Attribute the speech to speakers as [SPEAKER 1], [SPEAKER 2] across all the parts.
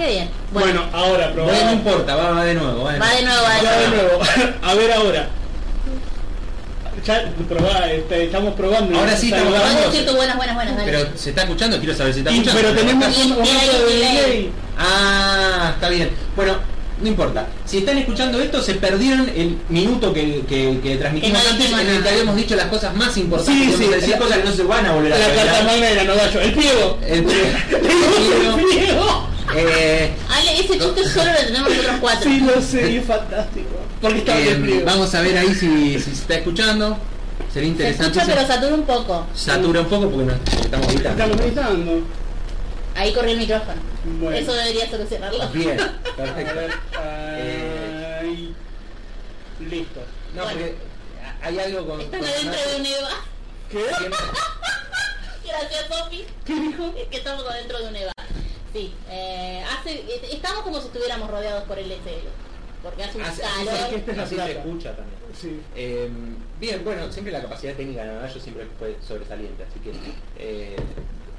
[SPEAKER 1] Qué bien.
[SPEAKER 2] Bueno,
[SPEAKER 1] Bueno,
[SPEAKER 2] ahora
[SPEAKER 3] Bueno, no
[SPEAKER 2] probamos.
[SPEAKER 3] importa, va, va de nuevo. Va de
[SPEAKER 1] va de nuevo, va de
[SPEAKER 2] Ya de
[SPEAKER 1] nuevo.
[SPEAKER 2] nuevo. A ver ahora. Ya probá, este, estamos probando.
[SPEAKER 3] Ahora sí,
[SPEAKER 2] Saludamos.
[SPEAKER 3] estamos
[SPEAKER 1] Vamos a
[SPEAKER 3] grabando.
[SPEAKER 1] decir tu buenas, buenas, buenas. dale.
[SPEAKER 3] Pero se está escuchando, quiero saber si está
[SPEAKER 2] Y-
[SPEAKER 3] escuchando.
[SPEAKER 2] pero tenemos
[SPEAKER 1] Y-
[SPEAKER 2] un momento de
[SPEAKER 1] y-
[SPEAKER 2] delay.
[SPEAKER 3] Ah, está bien. Bueno, no importa. Si están escuchando esto, se perdieron el minuto que, que, que transmitimos
[SPEAKER 1] Que no
[SPEAKER 3] antes
[SPEAKER 1] dijimos
[SPEAKER 3] en el que
[SPEAKER 1] nada.
[SPEAKER 3] habíamos dicho las cosas más importantes.
[SPEAKER 2] Sí,
[SPEAKER 3] Vamos
[SPEAKER 2] sí,
[SPEAKER 3] a decir
[SPEAKER 2] la-
[SPEAKER 3] cosas que no se van a volver a
[SPEAKER 2] La carta
[SPEAKER 3] revelar.
[SPEAKER 2] magna de la Nogallo. El pliego.
[SPEAKER 3] El
[SPEAKER 2] Tenemos el
[SPEAKER 3] primero,
[SPEAKER 2] pliego.
[SPEAKER 3] eh,
[SPEAKER 1] Ale, Ah, ese chiste solo lo tenemos nosotros cuatro.
[SPEAKER 2] Sí, lo sé, y es fantástico. Porque está bien el
[SPEAKER 3] eh,
[SPEAKER 2] pliego.
[SPEAKER 3] vamos a ver ahí si, si se está escuchando. Sería
[SPEAKER 1] Se
[SPEAKER 3] interesante.
[SPEAKER 1] escucha, pero satura un poco.
[SPEAKER 3] Satura un poco porque nos estamos gritando.
[SPEAKER 2] Estamos gritando.
[SPEAKER 1] Ahí corrió el micrófono.
[SPEAKER 2] Bueno.
[SPEAKER 1] Eso debería solucionarlo.
[SPEAKER 3] Bien,
[SPEAKER 2] A
[SPEAKER 3] perfecto.
[SPEAKER 2] ver, ahí. Listo.
[SPEAKER 3] No, porque hay algo con.
[SPEAKER 1] Están
[SPEAKER 3] con-
[SPEAKER 1] adentro de un EVA.
[SPEAKER 2] ¿Qué?
[SPEAKER 1] Gracias, Sofi.
[SPEAKER 2] ¿Qué dijo?
[SPEAKER 1] Es que estamos adentro de un EVA. Sí, eh, hace, estamos como si estuviéramos rodeados por el deseo. Porque hace un
[SPEAKER 3] Así- así
[SPEAKER 1] calor.
[SPEAKER 2] que este
[SPEAKER 3] se-
[SPEAKER 2] es la
[SPEAKER 3] así se
[SPEAKER 2] plata.
[SPEAKER 3] escucha también.
[SPEAKER 2] Sí.
[SPEAKER 3] Eh, bien, bueno, siempre la capacidad técnica de Navajo siempre fue sobresaliente, así que eh,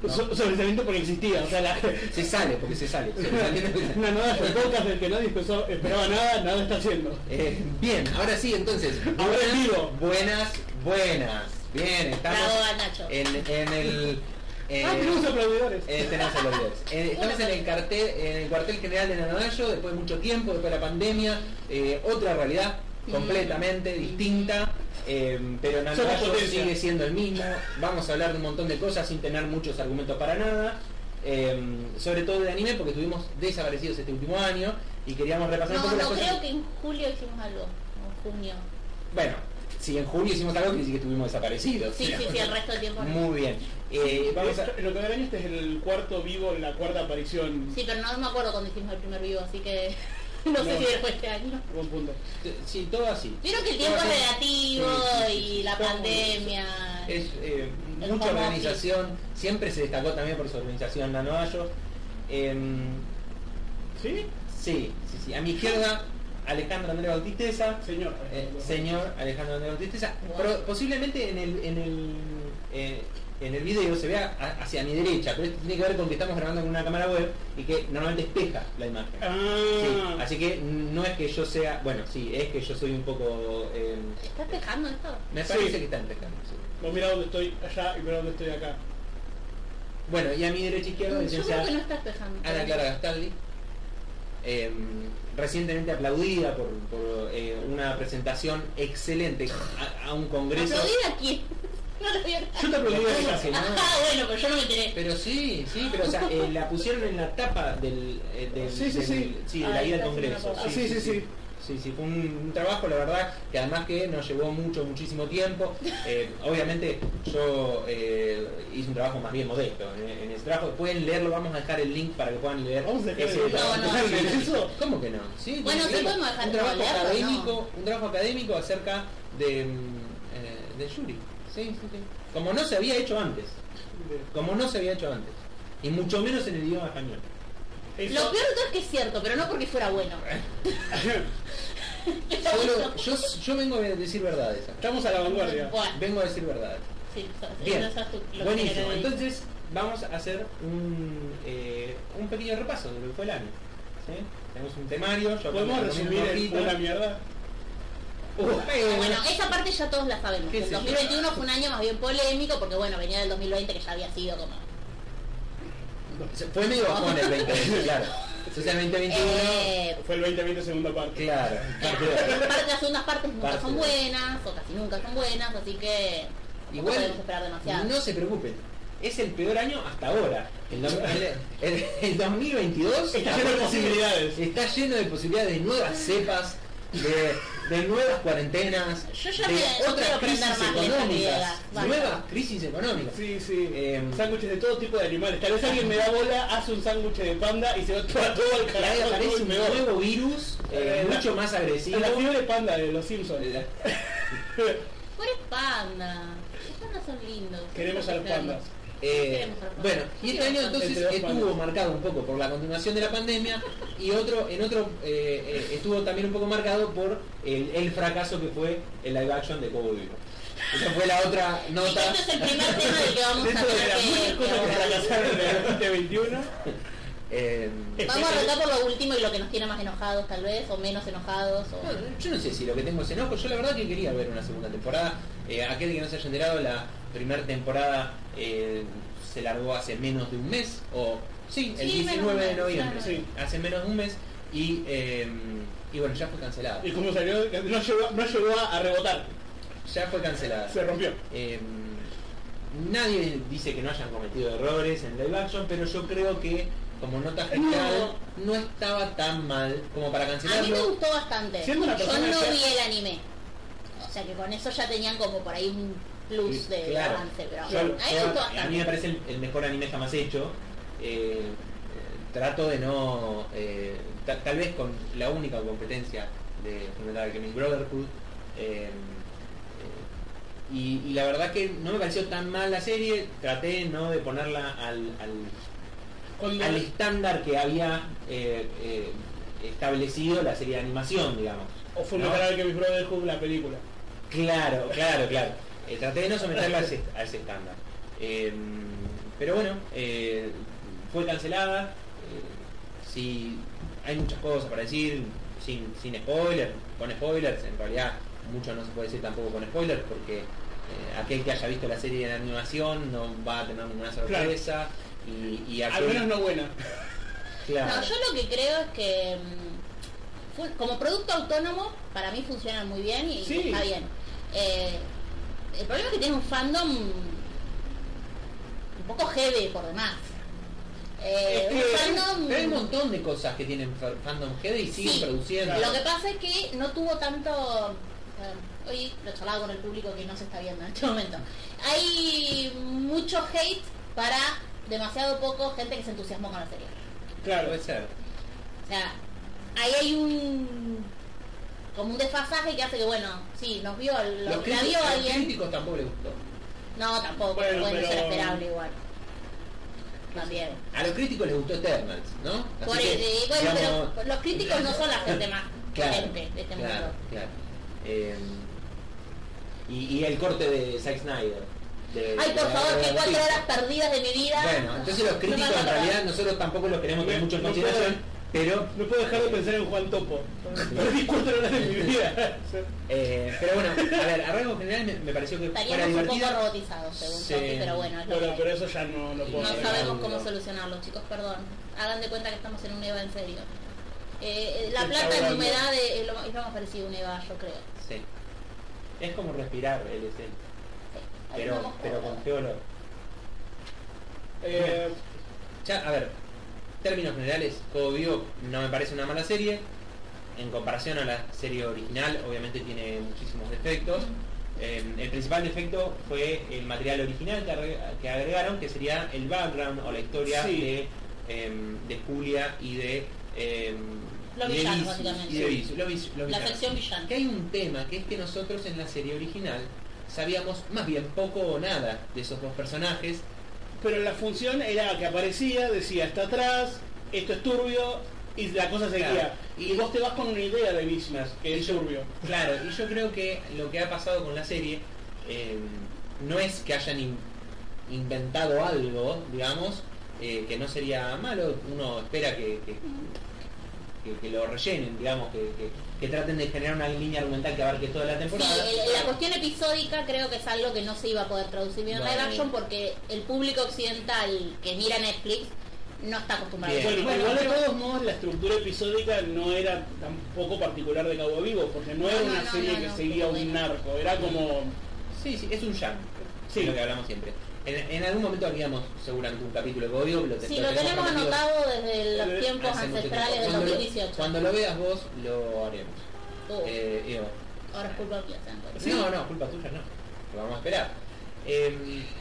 [SPEAKER 3] no,
[SPEAKER 2] So- sobresaliente porque existía, o sea, la,
[SPEAKER 3] se sale, porque se sale. sobresaliente.
[SPEAKER 2] una nueva podcast del que nadie empezó- esperaba nada, nada está haciendo.
[SPEAKER 3] Eh, bien, ahora sí, entonces,
[SPEAKER 2] Ahora
[SPEAKER 3] buenas,
[SPEAKER 2] en vivo.
[SPEAKER 3] buenas, buenas. Bien, estamos
[SPEAKER 1] Bravo a Nacho.
[SPEAKER 3] en, en el... eh,
[SPEAKER 2] ah, tenemos aplaudidores.
[SPEAKER 3] eh, tenemos a los líderes. Eh, estamos en el cartel, en el cuartel general de Nanayo, después de mucho tiempo, después de la pandemia, eh, otra realidad
[SPEAKER 1] Mm.
[SPEAKER 3] completamente distinta, eh, pero
[SPEAKER 2] Somos
[SPEAKER 3] Nanayo
[SPEAKER 2] potencia.
[SPEAKER 3] sigue siendo el mismo. Vamos a hablar de un montón de cosas sin tener muchos argumentos para nada. eh, sobre todo de anime porque estuvimos desaparecidos este último año y queríamos repasar un
[SPEAKER 1] No,
[SPEAKER 3] poco las
[SPEAKER 1] no,
[SPEAKER 3] cosas
[SPEAKER 1] creo que en julio hicimos algo. O en junio.
[SPEAKER 3] bueno, si en junio hicimos algo, que sí que estuvimos desaparecidos.
[SPEAKER 1] Sí, sí, sí, el resto del tiempo no.
[SPEAKER 3] Muy bien. Eh, vamos a...
[SPEAKER 2] Esto- Lo que va a venir este es el cuarto vivo, la cuarta aparición.
[SPEAKER 1] Sí, pero no me acuerdo cuando hicimos el primer vivo, así que no, sé
[SPEAKER 2] No.
[SPEAKER 1] si fue este año.
[SPEAKER 2] Buen punto.
[SPEAKER 3] Sí, todo así.
[SPEAKER 1] Vieron que el tiempo es
[SPEAKER 3] Todo así.
[SPEAKER 1] relativo
[SPEAKER 3] Sí, sí, sí.
[SPEAKER 1] y la
[SPEAKER 2] Todo muy
[SPEAKER 1] pandemia.
[SPEAKER 3] Es eh,
[SPEAKER 1] El
[SPEAKER 3] mucha
[SPEAKER 1] home
[SPEAKER 3] organización. Siempre se destacó también por su organización Nanoayo. Em,
[SPEAKER 2] ¿Sí?
[SPEAKER 3] sí, sí, sí. A mi izquierda, Alejandro Andrés Bautisteza.
[SPEAKER 2] Señor.
[SPEAKER 3] Eh, señor Alejandro Andrés Bautisteza. Pro- Posiblemente en el... En el eh, en el video se vea a- hacia mi derecha, pero esto tiene que ver con que estamos grabando con una cámara web y que normalmente espeja la imagen. Sí,
[SPEAKER 2] Ah,
[SPEAKER 3] así que no es que yo sea, bueno, sí, es que yo soy un poco... eh,
[SPEAKER 1] ¿Estás dejando esto?
[SPEAKER 3] me
[SPEAKER 2] Sí.
[SPEAKER 3] parece que están pescando. sí.
[SPEAKER 2] vos mirá dónde estoy allá y mirá dónde estoy acá.
[SPEAKER 3] Bueno, y a mi derecha izquierda,
[SPEAKER 1] Mm, Yo creo
[SPEAKER 3] licenciada
[SPEAKER 1] que no estás dejando.
[SPEAKER 3] Ana Clara Gastaldi, eh, recientemente aplaudida por, por, eh, una presentación excelente a, a un
[SPEAKER 1] Ah,
[SPEAKER 3] congreso.
[SPEAKER 1] ¿Aplaudir a quién? No lo vieron.
[SPEAKER 2] Yo te aplaudí de clase.
[SPEAKER 3] Sí, ¿no?
[SPEAKER 1] Ah, bueno, pero yo no me enteré.
[SPEAKER 3] Pero sí, sí, pero o sea, eh, la pusieron en la tapa del, eh, del-
[SPEAKER 2] Sí, sí,
[SPEAKER 3] del-
[SPEAKER 2] sí.
[SPEAKER 3] de la
[SPEAKER 1] Ay,
[SPEAKER 3] ida al
[SPEAKER 1] está haciendo
[SPEAKER 3] Congreso.
[SPEAKER 1] una pausa.
[SPEAKER 2] Sí, sí, sí.
[SPEAKER 3] Sí, sí, fue un, un trabajo, la verdad, que además que nos llevó mucho, muchísimo tiempo. Eh, obviamente yo eh, hice un trabajo más bien modesto en, en ese trabajo. Pueden leerlo, vamos a dejar el link para que puedan leer.
[SPEAKER 2] Vamos a dejar
[SPEAKER 3] ese
[SPEAKER 2] el link.
[SPEAKER 3] trabajo.
[SPEAKER 1] No, no,
[SPEAKER 3] Sí,
[SPEAKER 1] no.
[SPEAKER 3] sí, sí. ¿Cómo que no? Sí,
[SPEAKER 1] Bueno,
[SPEAKER 3] tenemos
[SPEAKER 1] sí
[SPEAKER 3] que leerlo.
[SPEAKER 1] podemos dejar
[SPEAKER 3] un
[SPEAKER 1] de
[SPEAKER 3] trabajo
[SPEAKER 1] leerlo, ¿no?
[SPEAKER 3] académico, un trabajo académico acerca de, mm, eh, de Yuri. Sí, sí, sí. Como no se había hecho antes. Como no se había hecho antes. Y mucho menos en el idioma español.
[SPEAKER 1] Lo peor
[SPEAKER 2] Eso.
[SPEAKER 1] de todo es que es cierto, pero no porque fuera bueno.
[SPEAKER 3] Eh. Solo- yo, yo vengo a decir verdades. acá.
[SPEAKER 2] Estamos a la vanguardia.
[SPEAKER 1] Bueno,
[SPEAKER 3] Vengo a decir verdades.
[SPEAKER 1] sí, so- sí,
[SPEAKER 3] Bien,
[SPEAKER 1] no sabes tú lo que
[SPEAKER 3] buenísimo.
[SPEAKER 1] querés.
[SPEAKER 3] Entonces vamos a hacer un, eh, un pequeño repaso de lo que fue el año. ¿sí? Tenemos un temario, yo
[SPEAKER 2] ¿Podemos
[SPEAKER 3] acá
[SPEAKER 2] resumir
[SPEAKER 3] recomiendo
[SPEAKER 2] el
[SPEAKER 3] un
[SPEAKER 2] una
[SPEAKER 3] poquito.
[SPEAKER 2] mierda?
[SPEAKER 3] Uh,
[SPEAKER 1] Ah, Bueno, esa parte ya todos la sabemos.
[SPEAKER 3] ¿Qué
[SPEAKER 1] El
[SPEAKER 3] sé yo?
[SPEAKER 1] 2021 fue un año más bien polémico porque, bueno, venía del 2020 que ya había sido como...
[SPEAKER 3] se- Fue medio bajón el 2020, claro. Entonces el 2021,
[SPEAKER 1] Eh,
[SPEAKER 2] Fue el 2020 segunda parte.
[SPEAKER 3] claro.
[SPEAKER 1] parte- las segundas partes nunca
[SPEAKER 3] Parte.
[SPEAKER 1] son buenas, o casi nunca son buenas, así que tampoco podemos esperar demasiado.
[SPEAKER 3] Igual, no se preocupen. Es el peor año hasta ahora. El, dos- el- el- el 2022
[SPEAKER 2] Está lleno de posibilidades.
[SPEAKER 3] Está lleno de posibilidades de nuevas cepas, de, de nuevas cuarentenas,
[SPEAKER 1] Yo ya
[SPEAKER 3] de
[SPEAKER 1] me- yo
[SPEAKER 3] otras
[SPEAKER 1] quiero
[SPEAKER 3] crisis
[SPEAKER 1] aprender más lentas que
[SPEAKER 3] económicas,
[SPEAKER 1] llegas. Basta.
[SPEAKER 3] nuevas crisis económicas.
[SPEAKER 2] Sí, sí.
[SPEAKER 3] Eh,
[SPEAKER 2] sándwiches de todo tipo de animales. Tal vez alguien me da bola, hace un sándwich de panda y se va todo, todo al
[SPEAKER 3] Por ahí
[SPEAKER 2] carajo.
[SPEAKER 3] aparece
[SPEAKER 2] todo y
[SPEAKER 3] un
[SPEAKER 2] me voy.
[SPEAKER 3] nuevo virus eh,
[SPEAKER 2] Eh, la-
[SPEAKER 3] mucho más agresivo.
[SPEAKER 2] La fiebre panda de los Simpsons.
[SPEAKER 1] Pobres pandas. Los pandas son lindos.
[SPEAKER 2] Queremos a los pandas.
[SPEAKER 3] Eh, bueno, y este año entonces
[SPEAKER 2] Entre dos
[SPEAKER 3] estuvo
[SPEAKER 2] palos.
[SPEAKER 3] marcado un poco por la continuación de la pandemia y otro, en otro eh, eh, estuvo también un poco marcado por el, el fracaso que fue el live action de Cobo Vivo. Esa fue la otra
[SPEAKER 1] Y
[SPEAKER 3] nota.
[SPEAKER 1] este es el primer tema del que vamos a eh,
[SPEAKER 2] Dentro de
[SPEAKER 1] tener
[SPEAKER 2] las
[SPEAKER 1] que-
[SPEAKER 2] muchas
[SPEAKER 1] que
[SPEAKER 2] cosas que
[SPEAKER 1] abordar.
[SPEAKER 2] fracasaron en el 2021,
[SPEAKER 3] Eh,
[SPEAKER 1] Vamos a arrancar por lo último y lo que nos tiene más enojados tal vez, o menos enojados. O...
[SPEAKER 3] bueno, yo no sé si lo que tengo es enojo. Yo la verdad que quería ver una segunda temporada. Eh, aquel que no se haya enterado, la primera temporada eh, se largó hace menos de un mes. O sí, el
[SPEAKER 1] Sí, menos
[SPEAKER 3] 19 de
[SPEAKER 1] de un mes,
[SPEAKER 3] noviembre.
[SPEAKER 2] claro.
[SPEAKER 3] Hace menos de un mes. Y, eh, y bueno, ya fue cancelada.
[SPEAKER 2] Y como salió, no llegó, no llegó a rebotar.
[SPEAKER 3] Ya fue cancelada.
[SPEAKER 2] Se rompió.
[SPEAKER 3] Eh, nadie dice que no hayan cometido errores en live action, pero yo creo que como nota general no, estaba tan mal como para
[SPEAKER 1] A mí me
[SPEAKER 3] cancelarlo.
[SPEAKER 1] gustó bastante. Yo
[SPEAKER 2] Siendo una persona
[SPEAKER 1] no
[SPEAKER 2] que-
[SPEAKER 1] vi el anime. O sea que con eso ya tenían como por ahí un plus
[SPEAKER 3] Sí,
[SPEAKER 1] de
[SPEAKER 3] claro.
[SPEAKER 1] avance, pero
[SPEAKER 2] Yo-
[SPEAKER 1] a mí me gustó
[SPEAKER 3] A mí me
[SPEAKER 1] bastante.
[SPEAKER 3] parece el, el mejor anime jamás hecho. Eh, eh, trato de no... eh, ta- tal vez con la única competencia de Fullmetal Alchemist Brotherhood. eh, eh, y, y la verdad que no me pareció tan mal la serie. Traté no de ponerla al- al
[SPEAKER 2] Cuando,
[SPEAKER 3] al estándar que había eh, eh, establecido la serie de animación, digamos.
[SPEAKER 2] o fue
[SPEAKER 3] ¿no?
[SPEAKER 2] mejor que mis brothers jugó la película.
[SPEAKER 3] Claro, claro, claro. Eh, traté de no someterla a ese, a ese estándar. Eh, pero bueno, eh, fue cancelada. eh, si hay muchas cosas para decir, sin, sin spoilers, con spoilers, en realidad mucho no se puede decir tampoco con spoilers porque eh, aquel que haya visto la serie de animación no va a tener ninguna sorpresa. Y, y
[SPEAKER 2] Al
[SPEAKER 3] aquel-
[SPEAKER 2] menos no buena.
[SPEAKER 3] Claro.
[SPEAKER 1] No, yo lo que creo es que mm, fu- como producto autónomo para mí funciona muy bien y
[SPEAKER 2] Sí.
[SPEAKER 1] está bien. Eh, el problema es que tiene un fandom un poco heavy por demás. Eh,
[SPEAKER 2] Es que-
[SPEAKER 1] un fandom...
[SPEAKER 3] Pero hay un montón de cosas que tienen fa- fandom heavy y siguen
[SPEAKER 1] Sí,
[SPEAKER 3] produciendo.
[SPEAKER 1] Lo que pasa es que no tuvo tanto. bueno, hoy lo charlaba con el público que no se está viendo en este momento. Hay mucho hate para demasiado poco gente que se entusiasmó con la serie.
[SPEAKER 2] Claro.
[SPEAKER 1] Pues
[SPEAKER 3] Puede ser.
[SPEAKER 1] O sea, ahí hay un. como un desfasaje que hace que, bueno, sí, nos vio, lo-
[SPEAKER 3] Los,
[SPEAKER 1] la
[SPEAKER 3] críticos,
[SPEAKER 1] vio
[SPEAKER 3] los
[SPEAKER 1] alguien.
[SPEAKER 3] críticos tampoco les gustó.
[SPEAKER 1] No, tampoco,
[SPEAKER 2] Bueno,
[SPEAKER 1] bueno,
[SPEAKER 2] pero-
[SPEAKER 1] ser esperable igual. También.
[SPEAKER 3] A los críticos les gustó Eternals, ¿no? Así
[SPEAKER 1] Por
[SPEAKER 3] que,
[SPEAKER 1] eh, bueno,
[SPEAKER 3] digamos,
[SPEAKER 1] pero los críticos no son la gente más
[SPEAKER 3] claro,
[SPEAKER 1] gente de este
[SPEAKER 3] claro,
[SPEAKER 1] mundo.
[SPEAKER 3] claro. Eh, y, y el corte de Zack Snyder. de-
[SPEAKER 1] Ay, por
[SPEAKER 3] de-
[SPEAKER 1] favor,
[SPEAKER 3] de-
[SPEAKER 1] que
[SPEAKER 3] de-
[SPEAKER 1] cuatro horas perdidas de mi vida.
[SPEAKER 3] Bueno, entonces los
[SPEAKER 1] No
[SPEAKER 3] críticos
[SPEAKER 1] me
[SPEAKER 3] en
[SPEAKER 1] acuerdo.
[SPEAKER 3] realidad nosotros tampoco los queremos tener
[SPEAKER 2] No,
[SPEAKER 3] mucho en
[SPEAKER 2] no
[SPEAKER 3] consideración, pero
[SPEAKER 2] No puedo dejar de pensar en Juan Topo. Perdí cuatro horas de mi vida.
[SPEAKER 3] eh, pero bueno, a ver, a rasgos generales me, me pareció que fuera
[SPEAKER 1] Estaríamos un poco
[SPEAKER 3] divertida.
[SPEAKER 1] robotizados, según
[SPEAKER 3] Sí.
[SPEAKER 1] Sofi, pero bueno, es lo
[SPEAKER 2] Bueno,
[SPEAKER 1] que
[SPEAKER 2] pero
[SPEAKER 1] hay.
[SPEAKER 2] eso ya no lo puedo
[SPEAKER 1] No
[SPEAKER 2] arreglar.
[SPEAKER 1] sabemos cómo
[SPEAKER 3] no.
[SPEAKER 1] solucionarlo, chicos, perdón. Hagan de cuenta que estamos en un EVA en serio. Eh, eh, la
[SPEAKER 2] Está
[SPEAKER 1] plata en
[SPEAKER 2] volando.
[SPEAKER 1] humedad de- es lo, es lo más parecido a un EVA, yo creo.
[SPEAKER 3] Sí. Es como respirar el escenario.
[SPEAKER 1] Ahí
[SPEAKER 3] pero,
[SPEAKER 1] estamos
[SPEAKER 3] pero con
[SPEAKER 1] jodidos.
[SPEAKER 3] qué olor.
[SPEAKER 2] Eh,
[SPEAKER 3] Ya, a ver, términos generales, Code Vein no me parece una mala serie. En comparación a la serie original, obviamente tiene muchísimos defectos. Eh, el principal defecto fue el material original que, arre- que agregaron, que sería el background o la historia
[SPEAKER 2] Sí.
[SPEAKER 3] de, em, de Julia y de... em,
[SPEAKER 1] Los
[SPEAKER 3] y de
[SPEAKER 1] villanos,
[SPEAKER 3] Visu,
[SPEAKER 1] básicamente.
[SPEAKER 3] y de Visu, los vis- los
[SPEAKER 1] la
[SPEAKER 3] villanos.
[SPEAKER 1] sección villana.
[SPEAKER 3] Que hay un tema, que es que nosotros en la serie original sabíamos más bien poco o nada de esos dos personajes
[SPEAKER 2] pero la función era que aparecía, decía, está atrás, esto es turbio, y la cosa seguía.
[SPEAKER 3] Claro.
[SPEAKER 2] Y vos te vas con una idea de Bismas, que es turbio.
[SPEAKER 3] Claro, y yo creo que lo que ha pasado con la serie eh, no es que hayan in- inventado algo, digamos, eh, que no sería malo, uno espera que, que, que- que lo rellenen, digamos, que, que- que traten de generar una línea argumental que abarque toda la
[SPEAKER 1] Sí,
[SPEAKER 3] temporada.
[SPEAKER 1] el- la cuestión episódica creo que es algo que no se iba a poder traducir bien en
[SPEAKER 3] Bueno.
[SPEAKER 1] live action porque el público occidental que mira Netflix no está acostumbrado
[SPEAKER 3] Bien.
[SPEAKER 1] a eso.
[SPEAKER 2] Bueno,
[SPEAKER 3] Bueno,
[SPEAKER 2] igual de
[SPEAKER 3] pero-
[SPEAKER 2] todos modos la estructura episódica no era tampoco particular de Cabo Vivo, porque no
[SPEAKER 1] No,
[SPEAKER 2] era
[SPEAKER 1] no,
[SPEAKER 2] una
[SPEAKER 1] no,
[SPEAKER 2] serie
[SPEAKER 1] no,
[SPEAKER 2] que
[SPEAKER 1] no,
[SPEAKER 2] seguía
[SPEAKER 1] pero
[SPEAKER 2] un
[SPEAKER 1] bueno.
[SPEAKER 2] narco, era como...
[SPEAKER 3] Sí, sí, es un jam,
[SPEAKER 2] Sí.
[SPEAKER 3] sí. lo que hablamos siempre. En, en algún momento haríamos seguramente un capítulo de Bobby, lo, te-
[SPEAKER 1] Si lo tenemos
[SPEAKER 3] prometido
[SPEAKER 1] anotado desde
[SPEAKER 2] Eh,
[SPEAKER 1] los tiempos
[SPEAKER 3] hace mucho
[SPEAKER 1] ancestrales
[SPEAKER 3] tiempo.
[SPEAKER 1] del
[SPEAKER 3] Cuando lo-
[SPEAKER 1] 2018.
[SPEAKER 3] Cuando lo veas vos, lo haremos.
[SPEAKER 1] Oh,
[SPEAKER 3] Eh, Eva.
[SPEAKER 1] ahora es culpa mía, ¿sabes?
[SPEAKER 3] No, no, culpa tuya no. Lo vamos a esperar. Eh,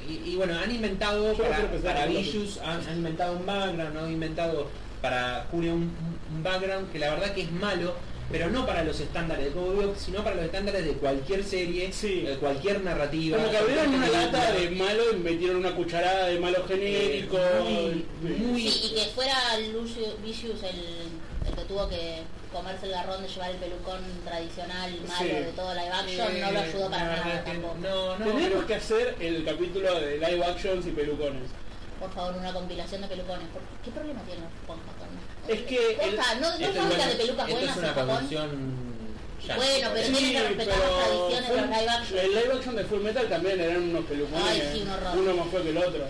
[SPEAKER 3] y, y bueno, han inventado
[SPEAKER 2] Yo no quiero
[SPEAKER 3] para,
[SPEAKER 2] pensar
[SPEAKER 3] para
[SPEAKER 2] en culpa
[SPEAKER 3] Villus, han, han inventado un background, han inventado para Julio un, un background que la verdad que es malo, pero no para los estándares de Cowboy Bebop, sino para los estándares de cualquier serie,
[SPEAKER 2] Sí.
[SPEAKER 3] de cualquier narrativa.
[SPEAKER 2] Como que abrieron una
[SPEAKER 3] cualquier
[SPEAKER 2] lata de
[SPEAKER 3] película,
[SPEAKER 2] malo y metieron una cucharada de malo
[SPEAKER 3] eh,
[SPEAKER 2] genérico.
[SPEAKER 3] muy,
[SPEAKER 2] Sí.
[SPEAKER 3] muy-
[SPEAKER 1] Sí, y que fuera Lucio- Vicious el, el que tuvo que comerse el garrón de llevar el pelucón tradicional malo
[SPEAKER 2] Sí.
[SPEAKER 1] de todo live action, Ah, no lo ayudó para
[SPEAKER 3] Eh, la verdad
[SPEAKER 1] nada
[SPEAKER 3] que
[SPEAKER 1] tampoco.
[SPEAKER 3] No, no,
[SPEAKER 2] Tenemos
[SPEAKER 3] pero-
[SPEAKER 2] que hacer el capítulo de live actions y pelucones.
[SPEAKER 1] por favor, una compilación de pelucones. ¿Por ¿Qué problema tiene con Japón?
[SPEAKER 2] Es que
[SPEAKER 1] Porfa,
[SPEAKER 2] el-
[SPEAKER 1] no, no
[SPEAKER 3] Eh, Esto
[SPEAKER 1] fábrica
[SPEAKER 3] igual-
[SPEAKER 1] de pelucas
[SPEAKER 3] este esto
[SPEAKER 1] buenas
[SPEAKER 3] es
[SPEAKER 1] en
[SPEAKER 3] una
[SPEAKER 1] Japón.
[SPEAKER 3] producción ya.
[SPEAKER 1] Bueno, pero
[SPEAKER 3] Eh,
[SPEAKER 1] tiene- tienen que respetar las tradiciones de los live action.
[SPEAKER 2] El live action de Full Metal también eran unos pelucones.
[SPEAKER 1] Ay, sí, un horror.
[SPEAKER 2] uno más fue que el otro.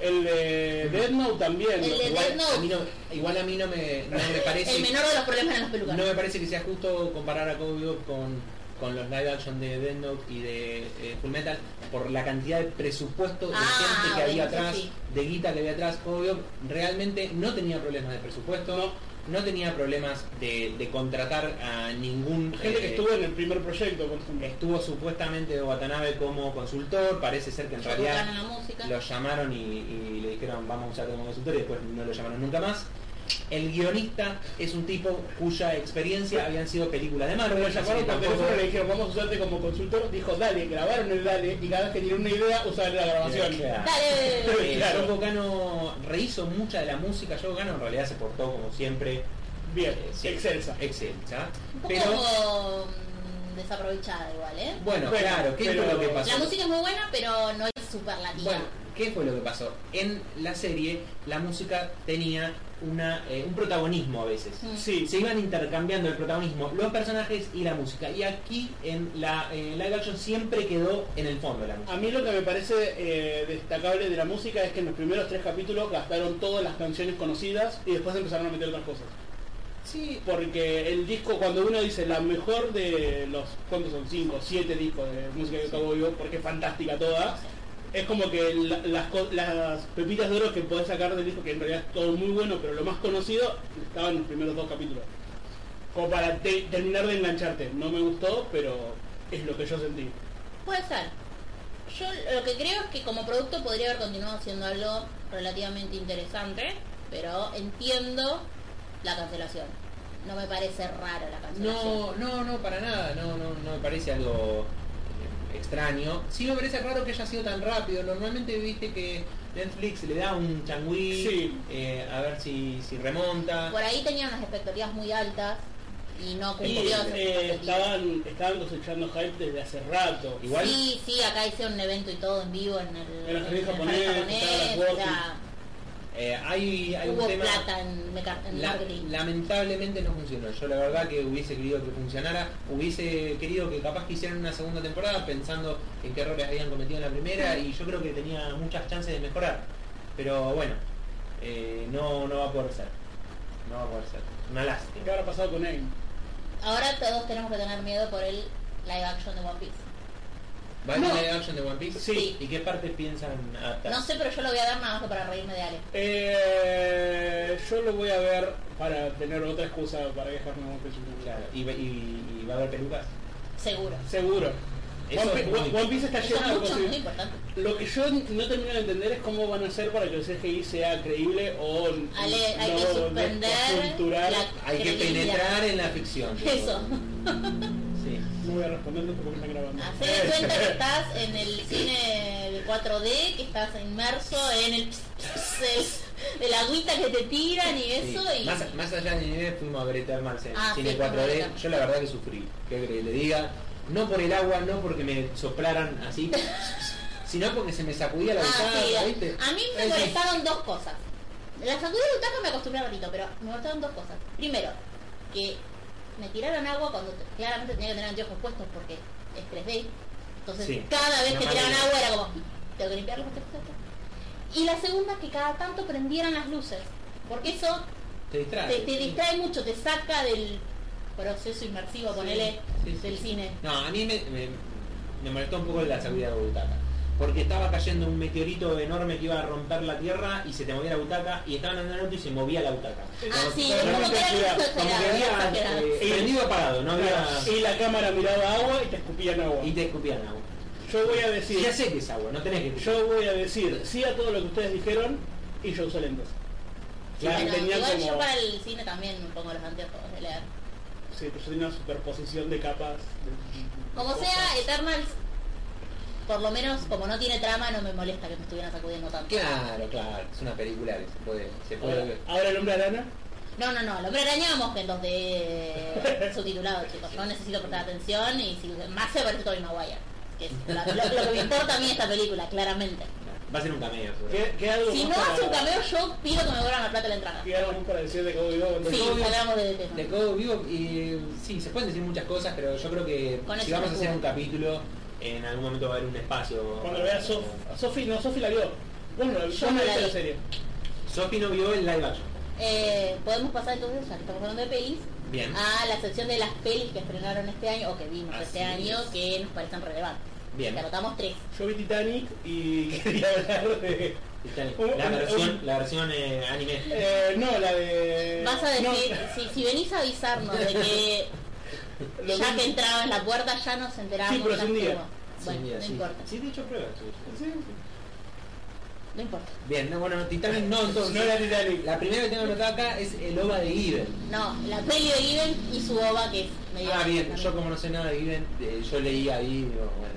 [SPEAKER 2] El de Death Note también.
[SPEAKER 1] El de
[SPEAKER 2] Igual-
[SPEAKER 1] Death Note.
[SPEAKER 3] a mí no- igual a mí no me, no me parece
[SPEAKER 1] El menor de los problemas eran los pelucas.
[SPEAKER 3] no me parece que sea justo comparar a Cowboy Bebop con, con los live action de Death Note y de eh, Full Metal por la cantidad de presupuesto de
[SPEAKER 1] Ah,
[SPEAKER 3] gente que había
[SPEAKER 1] bueno,
[SPEAKER 3] atrás,
[SPEAKER 1] sí.
[SPEAKER 3] de guita que había atrás. Cowboy Bebop realmente no tenía problemas de presupuesto, no, tenía problemas de, de contratar a ningún
[SPEAKER 2] gente que
[SPEAKER 3] eh,
[SPEAKER 2] estuvo en el primer proyecto, por ejemplo.
[SPEAKER 3] Estuvo supuestamente Watanabe como consultor, parece ser que en
[SPEAKER 1] Yo
[SPEAKER 3] realidad
[SPEAKER 1] tocaron la música.
[SPEAKER 3] lo llamaron y, y le dijeron vamos a usar como consultor y después no lo llamaron nunca más. El guionista es un tipo cuya experiencia habían sido películas de Marvel.
[SPEAKER 2] Lo
[SPEAKER 3] así que
[SPEAKER 2] llamaron por
[SPEAKER 3] tampoco-
[SPEAKER 2] teléfono y le dijeron, vamos a usarte como consultor. Dijo, dale, grabaron el dale. Y cada vez que tiene una idea, usaban la grabación.
[SPEAKER 3] Claro.
[SPEAKER 1] Dale.
[SPEAKER 3] Eh,
[SPEAKER 2] Claro.
[SPEAKER 3] Yoko Kano rehizo mucha de la música. Yoko Kano en realidad se portó como siempre.
[SPEAKER 2] Bien,
[SPEAKER 3] eh, sí,
[SPEAKER 2] excelsa.
[SPEAKER 3] Excelsa.
[SPEAKER 1] Un poco
[SPEAKER 3] Pero
[SPEAKER 1] mm, desaprovechada igual, ¿eh?
[SPEAKER 2] Bueno,
[SPEAKER 3] bueno, claro, ¿qué
[SPEAKER 2] pero-
[SPEAKER 3] fue lo que pasó?
[SPEAKER 1] La música es muy buena, pero no es superlativa.
[SPEAKER 3] Bueno, ¿qué fue lo que pasó? En la serie la música tenía una, eh, un protagonismo a veces.
[SPEAKER 1] Mm.
[SPEAKER 2] Sí,
[SPEAKER 3] Se iban intercambiando el protagonismo, los personajes y la música. Y aquí en la eh, live action siempre quedó en el fondo la música.
[SPEAKER 2] A mí lo que me parece eh, destacable de la música es que en los primeros tres capítulos gastaron todas las canciones conocidas y después empezaron a meter otras cosas.
[SPEAKER 3] Sí,
[SPEAKER 2] Porque el disco, cuando uno dice la mejor de los, ¿cuántos son? Cinco, siete discos de música que acabo yo, porque es fantástica toda, es como que la- las, co- las pepitas de oro que podés sacar del disco, que en realidad es todo muy bueno, pero lo más conocido, estaba en los primeros dos capítulos. Como para te- terminar de engancharte. No me gustó, pero es lo que yo sentí.
[SPEAKER 1] Puede ser. Yo lo que creo es que como producto podría haber continuado siendo algo relativamente interesante, pero entiendo la cancelación. No me parece rara la cancelación.
[SPEAKER 3] Ah, No, no, no, para nada, no, no, no me parece algo eh, extraño. Sí me parece raro que haya sido tan rápido. Normalmente viste que Netflix le da un changüí
[SPEAKER 2] Sí.
[SPEAKER 3] eh, a ver si, si remonta.
[SPEAKER 1] Por ahí tenía unas expectativas muy altas y no
[SPEAKER 2] Y
[SPEAKER 1] cumplió esas
[SPEAKER 2] eh,
[SPEAKER 1] expectativas.
[SPEAKER 2] estaban, estaban cosechando hype desde hace rato.
[SPEAKER 3] Igual
[SPEAKER 1] Sí, sí, acá hicieron un evento y todo en vivo en el,
[SPEAKER 2] En el jardín
[SPEAKER 1] el
[SPEAKER 2] japonés, estaba la
[SPEAKER 1] o sea,
[SPEAKER 3] eh, hay, hay
[SPEAKER 1] hubo
[SPEAKER 3] un tema...
[SPEAKER 1] plata en, meca- en
[SPEAKER 3] La-
[SPEAKER 1] marketing.
[SPEAKER 3] lamentablemente no funcionó. Yo la verdad que hubiese querido que funcionara, hubiese querido que capaz que hicieran una segunda temporada pensando en qué errores habían cometido en la primera y yo creo que tenía muchas chances de mejorar. Pero bueno, eh, no, no va a poder ser. No va a poder ser. Una
[SPEAKER 2] ¿Qué
[SPEAKER 3] lástima.
[SPEAKER 2] habrá pasado con él?
[SPEAKER 1] Ahora todos tenemos que tener miedo por el live action de One Piece.
[SPEAKER 3] ¿Va a ir
[SPEAKER 2] No.
[SPEAKER 3] live action de One Piece?
[SPEAKER 1] Sí.
[SPEAKER 3] ¿Y qué partes piensan adaptar?
[SPEAKER 1] No sé, pero yo lo voy a dar nada más que para reírme de Ale.
[SPEAKER 2] Eh, yo lo voy a ver para tener otra excusa para dejarme un pecho.
[SPEAKER 3] Claro. ¿Y, y- y va a haber pelucas?
[SPEAKER 1] Seguro.
[SPEAKER 2] Seguro.
[SPEAKER 3] Eso
[SPEAKER 2] One,
[SPEAKER 3] es
[SPEAKER 2] Pi-
[SPEAKER 3] muy-
[SPEAKER 2] One- One Piece está
[SPEAKER 1] Eso
[SPEAKER 2] lleno de
[SPEAKER 1] es mucho,
[SPEAKER 2] cosas.
[SPEAKER 1] muy importante.
[SPEAKER 2] Lo que yo no termino de entender es cómo van a hacer para que el CGI sea creíble o n-
[SPEAKER 1] Ale, hay
[SPEAKER 2] no
[SPEAKER 1] que suspender
[SPEAKER 2] desculturar.
[SPEAKER 1] la-
[SPEAKER 3] Hay que
[SPEAKER 1] Creíble.
[SPEAKER 3] penetrar en la ficción. digo.
[SPEAKER 1] Eso.
[SPEAKER 3] Sí.
[SPEAKER 2] No voy a responder porque me están grabando.
[SPEAKER 1] Hacé de cuenta que estás en el cine de 4D, que estás inmerso en el del- de la agüita que te tiran y
[SPEAKER 3] Sí.
[SPEAKER 1] eso y
[SPEAKER 3] Más, más allá de nivel fuimos a ver Eternals en
[SPEAKER 1] Ah,
[SPEAKER 3] cine
[SPEAKER 1] sí,
[SPEAKER 3] 4D.
[SPEAKER 1] claro.
[SPEAKER 3] Yo la verdad que sufrí. ¿Qué cree que le diga? No por el agua, no porque me soplaran así, sino porque se me sacudía la
[SPEAKER 1] Ah, sí,
[SPEAKER 3] guitarra,
[SPEAKER 1] a-
[SPEAKER 3] ¿viste?
[SPEAKER 1] A mí me
[SPEAKER 3] Ay, sí.
[SPEAKER 1] molestaron dos cosas. La sacudida de butaca me acostumbré a ratito, pero me molestaron dos cosas. Primero, que me tiraron agua cuando te- claramente tenía que tener anteojos puestos porque es 3D. Entonces
[SPEAKER 3] Sí.
[SPEAKER 1] cada vez
[SPEAKER 3] No
[SPEAKER 1] que
[SPEAKER 3] me
[SPEAKER 1] tiraban
[SPEAKER 3] acuerdo.
[SPEAKER 1] agua era como, tengo que limpiar los anteojos puestos. Y la segunda, que cada tanto prendieran las luces. Porque eso
[SPEAKER 3] Te distrae.
[SPEAKER 1] te, te distrae mucho, te saca del proceso inmersivo, ponele,
[SPEAKER 3] sí, sí.
[SPEAKER 1] del cine.
[SPEAKER 3] No, a mí me, me- me molestó un poco la sacudida de la butaca. Porque estaba cayendo un meteorito enorme que iba a romper la tierra y se te movía la butaca y estaban andando en el auto y se movía la butaca.
[SPEAKER 1] Ah,
[SPEAKER 3] Como-
[SPEAKER 1] sí,
[SPEAKER 2] no, no,
[SPEAKER 1] como que
[SPEAKER 2] no,
[SPEAKER 1] era
[SPEAKER 2] no,
[SPEAKER 3] Como que
[SPEAKER 1] exagerado,
[SPEAKER 3] había
[SPEAKER 1] exagerado.
[SPEAKER 3] eh, prendido apagado, no había...
[SPEAKER 2] Y la cámara miraba agua y te escupían agua.
[SPEAKER 3] Y te escupían agua.
[SPEAKER 2] Yo voy a decir.
[SPEAKER 3] Ya sé que es agua, no tenés que...
[SPEAKER 2] Yo voy a decir sí a todo lo que ustedes dijeron y yo uso lentes.
[SPEAKER 1] Bueno,
[SPEAKER 2] Claro, tenía
[SPEAKER 1] igual
[SPEAKER 2] como-
[SPEAKER 1] yo para el cine también me pongo los anteojos de leer.
[SPEAKER 2] Sí, pero yo tenía una superposición de capas. de-
[SPEAKER 1] Como
[SPEAKER 2] cosas.
[SPEAKER 1] sea, Eternals, por lo menos como no tiene trama, no me molesta que me estuvieran sacudiendo tanto.
[SPEAKER 3] Claro, claro, es una película que se puede,
[SPEAKER 1] eh.
[SPEAKER 3] se puede
[SPEAKER 2] Ahora,
[SPEAKER 3] ver.
[SPEAKER 2] ahora el hombre arana.
[SPEAKER 1] No, no, no, el hombre araña vamos en 2D subtitulado, chicos. No necesito prestar atención y si más se parece Tobey Maguire. Que es la- lo, lo que me importa a mí esta película, claramente.
[SPEAKER 3] Va a ser un cameo, seguro.
[SPEAKER 2] ¿Qué, qué algo
[SPEAKER 1] Si
[SPEAKER 2] más
[SPEAKER 1] no
[SPEAKER 2] para-
[SPEAKER 1] hace un cameo, yo pido que me cobran la plata de la entrada.
[SPEAKER 2] ¿Qué algo más para decir de Cowboy Vivo?
[SPEAKER 1] Sí,
[SPEAKER 3] Cowboy-
[SPEAKER 1] hablamos de
[SPEAKER 3] De
[SPEAKER 1] tema.
[SPEAKER 3] Cowboy Vivo, y sí, se pueden decir muchas cosas, pero yo creo que
[SPEAKER 1] Con
[SPEAKER 3] si
[SPEAKER 1] eso
[SPEAKER 3] vamos a
[SPEAKER 1] no
[SPEAKER 3] hacer
[SPEAKER 1] puedo.
[SPEAKER 3] un capítulo, en algún momento va a haber un espacio.
[SPEAKER 2] Cuando veas Sofi, a Sofi no, Sofi la vio. Bueno, la,
[SPEAKER 1] Yo
[SPEAKER 2] vos
[SPEAKER 1] no
[SPEAKER 2] no
[SPEAKER 1] la
[SPEAKER 2] viste la
[SPEAKER 1] vi.
[SPEAKER 2] serie.
[SPEAKER 3] Sofi no vio el live action.
[SPEAKER 1] Eh, Podemos pasar entonces, ya que estamos hablando de pelis,
[SPEAKER 3] Bien.
[SPEAKER 1] a Ah, la sección de las pelis que estrenaron este año o que vimos
[SPEAKER 3] Así
[SPEAKER 1] este año
[SPEAKER 3] es.
[SPEAKER 1] que nos parecen relevantes.
[SPEAKER 3] Bien.
[SPEAKER 1] Te anotamos tres.
[SPEAKER 2] Yo vi Titanic y quería hablar de.
[SPEAKER 3] Titanic.
[SPEAKER 2] Un-
[SPEAKER 3] La
[SPEAKER 2] un-
[SPEAKER 3] versión, la versión eh, anime.
[SPEAKER 2] Eh, no, la
[SPEAKER 3] Eh,
[SPEAKER 2] de.
[SPEAKER 1] Vas a
[SPEAKER 2] no,
[SPEAKER 1] decir, si, si venís a avisarnos de que
[SPEAKER 2] lo
[SPEAKER 1] ya
[SPEAKER 2] vi-
[SPEAKER 1] que entraba en la puerta ya nos enterábamos.
[SPEAKER 2] Sí, pero
[SPEAKER 1] ya
[SPEAKER 2] sin día.
[SPEAKER 1] estuvo. Bueno,
[SPEAKER 3] Sí, mira,
[SPEAKER 1] no
[SPEAKER 3] sí.
[SPEAKER 1] importa.
[SPEAKER 3] Sí, de hecho prueba. sí.
[SPEAKER 2] Sí,
[SPEAKER 1] No importa.
[SPEAKER 3] Bien, no, bueno, Titanic no, entonces.
[SPEAKER 2] No era Titanic.
[SPEAKER 3] La primera que tengo anotada acá es el OVA de Given.
[SPEAKER 1] No, la peli de Given y su ova que es medio...
[SPEAKER 3] Ah, bien, yo como no sé nada de Given, eh, yo leí ahí, digo, bueno,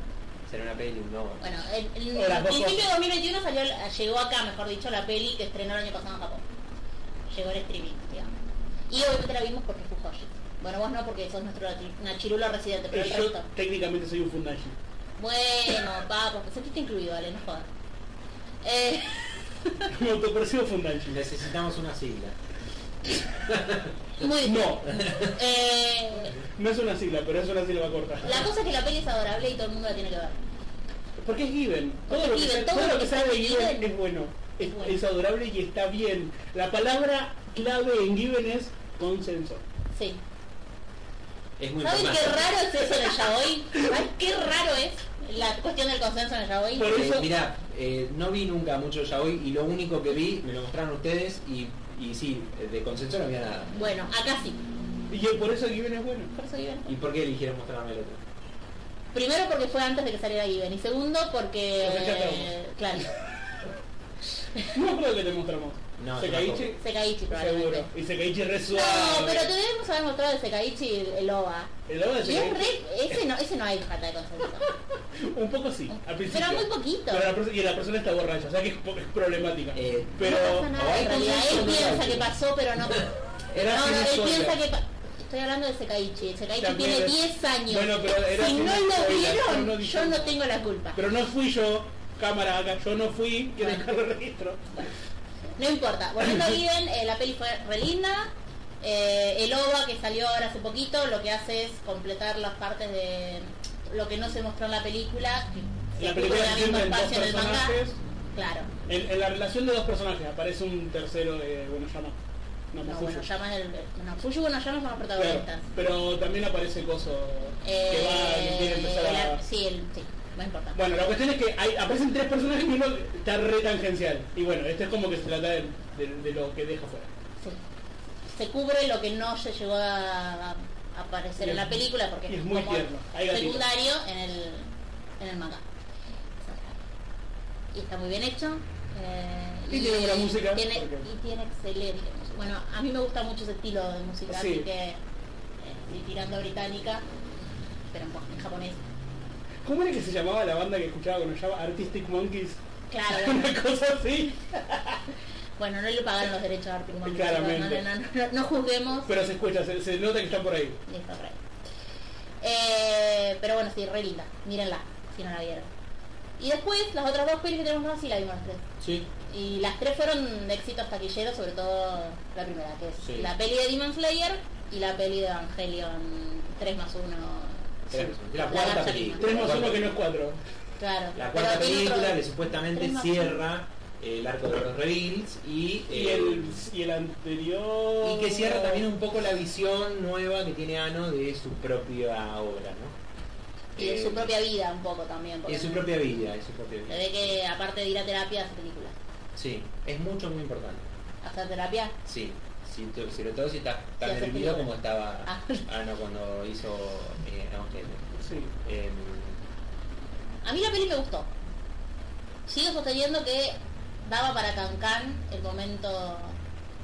[SPEAKER 3] será una peli, un OVA.
[SPEAKER 1] Bueno, en, en-
[SPEAKER 2] Hola,
[SPEAKER 1] en
[SPEAKER 2] Coco.
[SPEAKER 1] principio de 2021 salió, llegó acá, mejor dicho, la peli que estrenó el año pasado en Japón. Llegó el streaming, digamos. Y obviamente la vimos porque fue Fujoshi. Bueno, vos no porque sos nuestro nati- nachirulo residente, pero
[SPEAKER 2] Eh,
[SPEAKER 1] el
[SPEAKER 2] yo
[SPEAKER 1] resto.
[SPEAKER 2] técnicamente soy un fundashi.
[SPEAKER 1] Bueno, papo, sentiste incluido, vale, no jodas. Eh,
[SPEAKER 2] Me autopercibo fundashi.
[SPEAKER 3] Necesitamos una sigla.
[SPEAKER 1] muy bien.
[SPEAKER 2] No,
[SPEAKER 1] Eh,
[SPEAKER 2] no es una sigla, pero es una sílaba corta.
[SPEAKER 1] la cosa es que la peli es adorable y todo el mundo la tiene que ver.
[SPEAKER 2] Porque es Given. Todo lo que,
[SPEAKER 1] Given,
[SPEAKER 2] sea-
[SPEAKER 1] todo
[SPEAKER 2] todo
[SPEAKER 1] lo
[SPEAKER 2] lo que
[SPEAKER 1] que
[SPEAKER 2] sale de
[SPEAKER 1] sale
[SPEAKER 2] Given,
[SPEAKER 1] Given
[SPEAKER 2] es bueno. Es,
[SPEAKER 1] es bueno.
[SPEAKER 2] es adorable y está bien. La palabra clave en Given es consenso.
[SPEAKER 1] Sí.
[SPEAKER 3] Es muy
[SPEAKER 1] ¿Saben qué
[SPEAKER 3] importante.
[SPEAKER 1] raro es eso en el yaoi? ¿Saben qué raro es la cuestión del consenso en el yaoi?
[SPEAKER 2] Por
[SPEAKER 3] Eh,
[SPEAKER 2] eso-
[SPEAKER 3] mirá, eh, no vi nunca mucho yaoi y lo único que vi me lo mostraron ustedes y, y sí, de consenso no había nada.
[SPEAKER 1] Bueno, acá sí.
[SPEAKER 2] Y yo- por eso Given es bueno.
[SPEAKER 1] Por eso Given.
[SPEAKER 3] ¿Y por qué eligieron mostrarme el otro?
[SPEAKER 1] Primero porque fue antes de que saliera Given y segundo porque...
[SPEAKER 2] Porque acá estamos.
[SPEAKER 1] claro,
[SPEAKER 2] No creo que te mostramos.
[SPEAKER 3] No,
[SPEAKER 2] Sekaichi,
[SPEAKER 3] yo
[SPEAKER 1] Sekaichi probablemente.
[SPEAKER 2] seguro. Y Sekaichi es re
[SPEAKER 1] No,
[SPEAKER 2] suave.
[SPEAKER 1] pero te debemos haber mostrado el Sekaichi el- el OVA.
[SPEAKER 2] El logo de
[SPEAKER 1] Y es
[SPEAKER 2] Sekaichi,
[SPEAKER 1] re... Ese no, ese no hay falta de consenso.
[SPEAKER 2] un poco sí, al principio.
[SPEAKER 1] Pero muy poquito.
[SPEAKER 2] Pero la perso- y la persona está borracha, o sea que es, po- es problemática.
[SPEAKER 3] Eh,
[SPEAKER 2] pero
[SPEAKER 1] no pasa nada, en
[SPEAKER 3] hay
[SPEAKER 1] realidad
[SPEAKER 3] consenso
[SPEAKER 1] él
[SPEAKER 3] o no
[SPEAKER 1] piensa
[SPEAKER 3] hay?
[SPEAKER 1] que pasó, pero no pasó.
[SPEAKER 3] Era
[SPEAKER 1] no, no,
[SPEAKER 3] Silver
[SPEAKER 1] él
[SPEAKER 3] Surfer.
[SPEAKER 1] piensa que... pa- Estoy hablando de Sekaichi. El Sekaichi
[SPEAKER 2] También
[SPEAKER 1] tiene
[SPEAKER 2] es-
[SPEAKER 1] 10 años.
[SPEAKER 2] Bueno, pero era
[SPEAKER 1] si no
[SPEAKER 2] Silver
[SPEAKER 1] lo
[SPEAKER 2] Surfer,
[SPEAKER 1] vieron,
[SPEAKER 2] yo no
[SPEAKER 1] yo
[SPEAKER 2] dije-
[SPEAKER 1] no tengo la culpa.
[SPEAKER 2] pero no fui yo, cámara acá, yo no fui, que
[SPEAKER 1] Bueno.
[SPEAKER 2] dejarlo registro.
[SPEAKER 1] No importa. Volviendo a Given, eh, la peli fue re linda. Eh, el OVA que salió ahora hace poquito lo que hace es completar las partes de lo que no se mostró en la película. que
[SPEAKER 2] La
[SPEAKER 1] se
[SPEAKER 2] película
[SPEAKER 1] cubre en el mismo
[SPEAKER 2] entiende en dos
[SPEAKER 1] espacio en el manga.
[SPEAKER 2] personajes.
[SPEAKER 1] Claro.
[SPEAKER 2] En, en la relación de dos personajes aparece un tercero de bueno llama. No,
[SPEAKER 1] No,
[SPEAKER 2] Mafuyu.
[SPEAKER 1] bueno, llaman el. No, Fuyu bueno, llaman son los
[SPEAKER 2] Claro,
[SPEAKER 1] protagonistas.
[SPEAKER 2] pero también aparece Coso que va, que quiere empezar
[SPEAKER 1] Eh,
[SPEAKER 2] a.
[SPEAKER 1] la- sí, el, sí, no importa.
[SPEAKER 2] Bueno, la cuestión es que hay, aparecen tres personajes y uno está re tangencial. Y bueno, este es como que se trata de, de- de lo que deja fuera.
[SPEAKER 1] Sí. Se cubre lo que no se llegó a, a aparecer
[SPEAKER 2] Y
[SPEAKER 1] en
[SPEAKER 2] es-
[SPEAKER 1] la película porque
[SPEAKER 2] y es muy
[SPEAKER 1] como
[SPEAKER 2] tierno, hay gatitos.
[SPEAKER 1] secundario en el, en el manga. Y está muy bien hecho. eh,
[SPEAKER 2] Y tiene buena música,
[SPEAKER 1] tiene-
[SPEAKER 2] porque-
[SPEAKER 1] y tiene excelente música. Bueno, a mí me gusta mucho ese estilo de música,
[SPEAKER 2] Sí.
[SPEAKER 1] así que eh, estoy tirando a británica, pero en, en japonés.
[SPEAKER 2] ¿Cómo era que se llamaba la banda que escuchaba cuando llamaba Artistic Monkeys?
[SPEAKER 1] Claro, no,
[SPEAKER 2] Una cosa así.
[SPEAKER 1] bueno, no le pagaron los derechos a Arctic Monkeys,
[SPEAKER 2] Claramente.
[SPEAKER 1] No, no, no, no, no juzguemos.
[SPEAKER 2] Pero se escucha, se, se nota que está por ahí.
[SPEAKER 1] Listo, por ahí. Eh, pero bueno, sí, re linda. Mírenla, si no la vieron. Y después, las otras dos pelis que tenemos más, sí la vimos las tres.
[SPEAKER 3] Sí.
[SPEAKER 1] Y las tres fueron de éxitos taquilleros, sobre todo la primera, que es
[SPEAKER 3] Sí.
[SPEAKER 1] la peli de Demon Slayer y la peli de Evangelion 3 más 1.
[SPEAKER 3] Tres- La
[SPEAKER 1] La
[SPEAKER 3] cuarta
[SPEAKER 1] gacha.
[SPEAKER 3] película.
[SPEAKER 2] Tres más uno
[SPEAKER 3] Cuarta.
[SPEAKER 2] que no es cuatro.
[SPEAKER 1] Claro. Pero
[SPEAKER 3] La cuarta
[SPEAKER 1] tiene otro-
[SPEAKER 3] película que supuestamente
[SPEAKER 1] tres más
[SPEAKER 3] cierra eh, el arco de los reveals y,
[SPEAKER 2] Y
[SPEAKER 3] eh,
[SPEAKER 2] el, y el anterior.
[SPEAKER 3] y que cierra también un poco la visión nueva que tiene Ano de su propia obra, ¿no?
[SPEAKER 1] Y de
[SPEAKER 3] Eh,
[SPEAKER 1] su propia vida un poco también.
[SPEAKER 3] y
[SPEAKER 1] porque
[SPEAKER 3] de su propia vida, es su propia
[SPEAKER 1] Se
[SPEAKER 3] vida.
[SPEAKER 1] ve que aparte de ir a terapia, hace películas.
[SPEAKER 3] Sí, es mucho, muy importante.
[SPEAKER 1] Hacer terapia.
[SPEAKER 3] Sí, sí, te- sobre todo si estás tan
[SPEAKER 1] haces
[SPEAKER 3] nervioso
[SPEAKER 1] película.
[SPEAKER 3] como estaba
[SPEAKER 1] Ah.
[SPEAKER 3] Ano cuando hizo eh, Evangelion.
[SPEAKER 2] Sí.
[SPEAKER 3] Em,
[SPEAKER 1] A mí la peli me gustó. Sigo sosteniendo que daba para Cancán el momento.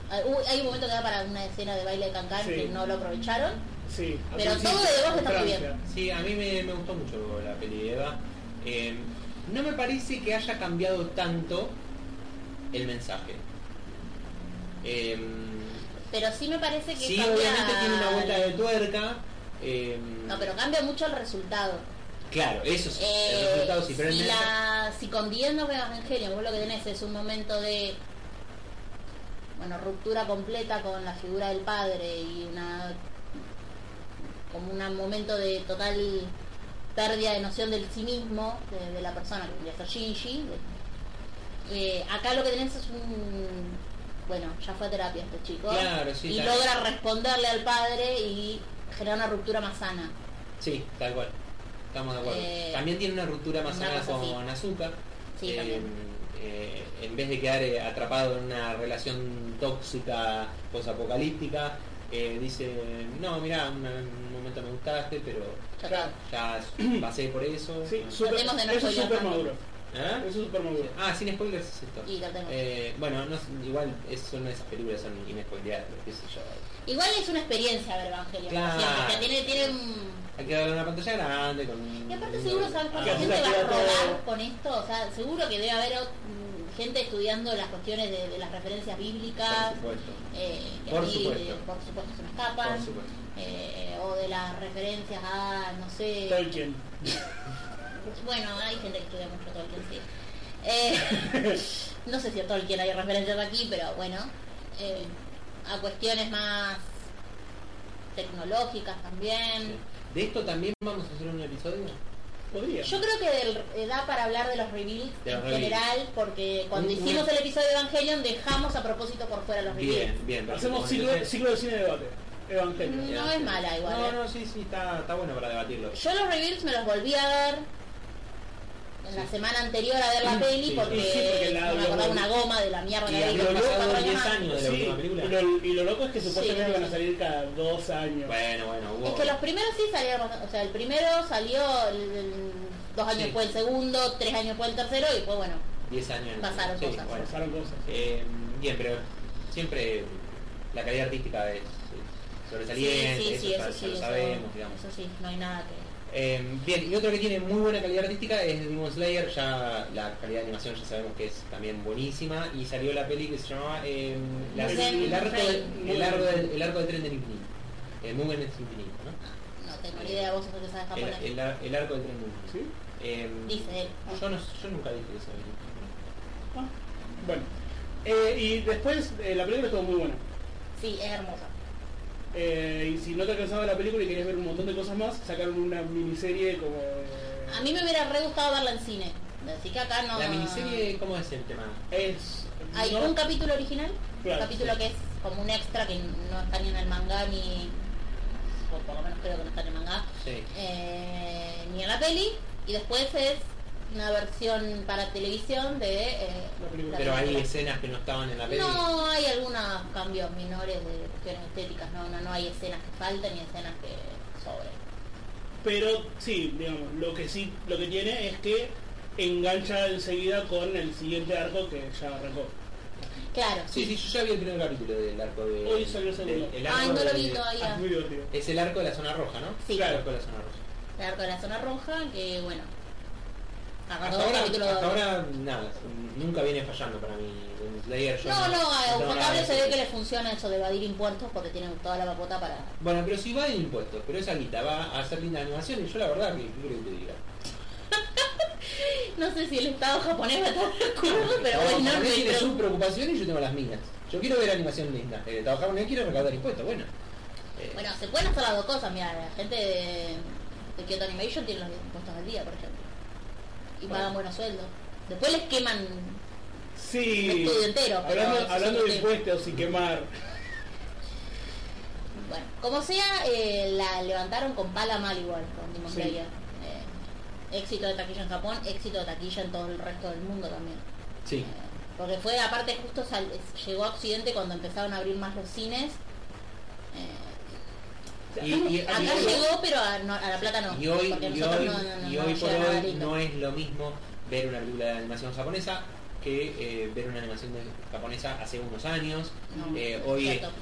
[SPEAKER 1] hay- uh, Hay un momento que da para una escena de baile de Cancán
[SPEAKER 2] Sí.
[SPEAKER 1] que no lo aprovecharon.
[SPEAKER 2] Sí.
[SPEAKER 1] Pero
[SPEAKER 2] Así,
[SPEAKER 1] todo
[SPEAKER 2] sí,
[SPEAKER 1] de vos está
[SPEAKER 2] Francia.
[SPEAKER 1] muy bien.
[SPEAKER 3] Sí, a mí me, me gustó mucho la peli de Eva. Em, no me parece que haya cambiado tanto el mensaje. Em,
[SPEAKER 1] Pero sí me parece que
[SPEAKER 3] sí,
[SPEAKER 1] cambia-
[SPEAKER 3] obviamente tiene una vuelta de tuerca. em,
[SPEAKER 1] No, pero cambia mucho el resultado.
[SPEAKER 3] Claro, eso es
[SPEAKER 1] Eh,
[SPEAKER 3] el resultado. Si Fred
[SPEAKER 1] si,
[SPEAKER 3] Mercer-
[SPEAKER 1] la- si con 10 no veas Evangelion, vos lo que tenés es un momento de bueno, ruptura completa con la figura del padre y una como un momento de total pérdida de noción del sí mismo de, de la persona que vendría a ser Shinji. Eh, acá lo que tenés es un bueno, ya fue a terapia este chico
[SPEAKER 3] Claro, sí,
[SPEAKER 1] y
[SPEAKER 3] claro.
[SPEAKER 1] logra responderle al padre y generar una ruptura más sana.
[SPEAKER 3] Sí, tal cual. Estamos de acuerdo.
[SPEAKER 1] Eh,
[SPEAKER 3] también tiene una ruptura más
[SPEAKER 1] una
[SPEAKER 3] sana
[SPEAKER 1] cosa así.
[SPEAKER 3] con Azúcar.
[SPEAKER 1] Sí, también.
[SPEAKER 3] Eh, en vez de quedar eh, atrapado en una relación tóxica posapocalíptica, eh, dice, no, mira, un, un momento me gustaste, pero
[SPEAKER 1] Ya
[SPEAKER 2] Claro.
[SPEAKER 1] está.
[SPEAKER 3] ya pasé por eso.
[SPEAKER 2] Sí,
[SPEAKER 3] Ah,
[SPEAKER 2] super,
[SPEAKER 1] Tratemos de no
[SPEAKER 2] eso es
[SPEAKER 1] spoilear
[SPEAKER 2] super
[SPEAKER 1] tanto.
[SPEAKER 2] maduro.
[SPEAKER 3] ¿Ah?
[SPEAKER 2] Eso es super maduro.
[SPEAKER 3] Ah, sin spoilers es esto.
[SPEAKER 1] Y tratemos.
[SPEAKER 3] Eh, bueno, no, es- igual es, son esas películas son inespoileables, qué sé yo.
[SPEAKER 1] Igual es una experiencia ver Evangelion.
[SPEAKER 3] Claro.
[SPEAKER 1] Siempre, o sea, tiene, tiene un...
[SPEAKER 3] Hay que darle una pantalla grande con un-
[SPEAKER 1] Y aparte seguro sabes cuánta
[SPEAKER 2] Ah,
[SPEAKER 1] gente va a
[SPEAKER 2] claro.
[SPEAKER 1] rodar con esto. O sea, seguro que debe haber ot- mm, gente estudiando las cuestiones de, de las referencias bíblicas.
[SPEAKER 3] Por supuesto.
[SPEAKER 1] eh, que a
[SPEAKER 3] Por
[SPEAKER 1] mí,
[SPEAKER 3] supuesto.
[SPEAKER 1] eh, por supuesto se me
[SPEAKER 3] Por
[SPEAKER 1] escapan.
[SPEAKER 3] supuesto.
[SPEAKER 1] eh, o de las referencias a, no sé...
[SPEAKER 2] Tolkien.
[SPEAKER 1] Bueno, hay gente que estudia mucho Tolkien, sí. Eh, no sé si a Tolkien hay referencias aquí, pero bueno. eh, a cuestiones más tecnológicas también.
[SPEAKER 3] De esto también vamos a hacer un episodio.
[SPEAKER 2] Podría.
[SPEAKER 1] Yo creo que del- eh, da para hablar de los reveals
[SPEAKER 3] De
[SPEAKER 1] en
[SPEAKER 3] los reveals.
[SPEAKER 1] general, porque cuando
[SPEAKER 3] Un-
[SPEAKER 1] hicimos
[SPEAKER 3] un-
[SPEAKER 1] el episodio de Evangelion dejamos a propósito por fuera los reveals.
[SPEAKER 3] Bien, bien.
[SPEAKER 2] Hacemos
[SPEAKER 3] perfecto.
[SPEAKER 2] ciclo, ciclo de cine de debate. Evangelio.
[SPEAKER 1] No es mala igual,
[SPEAKER 3] No,
[SPEAKER 1] eh.
[SPEAKER 3] no, sí, sí, está, está bueno para debatirlo.
[SPEAKER 1] Yo los reveals me los volví a ver en la
[SPEAKER 3] Sí.
[SPEAKER 1] semana anterior a ver la
[SPEAKER 3] Sí,
[SPEAKER 1] peli
[SPEAKER 3] sí,
[SPEAKER 1] porque,
[SPEAKER 2] sí, porque la-
[SPEAKER 1] no me
[SPEAKER 2] los
[SPEAKER 1] acordaba
[SPEAKER 2] reveals-
[SPEAKER 1] una goma de la mierda
[SPEAKER 3] Y
[SPEAKER 1] que había
[SPEAKER 3] había
[SPEAKER 1] visto
[SPEAKER 3] pasado
[SPEAKER 1] cuatro
[SPEAKER 3] 10
[SPEAKER 1] años antes.
[SPEAKER 3] años. de la
[SPEAKER 2] Sí,
[SPEAKER 3] última película.
[SPEAKER 2] y lo, y lo loco es que supuestamente
[SPEAKER 1] Mm. Sí.
[SPEAKER 2] van a salir cada dos años.
[SPEAKER 3] Bueno, bueno, hubo.
[SPEAKER 1] Es que los primeros sí salieron, o sea, el primero salió el- el- dos años
[SPEAKER 3] Sí.
[SPEAKER 1] después el segundo, tres años después el tercero y pues bueno,
[SPEAKER 3] 10 años.
[SPEAKER 1] Pasaron
[SPEAKER 3] sí,
[SPEAKER 1] cosas.
[SPEAKER 3] bueno.
[SPEAKER 2] Pasaron cosas.
[SPEAKER 3] Eh, bien, pero siempre la calidad artística es, es sobresaliente,
[SPEAKER 1] sí, sí, sí,
[SPEAKER 3] eso,
[SPEAKER 1] eso
[SPEAKER 3] ya-
[SPEAKER 1] sí,
[SPEAKER 3] ya lo
[SPEAKER 1] eso-
[SPEAKER 3] sabemos, digamos.
[SPEAKER 1] eso sí, no hay nada que...
[SPEAKER 3] Eh, bien, y otro que tiene muy buena calidad artística es Demon Slayer, ya la calidad de animación ya sabemos que es también buenísima, y salió la peli que se llamaba eh, la-
[SPEAKER 1] Mugen
[SPEAKER 3] el, arco de-
[SPEAKER 1] Train.
[SPEAKER 3] el, arco del, el arco del tren del infinito, el Mugen es infinito, ¿no?
[SPEAKER 1] No tengo ni idea, vos sos el que sabes japonés.
[SPEAKER 3] El, el ar- el arco del tren del infinito.
[SPEAKER 2] ¿Sí?
[SPEAKER 3] Em,
[SPEAKER 1] Dice él.
[SPEAKER 3] yo, no- yo nunca dije eso.
[SPEAKER 2] Ah, Bueno. Eh, y después eh, la película estuvo muy buena.
[SPEAKER 1] Sí, es hermosa.
[SPEAKER 2] Eh, y si no te alcanzaba la película y querías ver un montón de cosas más, sacaron una miniserie como... eh,
[SPEAKER 1] A mí me hubiera re gustado verla en cine, así que acá no...
[SPEAKER 3] La miniserie, ¿cómo es el tema?
[SPEAKER 2] Es...
[SPEAKER 1] Hay
[SPEAKER 2] no-
[SPEAKER 1] un capítulo original,
[SPEAKER 2] Claro,
[SPEAKER 1] un capítulo
[SPEAKER 2] sí.
[SPEAKER 1] que es como un extra que no está ni en el manga ni... O por lo menos creo que no está en el manga.
[SPEAKER 3] Sí.
[SPEAKER 1] eh, ni a la peli y después es una versión para televisión de eh,
[SPEAKER 2] La película.
[SPEAKER 3] Pero hay
[SPEAKER 1] película.
[SPEAKER 3] escenas que no estaban en la peli.
[SPEAKER 1] no hay algunos cambios menores de cuestiones estéticas no no, no hay escenas que faltan ni escenas que sobren
[SPEAKER 2] Pero sí, digamos, lo que sí, lo que tiene es que engancha enseguida con el siguiente arco que ya arrancó.
[SPEAKER 1] claro
[SPEAKER 3] Sí, sí, yo ya vi el primer capítulo del arco de...
[SPEAKER 2] Hoy salió el segundo.
[SPEAKER 3] del- el
[SPEAKER 1] Ay,
[SPEAKER 3] arco
[SPEAKER 1] no lo
[SPEAKER 3] del-
[SPEAKER 1] vi todavía
[SPEAKER 2] Es Ah, muy divertido.
[SPEAKER 3] Es el arco de la zona roja, ¿no?
[SPEAKER 1] Sí.
[SPEAKER 3] El arco de la zona roja.
[SPEAKER 1] el arco de la zona roja que bueno agarró
[SPEAKER 3] Hasta
[SPEAKER 1] el
[SPEAKER 3] ahora,
[SPEAKER 1] capítulo
[SPEAKER 3] hasta ahora, nada, nunca viene fallando para mí Demon Slayer. yo
[SPEAKER 1] no, no, a
[SPEAKER 3] tengo nada
[SPEAKER 1] Ufotable
[SPEAKER 3] de
[SPEAKER 1] se ve
[SPEAKER 3] eso.
[SPEAKER 1] que le funciona eso de evadir impuestos porque tienen toda la papota para...
[SPEAKER 3] Bueno, pero si va de impuestos, pero esa guita va a hacer linda animación y yo la verdad que ¿qué creo que te diga.
[SPEAKER 1] No sé si el Estado japonés va a estar de acuerdo, pero
[SPEAKER 3] Cada
[SPEAKER 1] bueno,
[SPEAKER 3] japonés tiene
[SPEAKER 1] pero-
[SPEAKER 3] sus preocupaciones y yo tengo las mías. Yo quiero ver animación linda. Eh, trabajar con él quiero recaudar impuestos, bueno. Eh,
[SPEAKER 1] Bueno, se pueden hacer las dos cosas, mira, la gente de, de Kyoto Animation tiene los impuestos al día, por ejemplo. Y
[SPEAKER 3] Bueno.
[SPEAKER 1] pagan buenos sueldos. Después les queman.
[SPEAKER 2] Sí.
[SPEAKER 1] Estudio entero, pero
[SPEAKER 2] hablando
[SPEAKER 1] eso es
[SPEAKER 2] hablando
[SPEAKER 1] otro
[SPEAKER 2] de
[SPEAKER 1] tema.
[SPEAKER 2] impuestos y quemar.
[SPEAKER 1] Bueno, como sea, eh, la levantaron con pala mal igual, con Demon
[SPEAKER 2] Sí.
[SPEAKER 1] Slayer. Eh, éxito de taquilla en Japón, éxito de taquilla en todo el resto del mundo también. Eh,
[SPEAKER 3] Sí.
[SPEAKER 1] Porque fue, aparte, justo sal- llegó a Occidente cuando empezaron a abrir más los cines. Eh,
[SPEAKER 3] Y, y-
[SPEAKER 1] acá
[SPEAKER 3] y-
[SPEAKER 1] llegó, pero a, no- a La Plata no.
[SPEAKER 3] y hoy,
[SPEAKER 1] porque
[SPEAKER 3] y
[SPEAKER 1] nosotros
[SPEAKER 3] hoy-
[SPEAKER 1] no- no- no-
[SPEAKER 3] y
[SPEAKER 1] no
[SPEAKER 3] hoy por
[SPEAKER 1] llegan a
[SPEAKER 3] hoy
[SPEAKER 1] Galindo.
[SPEAKER 3] no es lo mismo ver una película de animación japonesa que eh, ver una animación de- japonesa hace unos años.
[SPEAKER 1] No,
[SPEAKER 3] Eh, hoy es, mm,
[SPEAKER 1] cierto.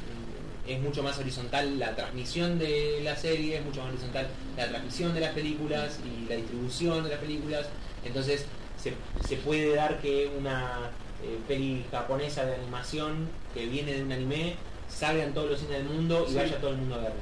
[SPEAKER 3] es mucho más horizontal la transmisión de la serie, es mucho más horizontal la transmisión de las películas y la distribución de las películas. Entonces se, se puede dar que una eh, peli japonesa de animación que viene de un anime salga en todos los cines del mundo y
[SPEAKER 2] Sí.
[SPEAKER 3] vaya todo el mundo a verla.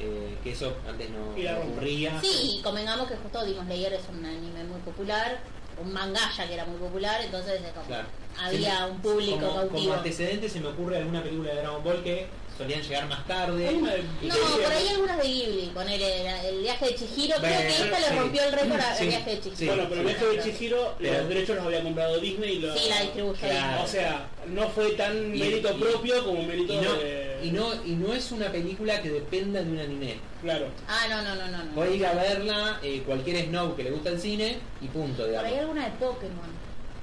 [SPEAKER 3] eh, que eso antes no
[SPEAKER 2] Y la
[SPEAKER 3] no
[SPEAKER 2] rompe.
[SPEAKER 3] ocurría.
[SPEAKER 1] Sí, y convengamos que justo Demon Slayer es un anime muy popular, un mangaya que era muy popular, entonces es como,
[SPEAKER 3] Claro.
[SPEAKER 1] había
[SPEAKER 3] Sí,
[SPEAKER 1] un público
[SPEAKER 3] como,
[SPEAKER 1] cautivo.
[SPEAKER 3] Como antecedente se me ocurre alguna película de Dragon Ball que solían llegar más tarde.
[SPEAKER 2] Hay una de-
[SPEAKER 3] y
[SPEAKER 1] no,
[SPEAKER 3] que
[SPEAKER 2] decía-
[SPEAKER 1] por ahí algunas de Ghibli, poner el viaje de Chihiro, creo
[SPEAKER 3] Bueno,
[SPEAKER 1] que esta
[SPEAKER 3] sí.
[SPEAKER 1] le rompió el récord al
[SPEAKER 3] Sí,
[SPEAKER 1] viaje de Chihiro.
[SPEAKER 3] sí.
[SPEAKER 2] bueno, pero el viaje de Chihiro,
[SPEAKER 3] Pero-
[SPEAKER 2] los derechos los había comprado Disney y lo-
[SPEAKER 1] Sí, la distribución.
[SPEAKER 3] Claro.
[SPEAKER 2] O sea, no fue tan
[SPEAKER 3] Y-
[SPEAKER 2] mérito
[SPEAKER 3] y-
[SPEAKER 2] propio como mérito
[SPEAKER 3] Y no,
[SPEAKER 2] de...
[SPEAKER 3] y, no, y no es una película que dependa de un anime.
[SPEAKER 2] Claro.
[SPEAKER 1] Ah, no, no, no, no. no.
[SPEAKER 3] Puede ir a verla eh, cualquier snob que le gusta el cine y
[SPEAKER 1] Por
[SPEAKER 3] punto,
[SPEAKER 1] ahí
[SPEAKER 3] digamos.
[SPEAKER 1] alguna de Pokémon.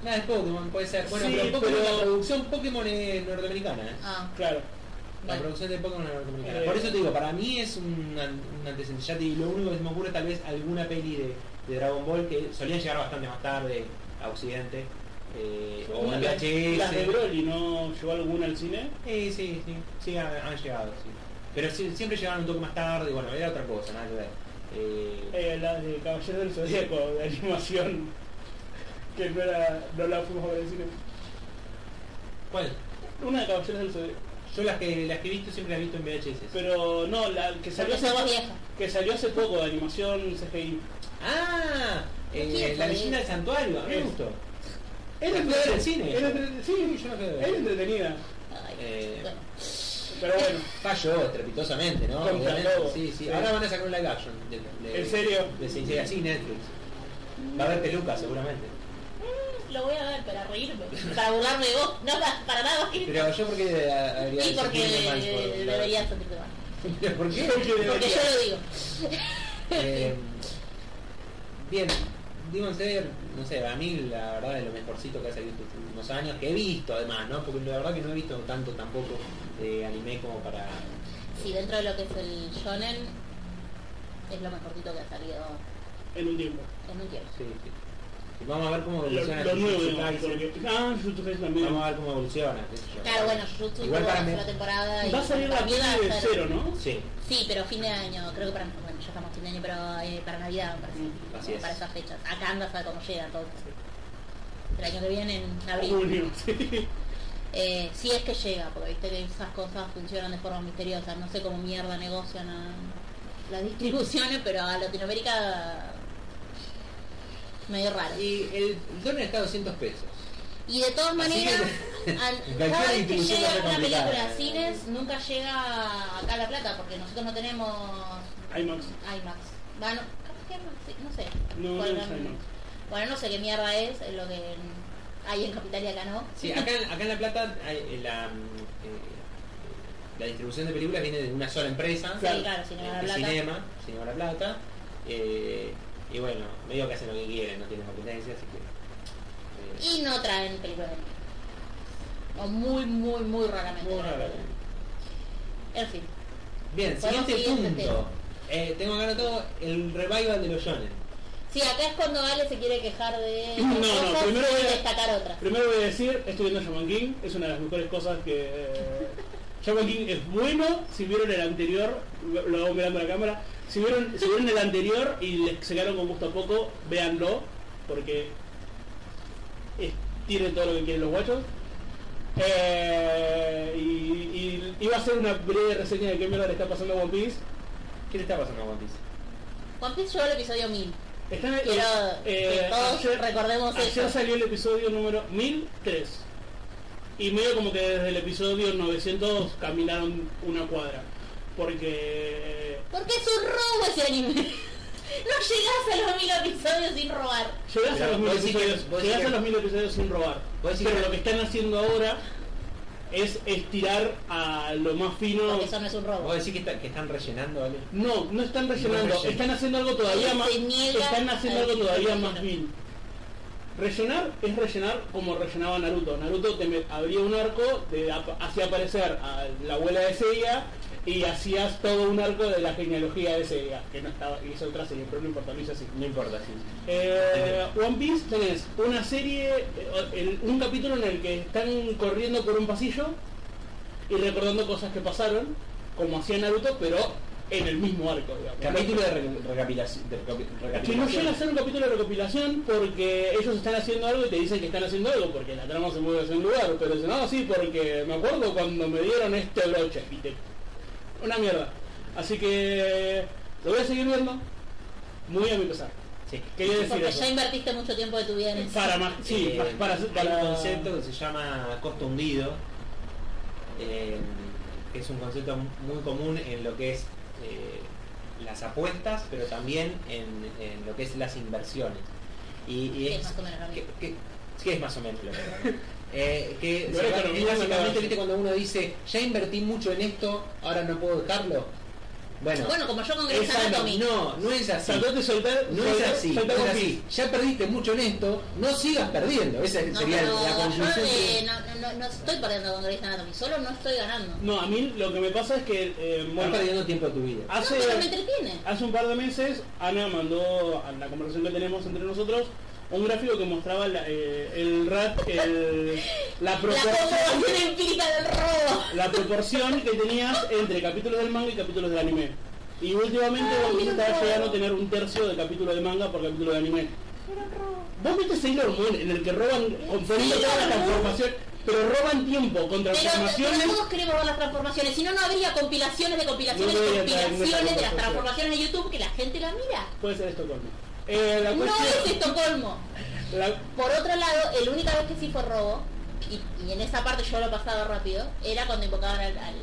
[SPEAKER 3] Nada, es Pokémon, puede ser. Bueno,
[SPEAKER 2] Sí,
[SPEAKER 3] pero Pokémon,
[SPEAKER 2] pero-
[SPEAKER 3] la producción Pokémon es norteamericana, ¿eh?
[SPEAKER 1] Ah,
[SPEAKER 2] Claro.
[SPEAKER 3] La
[SPEAKER 1] bueno.
[SPEAKER 3] producción de Pokémon es norteamericana.
[SPEAKER 2] Eh.
[SPEAKER 3] Por eso te digo, para mí es un, an- un antecedente. Ya te digo, lo único que se me ocurre es tal vez alguna peli de, de Dragon Ball que solían llegar bastante más tarde a Occidente. eh, o en
[SPEAKER 2] Las
[SPEAKER 3] VHS.
[SPEAKER 2] las de Broly, ¿no llegó alguna al cine?
[SPEAKER 3] Sí, sí, sí, sí han, han llegado, sí. Pero sí- siempre llegaron un toque más tarde, bueno, era otra cosa, nada que ver. Eh,
[SPEAKER 2] Eh, las de Caballeros del Zodíaco, de animación, que no, era, no la fuimos a ver al cine.
[SPEAKER 3] ¿Cuál?
[SPEAKER 2] Una de Caballeros del Zodíaco,
[SPEAKER 3] Yo las que las que he visto siempre las he visto en VHS.
[SPEAKER 2] pero no, la que salió,
[SPEAKER 1] Porque
[SPEAKER 2] hace,
[SPEAKER 1] somos viejas.
[SPEAKER 2] que salió hace poco de animación CGI.
[SPEAKER 3] Ah, eh,
[SPEAKER 1] ¿Qué es,
[SPEAKER 3] la
[SPEAKER 1] amigo?
[SPEAKER 3] leyenda del santuario, a mí me
[SPEAKER 2] Es-
[SPEAKER 3] gustó.
[SPEAKER 2] Era
[SPEAKER 3] ¿La fui a ver al cine?
[SPEAKER 2] Era entre- sí,
[SPEAKER 3] yo la fui a ver.
[SPEAKER 2] era entretenida.
[SPEAKER 1] Ay,
[SPEAKER 3] Eh,
[SPEAKER 1] bueno.
[SPEAKER 2] Pero bueno,
[SPEAKER 3] Falló estrepitosamente, ¿no?
[SPEAKER 2] Contra
[SPEAKER 3] Obviamente,
[SPEAKER 2] todo.
[SPEAKER 3] Sí, sí.
[SPEAKER 2] Sí.
[SPEAKER 3] Ahora van a sacar un live action. de- de-
[SPEAKER 2] ¿En serio?
[SPEAKER 3] De Sincera, sí, Netflix. Va a haber peluca seguramente.
[SPEAKER 1] Lo voy a ver para reírme, para burlarme de vos, no para, para nada más. Y
[SPEAKER 3] Pero yo porque debería de
[SPEAKER 1] porque
[SPEAKER 3] sentirme mal por-
[SPEAKER 1] eh, deberías sentirte mal.
[SPEAKER 3] ¿Pero por qué?
[SPEAKER 2] Porque
[SPEAKER 1] Porque
[SPEAKER 2] debería.
[SPEAKER 1] yo lo digo.
[SPEAKER 3] Eh, bien, Demon Slayer, no sé, a mí la verdad es lo mejorcito que ha salido estos últimos años, que he visto además, ¿no? Porque la verdad que no he visto tanto tampoco de anime como para...
[SPEAKER 1] Sí, dentro de lo que es el shonen, es lo mejorcito que ha salido
[SPEAKER 2] en un tiempo.
[SPEAKER 1] en un tiempo.
[SPEAKER 3] Sí, sí. Y Vamos a ver cómo
[SPEAKER 2] Lo,
[SPEAKER 3] evoluciona.
[SPEAKER 2] lo nuevo,
[SPEAKER 3] Jujutsu
[SPEAKER 2] digamos,
[SPEAKER 3] Kaisen.
[SPEAKER 2] porque... Ah, Jujutsu Kaisen también.
[SPEAKER 3] Vamos a ver cómo evoluciona. qué sé yo.
[SPEAKER 1] Claro, bueno, Jujutsu tuvo
[SPEAKER 3] Igual para
[SPEAKER 1] la
[SPEAKER 3] mí...
[SPEAKER 1] sola temporada y
[SPEAKER 2] Va a salir la
[SPEAKER 1] también
[SPEAKER 2] peli
[SPEAKER 1] va a
[SPEAKER 2] de
[SPEAKER 1] ser-
[SPEAKER 2] cero, ¿no?
[SPEAKER 3] Sí,
[SPEAKER 1] Sí, pero fin de año, creo que para bueno, ya estamos fin de año, pero eh, para Navidad, me parece,
[SPEAKER 3] Mm, Así es.
[SPEAKER 1] para esas fechas. Acá andas a ver cómo llega todo. El año que viene en abril.
[SPEAKER 2] Junio, sí.
[SPEAKER 1] Eh, si es que llega, porque viste que esas cosas funcionan de forma misteriosa. No sé cómo mierda negocian a- las distribuciones, pero a Latinoamérica medio raro.
[SPEAKER 3] y el dólar está a 200 pesos.
[SPEAKER 1] Y de todas maneras,
[SPEAKER 3] que-
[SPEAKER 1] al-
[SPEAKER 3] cualquier
[SPEAKER 1] cada vez que
[SPEAKER 3] distribución
[SPEAKER 1] llega
[SPEAKER 3] va a ser
[SPEAKER 1] una
[SPEAKER 3] complicada.
[SPEAKER 1] película a cines, nunca llega acá a La Plata, porque nosotros no tenemos
[SPEAKER 2] IMAX.
[SPEAKER 1] IMAX. Bueno, capaz que IMAX, sí, no sé.
[SPEAKER 2] No, no
[SPEAKER 1] Bueno,
[SPEAKER 2] es IMAX.
[SPEAKER 1] Bueno, no sé qué mierda es, es lo que hay en Capital y acá no.
[SPEAKER 3] Sí, acá, acá en La Plata hay- la, eh, la distribución de películas viene de una sola empresa.
[SPEAKER 1] Sí, claro, Cinema La
[SPEAKER 3] el
[SPEAKER 1] Plata.
[SPEAKER 3] Cinema, Cinema La Plata. eh, y bueno, medio que hacen lo que quieren, no tienen competencia, así que... eh,
[SPEAKER 1] Y no traen películas de miedo. O muy, muy, muy raramente.
[SPEAKER 3] muy
[SPEAKER 1] traen.
[SPEAKER 3] raro.
[SPEAKER 1] En fin.
[SPEAKER 3] Bien,
[SPEAKER 1] Podemos
[SPEAKER 3] siguiente
[SPEAKER 1] seguir este tema.
[SPEAKER 3] punto. Eh, tengo acá todo el revival de los shonen.
[SPEAKER 1] Sí, acá es cuando Ale se quiere quejar de
[SPEAKER 2] No, no,
[SPEAKER 1] cosas
[SPEAKER 2] primero voy
[SPEAKER 1] y
[SPEAKER 2] a-
[SPEAKER 1] destacar otras.
[SPEAKER 2] Primero voy a decir, estoy viendo Shaman King, es una de las mejores cosas que... eh, Shaman King es bueno, si vieron el anterior, lo- lo hago mirando a la cámara, si vieron, si vieron el anterior y le- se quedaron con gusto a poco, véanlo, porque es- tiene todo lo que quieren los guachos. Eh, y, y iba a hacer una breve reseña de qué mierda le está pasando a One Piece.
[SPEAKER 3] ¿Qué le está pasando a One Piece?
[SPEAKER 1] Juan Piece llegó al episodio 1000.
[SPEAKER 2] Está,
[SPEAKER 1] Quiero que todos recordemos
[SPEAKER 2] eh, ayer
[SPEAKER 1] eso.
[SPEAKER 2] salió el episodio número 1003. Y medio como que desde el episodio 900 caminaron una cuadra. Porque eh,
[SPEAKER 1] Porque es un robo ese anime. No llegás a los mil episodios sin robar.
[SPEAKER 2] llegás
[SPEAKER 3] Pero
[SPEAKER 2] a los
[SPEAKER 3] vos
[SPEAKER 2] mil
[SPEAKER 3] decís que-
[SPEAKER 2] episodios,
[SPEAKER 3] vos
[SPEAKER 2] llegás
[SPEAKER 3] decís
[SPEAKER 2] a
[SPEAKER 3] que-
[SPEAKER 2] los mil episodios sin robar.
[SPEAKER 3] vos decís
[SPEAKER 2] Pero
[SPEAKER 3] que-
[SPEAKER 2] lo que están haciendo ahora es estirar a lo más fino.
[SPEAKER 1] Porque eso no es un robo.
[SPEAKER 3] ¿Vos decís que, está- que están rellenando, ¿vale?
[SPEAKER 2] No, no están rellenando,
[SPEAKER 3] rellenan.
[SPEAKER 2] están haciendo algo todavía
[SPEAKER 1] Se
[SPEAKER 2] más.
[SPEAKER 1] niegan
[SPEAKER 2] Están haciendo
[SPEAKER 1] a
[SPEAKER 2] algo todavía
[SPEAKER 1] rellenar.
[SPEAKER 2] más vil. Rellenar es rellenar como rellenaba Naruto. Naruto te me- abría un arco, te ap- hacía aparecer a la abuela de Seiya y hacías todo un arco de la genealogía de Seiya, que no estaba, y es otra serie, pero no importa, lo hice así.
[SPEAKER 3] No importa, sí.
[SPEAKER 2] Eh, One Piece tenés una serie, eh, el- un capítulo en el que están corriendo por un pasillo y recordando cosas que pasaron, como hacía Naruto, pero en el mismo arco, digamos.
[SPEAKER 3] Capítulo de, re- recapilaci- de recapi-
[SPEAKER 2] Que no llega a
[SPEAKER 3] recapitulación.
[SPEAKER 2] ser un capítulo de recopilación porque ellos están haciendo algo y te dicen que están haciendo algo porque la trama se mueve hacia un lugar, pero "Ah, dicen, no, sí, porque me acuerdo cuando me dieron este broche y te... Una mierda. Así que lo voy a seguir viendo muy a mi pesar.
[SPEAKER 3] Sí.
[SPEAKER 2] Quería decir
[SPEAKER 1] Porque
[SPEAKER 2] eso.
[SPEAKER 1] ya invertiste mucho tiempo de tu vida en eso.
[SPEAKER 2] Para más, sí,
[SPEAKER 3] Eh,
[SPEAKER 2] para,
[SPEAKER 3] hay
[SPEAKER 2] para
[SPEAKER 3] un concepto que se llama costo hundido, eh, que es un concepto muy común en lo que es eh, las apuestas, pero también en, en lo que es las inversiones. Y, y
[SPEAKER 1] Que
[SPEAKER 3] es,
[SPEAKER 1] es más o menos lo
[SPEAKER 3] que,
[SPEAKER 1] mismo.
[SPEAKER 3] que- sí, es más o menos lo mismo. Eh, que
[SPEAKER 2] No
[SPEAKER 3] se
[SPEAKER 2] era
[SPEAKER 3] va-
[SPEAKER 2] economía,
[SPEAKER 3] es básicamente
[SPEAKER 2] no.
[SPEAKER 3] ¿viste, cuando uno dice, ya invertí mucho en esto, ahora no puedo dejarlo. Bueno,
[SPEAKER 1] Bueno, como yo con Grey's
[SPEAKER 3] exacto,
[SPEAKER 1] Anatomy.
[SPEAKER 3] no, no es así.
[SPEAKER 2] Saltate, soltar,
[SPEAKER 3] No es
[SPEAKER 2] soltar,
[SPEAKER 3] así,
[SPEAKER 2] soltar
[SPEAKER 3] no es
[SPEAKER 2] con
[SPEAKER 3] así. Ya perdiste mucho en esto, no sigas perdiendo. Esa
[SPEAKER 1] No,
[SPEAKER 3] sería
[SPEAKER 1] pero
[SPEAKER 3] la
[SPEAKER 1] yo
[SPEAKER 3] conclusión.
[SPEAKER 1] eh,
[SPEAKER 3] que-
[SPEAKER 1] no, no, no, no estoy perdiendo con Grey's Anatomy, solo no estoy ganando.
[SPEAKER 2] pi. No, a mí lo que me pasa es que eh, bueno,
[SPEAKER 3] Estás perdiendo tiempo de tu vida.
[SPEAKER 2] hace,
[SPEAKER 1] No, pero me entretiene.
[SPEAKER 2] hace un par de meses Ana mandó a la conversación que tenemos entre nosotros un gráfico que mostraba la, eh, el rat, el- la
[SPEAKER 1] La
[SPEAKER 2] proporción,
[SPEAKER 1] comprobación empírica del robo.
[SPEAKER 2] la proporción que tenías entre capítulos del manga y capítulos del anime. Y últimamente
[SPEAKER 1] Ay,
[SPEAKER 2] vos
[SPEAKER 1] mira
[SPEAKER 2] estás
[SPEAKER 1] vos.
[SPEAKER 2] llegando a tener un tercio de capítulo de manga por capítulo de anime. Vos viste Sailor Moon en el que roban conforme
[SPEAKER 1] Sailor
[SPEAKER 2] todas las
[SPEAKER 1] Moon.
[SPEAKER 2] transformaciones, pero roban tiempo con
[SPEAKER 1] Pero,
[SPEAKER 2] transformaciones.
[SPEAKER 1] pero todos queremos ver las transformaciones, si no, no habría compilaciones de compilaciones
[SPEAKER 2] No
[SPEAKER 1] de
[SPEAKER 2] debería haber
[SPEAKER 1] compilaciones de
[SPEAKER 2] ninguna
[SPEAKER 1] las
[SPEAKER 2] transformación.
[SPEAKER 1] transformaciones de YouTube que la gente la mira.
[SPEAKER 2] Puede ser Estocolmo. Eh, la
[SPEAKER 1] No
[SPEAKER 2] cuestión-
[SPEAKER 1] es Estocolmo.
[SPEAKER 2] la-
[SPEAKER 1] Por otro lado, el única vez que sí fue robo, y, y en esa parte yo lo pasaba rápido, era cuando invocaban al, al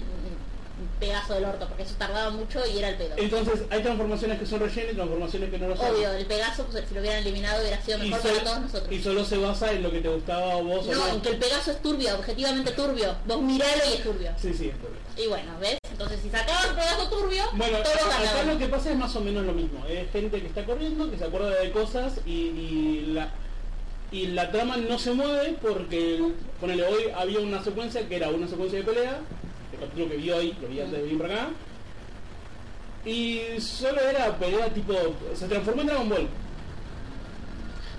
[SPEAKER 1] pedazo del orto, porque eso tardaba mucho y era el pedo.
[SPEAKER 2] entonces, hay transformaciones que son relleno y transformaciones que no lo son.
[SPEAKER 1] Obvio, el Pegaso, pues, si lo hubieran eliminado, hubiera sido
[SPEAKER 2] Y
[SPEAKER 1] mejor
[SPEAKER 2] solo,
[SPEAKER 1] para todos nosotros.
[SPEAKER 2] y solo se basa en lo que te gustaba a vos
[SPEAKER 1] No,
[SPEAKER 2] o
[SPEAKER 1] en que el Pegaso es turbio, objetivamente turbio. Vos miralo y es turbio.
[SPEAKER 2] Sí, sí, es correcto.
[SPEAKER 1] Y bueno, ¿ves? Entonces, si sacaban el Pegaso turbio,
[SPEAKER 2] Bueno,
[SPEAKER 1] todos
[SPEAKER 2] acá
[SPEAKER 1] ganaban.
[SPEAKER 2] lo que pasa es más o menos lo mismo. Es gente que está corriendo, que se acuerda de cosas y, y la y la trama no se mueve porque, ponele, hoy había una secuencia que era una secuencia de pelea, el capítulo que vi hoy, lo vi antes de venir para acá, y solo era pelea tipo, se transformó en Dragon Ball.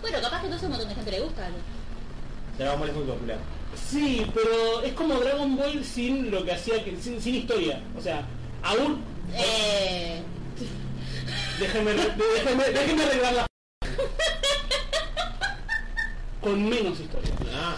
[SPEAKER 1] Bueno, capaz que entonces a un montón de gente le gusta. algo.
[SPEAKER 3] Dragon Ball es muy popular.
[SPEAKER 2] Sí, pero es como Dragon Ball sin lo que hacía, que, sin, sin historia. O sea, aún...
[SPEAKER 1] Eh,
[SPEAKER 2] Déjeme, re- déjeme, déjeme arreglarla. Con menos historia.
[SPEAKER 3] Ah,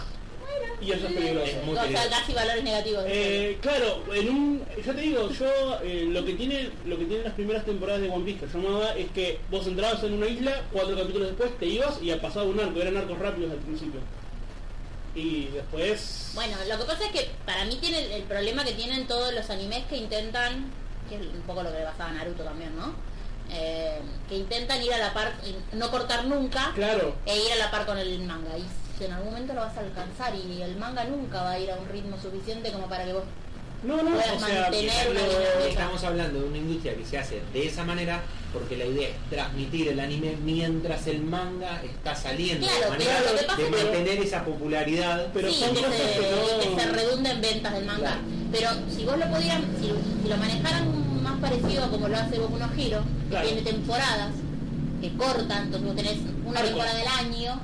[SPEAKER 2] Y eso es peligroso.
[SPEAKER 3] Es muy-
[SPEAKER 1] o sea,
[SPEAKER 3] querido.
[SPEAKER 1] casi valores negativos.
[SPEAKER 2] Eh, claro, en un, yo te digo, yo eh, lo que tiene lo que tienen las primeras temporadas de One Piece que yo amaba es que vos entrabas en una isla, cuatro capítulos después te ibas y pasaba un arco, eran arcos rápidos al principio. Y después...
[SPEAKER 1] Bueno, lo que pasa es que para mí tiene el, el problema que tienen todos los animes que intentan, que es un poco lo que le pasaba a Naruto también, ¿no? Eh, que intentan ir a la par, no cortar nunca
[SPEAKER 2] Claro,
[SPEAKER 1] e ir a la par con el manga. Y si en algún momento lo vas a alcanzar y el manga nunca va a ir a un ritmo suficiente como para que vos...
[SPEAKER 2] no, no, o
[SPEAKER 1] Puedes
[SPEAKER 2] sea,
[SPEAKER 1] mantener una
[SPEAKER 2] pero-
[SPEAKER 1] dinámica.
[SPEAKER 3] estamos hablando de una industria que se hace de esa manera porque la idea es transmitir el anime mientras el manga está saliendo.
[SPEAKER 1] Claro,
[SPEAKER 3] de manera
[SPEAKER 1] pero lo que
[SPEAKER 3] de
[SPEAKER 1] pasa es que-
[SPEAKER 3] mantener esa popularidad.
[SPEAKER 2] Pero
[SPEAKER 1] sí,
[SPEAKER 2] son
[SPEAKER 1] que
[SPEAKER 2] cosas
[SPEAKER 1] se,
[SPEAKER 2] que no-
[SPEAKER 1] que se redunda en ventas del manga.
[SPEAKER 3] Claro.
[SPEAKER 1] Pero si vos lo podías, si, si lo manejaran más parecido a como lo hace Boku no Hero, que
[SPEAKER 2] Claro.
[SPEAKER 1] tiene temporadas que cortan, entonces vos tenés una
[SPEAKER 2] Arcos.
[SPEAKER 1] temporada del año,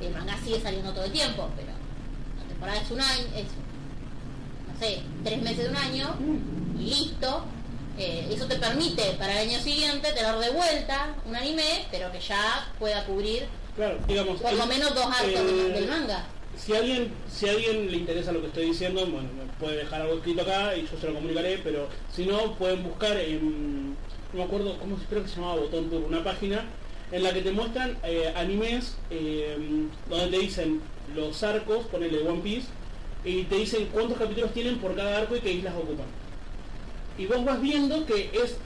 [SPEAKER 1] el manga sigue saliendo todo el tiempo, pero la temporada es un año, es, no sé, tres meses de un año,
[SPEAKER 2] Mm.
[SPEAKER 1] y listo. Eh, eso te permite para el año siguiente tener de vuelta un anime, pero que ya pueda cubrir
[SPEAKER 2] Claro, digamos,
[SPEAKER 1] por lo
[SPEAKER 2] el- Eh,
[SPEAKER 1] menos dos arcos
[SPEAKER 2] el-
[SPEAKER 1] del- del manga.
[SPEAKER 2] Si a alguien, si a alguien le interesa lo que estoy diciendo, bueno, me puede dejar algo escrito acá y yo se lo comunicaré, pero si no, pueden buscar en, no me acuerdo cómo se creo que se llamaba Botón Turbo, una página en la que te muestran eh, animes eh, donde te dicen los arcos, ponele One Piece, y te dicen cuántos capítulos tienen por cada arco y qué islas ocupan. Y vos vas viendo que es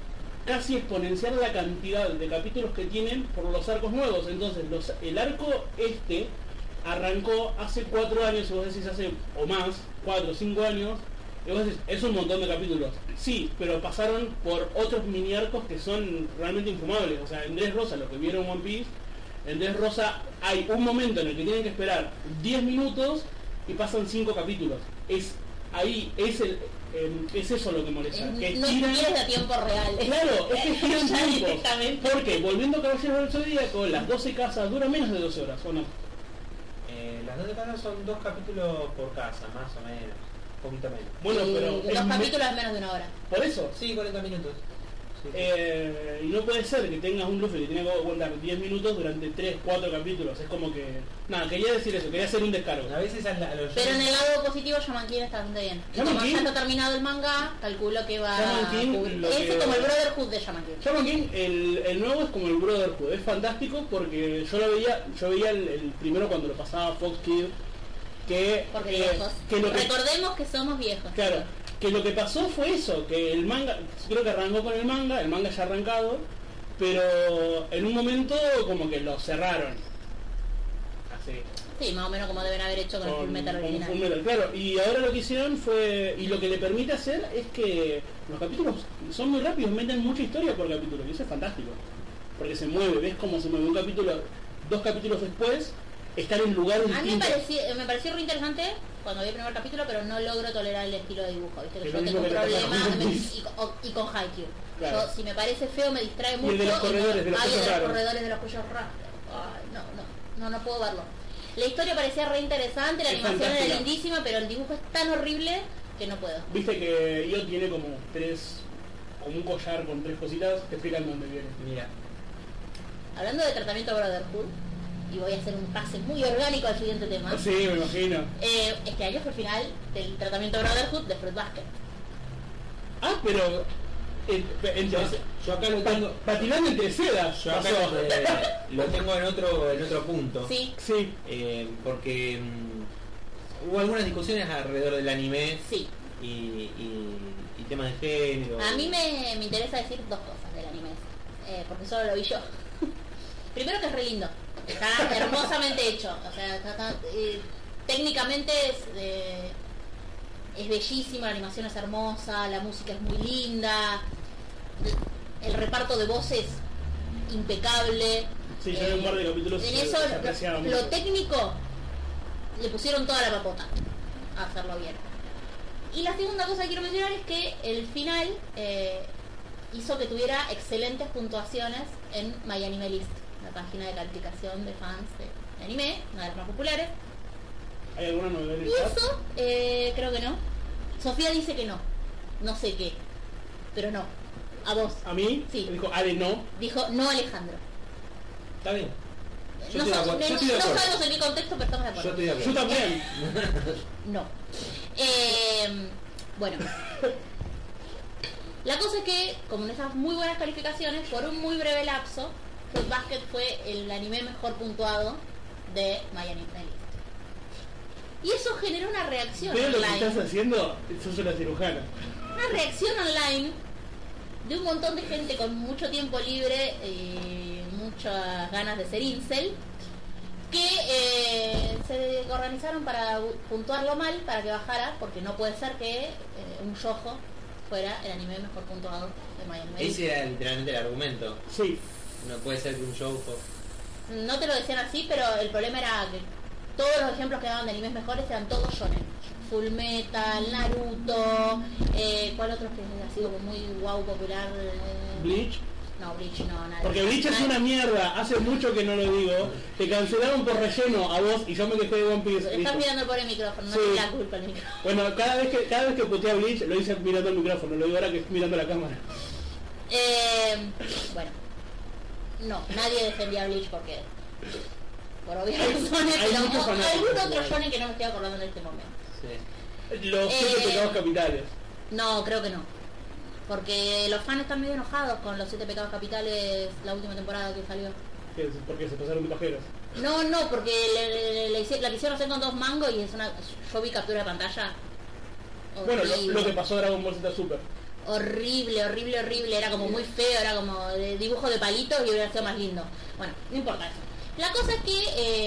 [SPEAKER 2] casi exponencial la cantidad de capítulos que tienen por los arcos nuevos. Entonces, los- el arco este arrancó hace cuatro años, y vos decís hace o más, cuatro o cinco años, y vos decís, es un montón de capítulos. Sí, pero pasaron por otros mini arcos que son realmente infumables. O sea, Andrés Rosa, lo que vieron One Piece, Andrés Rosa hay un momento en el que tienen que esperar 10 minutos y pasan cinco capítulos. Es ahí, es el. em, es eso lo que molesta.
[SPEAKER 1] Eh,
[SPEAKER 2] que
[SPEAKER 1] no
[SPEAKER 2] estiran-
[SPEAKER 1] quieres a tiempo real.
[SPEAKER 2] Claro, es que estiran
[SPEAKER 1] Ya
[SPEAKER 2] tiempos.
[SPEAKER 1] directamente.
[SPEAKER 2] Porque volviendo a Caballero del Zodíaco, las 12 casas dura menos de 12 horas, ¿o no?
[SPEAKER 3] Eh, las dos de cada son dos capítulos por casa, más o menos. Un poquito menos.
[SPEAKER 2] Bueno,
[SPEAKER 1] Y
[SPEAKER 2] pero.
[SPEAKER 1] los
[SPEAKER 2] es me-
[SPEAKER 1] capítulos de menos de una hora.
[SPEAKER 2] Por eso.
[SPEAKER 3] Sí, 40 minutos. sí.
[SPEAKER 2] Eh, y no puede ser que tengas un Luffy que tiene que aguantar 10 minutos durante 3, 4 capítulos. Es como que... Nada, quería decir eso, quería hacer un descargo.
[SPEAKER 3] Eh, A veces a, la- a los
[SPEAKER 1] Pero en el lado positivo, Shaman King está bastante bien. Y
[SPEAKER 2] Shaman
[SPEAKER 1] como
[SPEAKER 2] King-
[SPEAKER 1] ya está terminado el manga, calculo que va
[SPEAKER 2] Shaman King,
[SPEAKER 1] a cubrir.
[SPEAKER 2] lo
[SPEAKER 1] Ese
[SPEAKER 2] que-
[SPEAKER 1] es como el Brotherhood de Shaman King.
[SPEAKER 2] Shaman King, el, el nuevo es como el Brotherhood, es fantástico porque yo lo veía, yo veía el, el primero cuando lo pasaba Fox Kids, que,
[SPEAKER 1] Porque
[SPEAKER 2] eh,
[SPEAKER 1] viejos.
[SPEAKER 2] que lo que
[SPEAKER 1] Recordemos que somos viejos.
[SPEAKER 2] Claro, que lo que pasó fue eso, que el manga, creo que arrancó con el manga, el manga ya ha arrancado, pero en un momento como que lo cerraron. Así.
[SPEAKER 1] Sí, más o menos como deben haber hecho con, el Full Metal
[SPEAKER 2] con
[SPEAKER 1] original.
[SPEAKER 2] Fullmetal, claro. Y ahora lo que hicieron fue, y lo que le permite hacer es que los capítulos son muy rápidos, meten mucha historia por capítulo, y eso es fantástico. Porque se mueve, ves cómo se mueve un capítulo, dos capítulos después, están en lugares
[SPEAKER 1] A mí Ah, me
[SPEAKER 2] distintos.
[SPEAKER 1] pareció, me pareció re interesante cuando vi el primer capítulo, pero no logro tolerar el estilo de dibujo. ¿viste? Que
[SPEAKER 2] Es
[SPEAKER 1] yo
[SPEAKER 2] lo
[SPEAKER 1] tengo
[SPEAKER 2] mismo
[SPEAKER 1] un
[SPEAKER 2] que le pasa
[SPEAKER 1] problema
[SPEAKER 2] a
[SPEAKER 1] me-
[SPEAKER 2] One
[SPEAKER 1] y,
[SPEAKER 2] Piece.
[SPEAKER 1] con- y con Haikyuu.
[SPEAKER 2] Claro.
[SPEAKER 1] Yo, si me parece feo, me distrae
[SPEAKER 2] el de
[SPEAKER 1] mucho.
[SPEAKER 2] los
[SPEAKER 1] y no-
[SPEAKER 2] corredores, de los
[SPEAKER 1] Ay, el
[SPEAKER 2] cuellos
[SPEAKER 1] de los
[SPEAKER 2] raros.
[SPEAKER 1] corredores, de los cuellos raros. Ay, no, no, no, no puedo verlo. La historia parecía re interesante, la
[SPEAKER 2] Es
[SPEAKER 1] animación era
[SPEAKER 2] fantástica.
[SPEAKER 1] lindísima, pero el dibujo es tan horrible que no puedo.
[SPEAKER 2] Viste que Io tiene como tres, como un collar con tres cositas, te explican dónde viene.
[SPEAKER 3] Mira,
[SPEAKER 1] Hablando de tratamiento Brotherhood, y voy a hacer un pase muy orgánico al siguiente
[SPEAKER 3] Ah.
[SPEAKER 1] tema.
[SPEAKER 2] Ah, Sí, me imagino.
[SPEAKER 1] Eh, este año fue el final del tratamiento Brotherhood de Fruit Basket.
[SPEAKER 2] Ah, pero eh, en- entre-
[SPEAKER 3] Yo- yo acá lo tengo-
[SPEAKER 2] patinando entre sedas.
[SPEAKER 3] yo acá
[SPEAKER 2] pasó.
[SPEAKER 3] eh, lo tengo en otro, en otro
[SPEAKER 2] Oh.
[SPEAKER 3] punto.
[SPEAKER 1] Sí,
[SPEAKER 2] Sí.
[SPEAKER 3] Eh, porque mm, hubo algunas discusiones alrededor del anime
[SPEAKER 1] sí.
[SPEAKER 3] y, y- y temas de género.
[SPEAKER 1] A mí me, me interesa decir dos cosas del anime, ese, eh, porque solo lo vi yo. Primero que es re lindo, está hermosamente hecho, o sea, está- está, eh, técnicamente es, eh, es bellísimo, la animación es hermosa, la música es muy linda, el reparto de voces impecable. Eh,
[SPEAKER 2] Sí, yo vi un par de capítulos
[SPEAKER 1] En
[SPEAKER 2] que
[SPEAKER 1] eso,
[SPEAKER 2] se apreciaba
[SPEAKER 1] lo,
[SPEAKER 2] mucho.
[SPEAKER 1] lo técnico, le pusieron toda la papota a hacerlo bien. Y la segunda cosa que quiero mencionar es que el final eh, hizo que tuviera excelentes puntuaciones en MyAnimeList, la página de calificación de fans de anime, una de las más populares.
[SPEAKER 2] ¿Hay alguna novedad en
[SPEAKER 1] Y
[SPEAKER 2] el chat?
[SPEAKER 1] eso, eh, creo que no. Sofía dice que no. No sé qué. Pero no. A vos.
[SPEAKER 2] A mí,
[SPEAKER 1] Sí.
[SPEAKER 2] me dijo, Ale, no.
[SPEAKER 1] Dijo no Alejandro.
[SPEAKER 3] Está bien. Yo
[SPEAKER 1] no
[SPEAKER 3] estoy de
[SPEAKER 1] sa-
[SPEAKER 3] acuerdo, yo
[SPEAKER 1] no-
[SPEAKER 3] estoy de
[SPEAKER 1] no
[SPEAKER 3] acuerdo.
[SPEAKER 1] sabemos en qué contexto, pero estamos de
[SPEAKER 3] Yo
[SPEAKER 1] acuerdo.
[SPEAKER 3] estoy de acuerdo.
[SPEAKER 2] Yo también.
[SPEAKER 1] No. Eh, bueno. La cosa es que, como en esas muy buenas calificaciones, por un muy breve lapso, Fruit Basket fue el anime mejor puntuado de Miami List. Y eso generó una reacción
[SPEAKER 2] Pero lo que estás
[SPEAKER 1] online.
[SPEAKER 2] haciendo, sos una cirujana.
[SPEAKER 1] Una reacción online de un montón de gente con mucho tiempo libre y muchas ganas de ser incel que eh, se organizaron para bu- puntuarlo mal, para que bajara, porque no puede ser que eh, un yojo fuera el anime mejor puntuado de Miami.
[SPEAKER 3] Ese era literalmente el argumento.
[SPEAKER 2] Sí.
[SPEAKER 3] No puede ser que un show.
[SPEAKER 1] No te lo decían así, pero el problema era que todos los ejemplos que daban de animes mejores eran todos shonen. Full Metal, Naruto, eh, ¿cuál otro que ha sido como muy guau popular? Eh,
[SPEAKER 2] Bleach.
[SPEAKER 1] No, Bleach no, nada.
[SPEAKER 2] Porque Bleach es
[SPEAKER 1] Nada.
[SPEAKER 2] una mierda. Hace mucho que no lo digo. Te cancelaron por relleno a vos y yo me quejé de One Piece.
[SPEAKER 1] Estás
[SPEAKER 2] Listo.
[SPEAKER 1] mirando por el micrófono, no
[SPEAKER 2] Sí.
[SPEAKER 1] te la culpa el micrófono.
[SPEAKER 2] Bueno, cada vez que cada vez que putea Bleach lo hice mirando el micrófono, lo digo ahora que es mirando la cámara.
[SPEAKER 1] Eh, bueno, no, nadie defendía a Bleach porque. Por obvias razones,
[SPEAKER 2] hay
[SPEAKER 1] pero
[SPEAKER 2] muchos
[SPEAKER 1] o-
[SPEAKER 2] fanáticos,
[SPEAKER 1] algún otro
[SPEAKER 2] claro.
[SPEAKER 1] shonen que no me estoy acordando en este momento.
[SPEAKER 2] Los siete
[SPEAKER 1] Eh.
[SPEAKER 2] pecados capitales.
[SPEAKER 1] No, creo que no. Porque los fans están medio enojados con los siete pecados capitales la última temporada que salió.
[SPEAKER 2] Que es Porque se pasaron de pajeros.
[SPEAKER 1] No, no, porque le, le- le hice- la quisieron hacer con dos mangos y es una. Yo vi captura de pantalla.
[SPEAKER 2] Bueno, lo,
[SPEAKER 1] Horrible.
[SPEAKER 2] lo que pasó a Dragon Ball Z Super.
[SPEAKER 1] horrible, horrible, horrible, era como muy feo, era como de dibujo de palitos y hubiera sido más lindo. Bueno, no importa eso. La cosa es que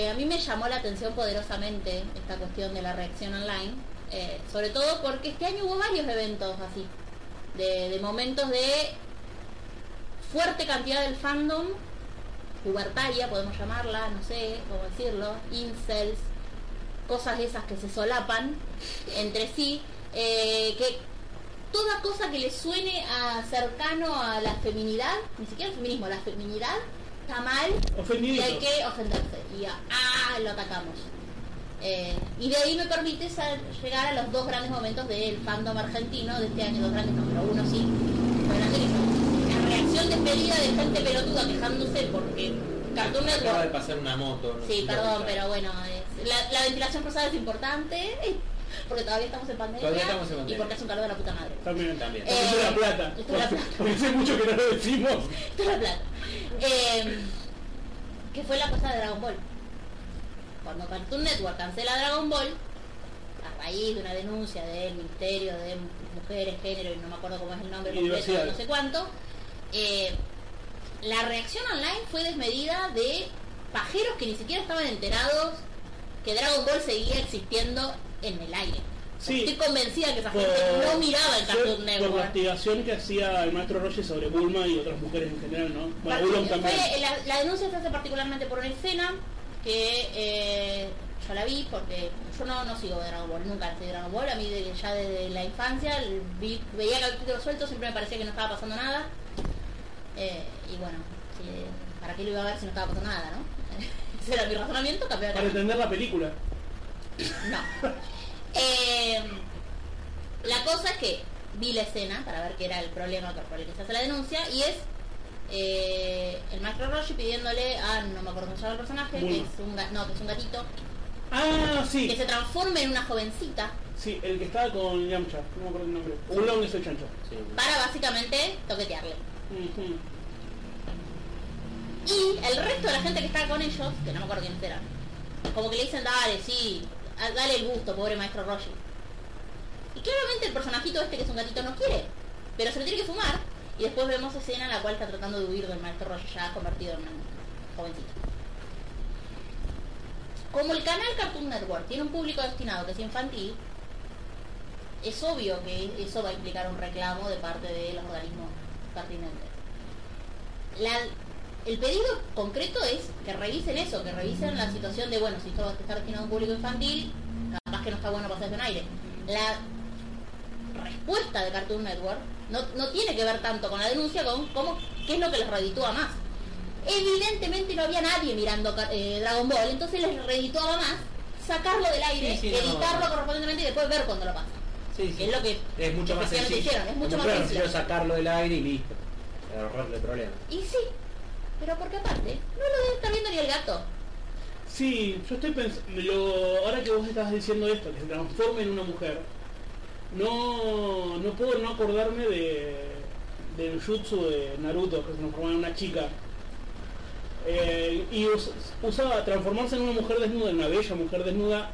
[SPEAKER 1] eh, a mí me llamó la atención poderosamente esta cuestión de la reacción online, eh, sobre todo porque este año hubo varios eventos así, de, de momentos de fuerte cantidad del fandom, pubertaria podemos llamarla, no sé cómo decirlo, incels, cosas de esas que se solapan entre sí, eh, que toda cosa que le suene a cercano a la feminidad, ni siquiera el feminismo, la feminidad, está mal y hay
[SPEAKER 2] Ofendidito.
[SPEAKER 1] que ofenderse. Y a- ah, lo atacamos. Eh, y de ahí me permite sal- llegar a los dos grandes momentos del fandom argentino de este año, dos grandes, no, pero uno sí, fue grande, que fue despedida de gente pelotuda quejándose porque Cartoon
[SPEAKER 3] Acaba de
[SPEAKER 1] Network...
[SPEAKER 3] pasar una moto. no sé
[SPEAKER 1] Sí,
[SPEAKER 3] si lo
[SPEAKER 1] perdón,
[SPEAKER 3] avisaron.
[SPEAKER 1] pero bueno, es- la, la ventilación cruzada es importante porque todavía estamos en pandemia,
[SPEAKER 3] Todavía estamos en
[SPEAKER 1] y
[SPEAKER 3] pandemia.
[SPEAKER 1] porque es un calor de la puta madre.
[SPEAKER 2] También.
[SPEAKER 3] También.
[SPEAKER 2] Porque
[SPEAKER 1] Eh,
[SPEAKER 2] es la plata.
[SPEAKER 1] esto es la plata.
[SPEAKER 2] Porque sé mucho que no lo decimos.
[SPEAKER 1] Esto es la plata. Eh, que fue la cosa de Dragon Ball. Cuando Cartoon Network cancela Dragon Ball, a raíz de una denuncia del Ministerio de Mujeres, Género y no me acuerdo cómo es el nombre
[SPEAKER 2] Y
[SPEAKER 1] completo,
[SPEAKER 2] diversidad.
[SPEAKER 1] no sé cuánto, eh, la reacción online fue desmedida de pajeros que ni siquiera estaban enterados que Dragon Ball seguía existiendo en el aire.
[SPEAKER 2] Sí. Pues,
[SPEAKER 1] Estoy convencida que esa
[SPEAKER 2] Por-
[SPEAKER 1] gente no miraba el
[SPEAKER 2] fue
[SPEAKER 1] Cartoon
[SPEAKER 2] Por la
[SPEAKER 1] Network.
[SPEAKER 2] activación que hacía el maestro Roger sobre Bulma y otras mujeres en general, ¿no? Bueno,
[SPEAKER 1] Parti-
[SPEAKER 2] Bulma también.
[SPEAKER 1] fue- la, la denuncia se hace particularmente por una escena que eh, yo la vi porque yo no, no sigo Dragon Ball, nunca seguí Dragon Ball, a mí de- ya desde la infancia el- vi- veía capítulos sueltos, siempre me parecía que no estaba pasando nada. Eh, y bueno, que- ¿para qué lo iba a ver si no estaba pasando nada, no? Ese era mi razonamiento, cambié de
[SPEAKER 2] Para entender la película.
[SPEAKER 1] no. Eh, la cosa es que vi la escena para ver qué era el problema por el que se hace la denuncia y es eh, el maestro Roshi pidiéndole a, no me acuerdo cómo se llama el personaje, que
[SPEAKER 2] Bulma.
[SPEAKER 1] es, un, ga- no, que es un gatito,
[SPEAKER 2] Ah,
[SPEAKER 1] que
[SPEAKER 2] sí.
[SPEAKER 1] se transforme en una jovencita
[SPEAKER 2] Sí, el que estaba con Yamcha. No me acuerdo el nombre. Bulma es el chancho.
[SPEAKER 3] Sí.
[SPEAKER 1] para básicamente toquetearle.
[SPEAKER 2] Ujú.
[SPEAKER 1] Y el resto de la gente que estaba con ellos, que no me acuerdo quiénes eran, como que le dicen, dale, sí, a- dale el gusto, pobre maestro Roshi. Y claramente el personajito este que es un gatito no quiere, pero se lo tiene que fumar. Y después vemos escena en la cual está tratando de huir del maestro Roshi ya convertido en un jovencito. Como el canal Cartoon Network tiene un público destinado que es infantil, es obvio que eso va a implicar un reclamo de parte de los organismos pertinentes. La- el pedido concreto es que revisen eso, que revisen la situación de, bueno, si esto va a estar destinado a un público infantil, capaz que no está bueno pasar en aire. La respuesta de Cartoon Network no, no tiene que ver tanto con la denuncia, con cómo, qué es lo que les reditúa más. Evidentemente no había nadie mirando ca- eh, Dragon Ball, entonces les redituaba más sacarlo del aire,
[SPEAKER 3] Sí, sí, no.
[SPEAKER 1] editarlo correspondientemente y después ver cuando lo pasa.
[SPEAKER 3] Sí, sí.
[SPEAKER 1] Es lo que
[SPEAKER 3] Es mucho más
[SPEAKER 1] efectivamente
[SPEAKER 3] sencillo.
[SPEAKER 1] hicieron, es mucho
[SPEAKER 3] Como,
[SPEAKER 1] más
[SPEAKER 3] claro,
[SPEAKER 1] sencillo.
[SPEAKER 3] Quiero sacarlo del aire y listo. Para ahorrarle problemas.
[SPEAKER 1] Y sí, pero porque aparte, no lo debe estar viendo ni el gato.
[SPEAKER 2] Sí, yo estoy pensando, ahora que vos estabas diciendo esto, que se transforme en una mujer, no, no puedo no acordarme de del jutsu de Naruto, que se transformaba en una chica. Eh, y us- usaba transformarse en una mujer desnuda, en una bella mujer desnuda,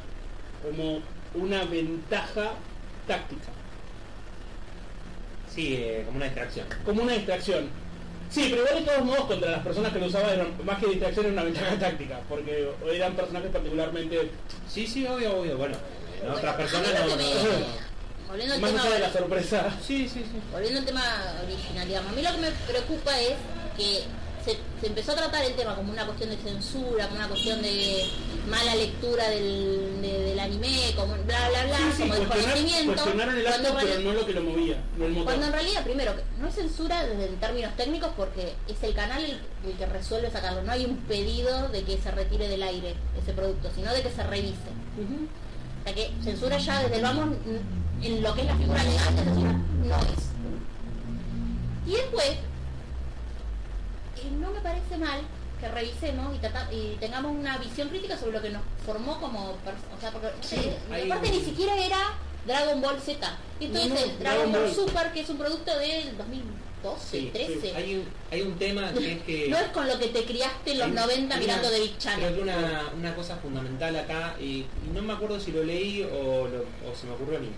[SPEAKER 2] como una ventaja táctica,
[SPEAKER 3] Sí, eh, como una distracción.
[SPEAKER 2] como una distracción. Sí, pero igual de todos modos contra las personas que lo usaban eran más que distracción era una ventaja táctica, porque eran personajes particularmente
[SPEAKER 3] Sí, sí, obvio, obvio. Bueno, eh, en
[SPEAKER 1] Bueno,
[SPEAKER 3] otras
[SPEAKER 1] a
[SPEAKER 3] personas
[SPEAKER 1] mí lo
[SPEAKER 3] no,
[SPEAKER 1] que
[SPEAKER 3] no,
[SPEAKER 1] me-
[SPEAKER 3] no, no.
[SPEAKER 1] Volviendo al
[SPEAKER 2] Más
[SPEAKER 1] tema
[SPEAKER 2] allá de la sorpresa.
[SPEAKER 3] Sí, sí, sí.
[SPEAKER 1] volviendo al tema original, digamos, a mí lo que me preocupa es que se, se empezó a tratar el tema como una cuestión de censura, como una cuestión de mala lectura del, de- del anime, como bla bla bla,
[SPEAKER 2] Sí, sí,
[SPEAKER 1] como
[SPEAKER 2] cuestionar,
[SPEAKER 1] desconocimiento.
[SPEAKER 2] cuestionaron el acto,
[SPEAKER 1] cuando en
[SPEAKER 2] pero
[SPEAKER 1] reali-
[SPEAKER 2] no lo que lo movía, no el motor.
[SPEAKER 1] Cuando en realidad, primero, que no es censura desde en términos técnicos porque es el canal el, el que resuelve sacarlo. No hay un pedido de que se retire del aire ese producto, sino de que se revise. O sea que censura ya desde el vamos mm, en lo que es la figura legal de censura no es. Y después, eh, no me parece mal que revisemos y, trata- y tengamos una visión crítica sobre lo que nos formó como pers- o sea porque no sé,
[SPEAKER 2] Sí,
[SPEAKER 1] y
[SPEAKER 2] hay
[SPEAKER 1] aparte
[SPEAKER 2] un-
[SPEAKER 1] ni siquiera era Dragon Ball Z y esto
[SPEAKER 2] No, no,
[SPEAKER 1] es el Dragon
[SPEAKER 2] Dragon
[SPEAKER 1] Ball
[SPEAKER 2] Ball.
[SPEAKER 1] Super que es un producto del 2012
[SPEAKER 3] Sí,
[SPEAKER 1] 13
[SPEAKER 2] sí,
[SPEAKER 3] Hay un, hay un tema que es que...
[SPEAKER 1] no es con lo que te criaste en los
[SPEAKER 3] Hay-
[SPEAKER 1] 90
[SPEAKER 3] hay
[SPEAKER 1] mirando
[SPEAKER 3] una-
[SPEAKER 1] de Big Channel
[SPEAKER 3] Creo que una, una cosa fundamental acá, y, y no me acuerdo si lo leí o, lo- o se me ocurrió a mí.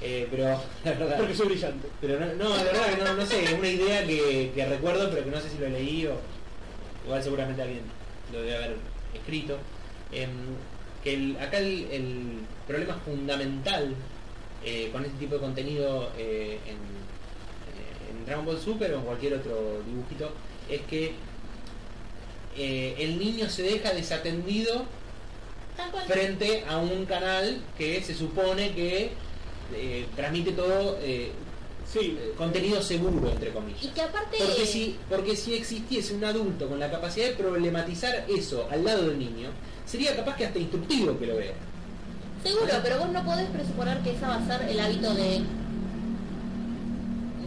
[SPEAKER 3] Eh, pero la verdad...
[SPEAKER 2] Porque soy brillante.
[SPEAKER 3] Pero no, no, la verdad que no, no sé, es una idea que, que recuerdo, pero que no sé si lo leí o igual seguramente alguien lo debe haber escrito. Em, que el- acá el, el problema fundamental eh, con este tipo de contenido eh, en, eh, en Dragon Ball Super o en cualquier otro dibujito es que eh, el niño se deja desatendido
[SPEAKER 1] Tal cual.
[SPEAKER 3] frente a un canal que se supone que eh, transmite todo eh,
[SPEAKER 2] Sí.
[SPEAKER 3] eh, contenido seguro, entre
[SPEAKER 1] y
[SPEAKER 3] comillas.
[SPEAKER 1] que aparte
[SPEAKER 3] Porque si, porque si existiese un adulto con la capacidad de problematizar eso al lado del niño, sería capaz que hasta instructivo que lo vea.
[SPEAKER 1] Seguro, pero vos no podés presuponer que esa va a ser el hábito de,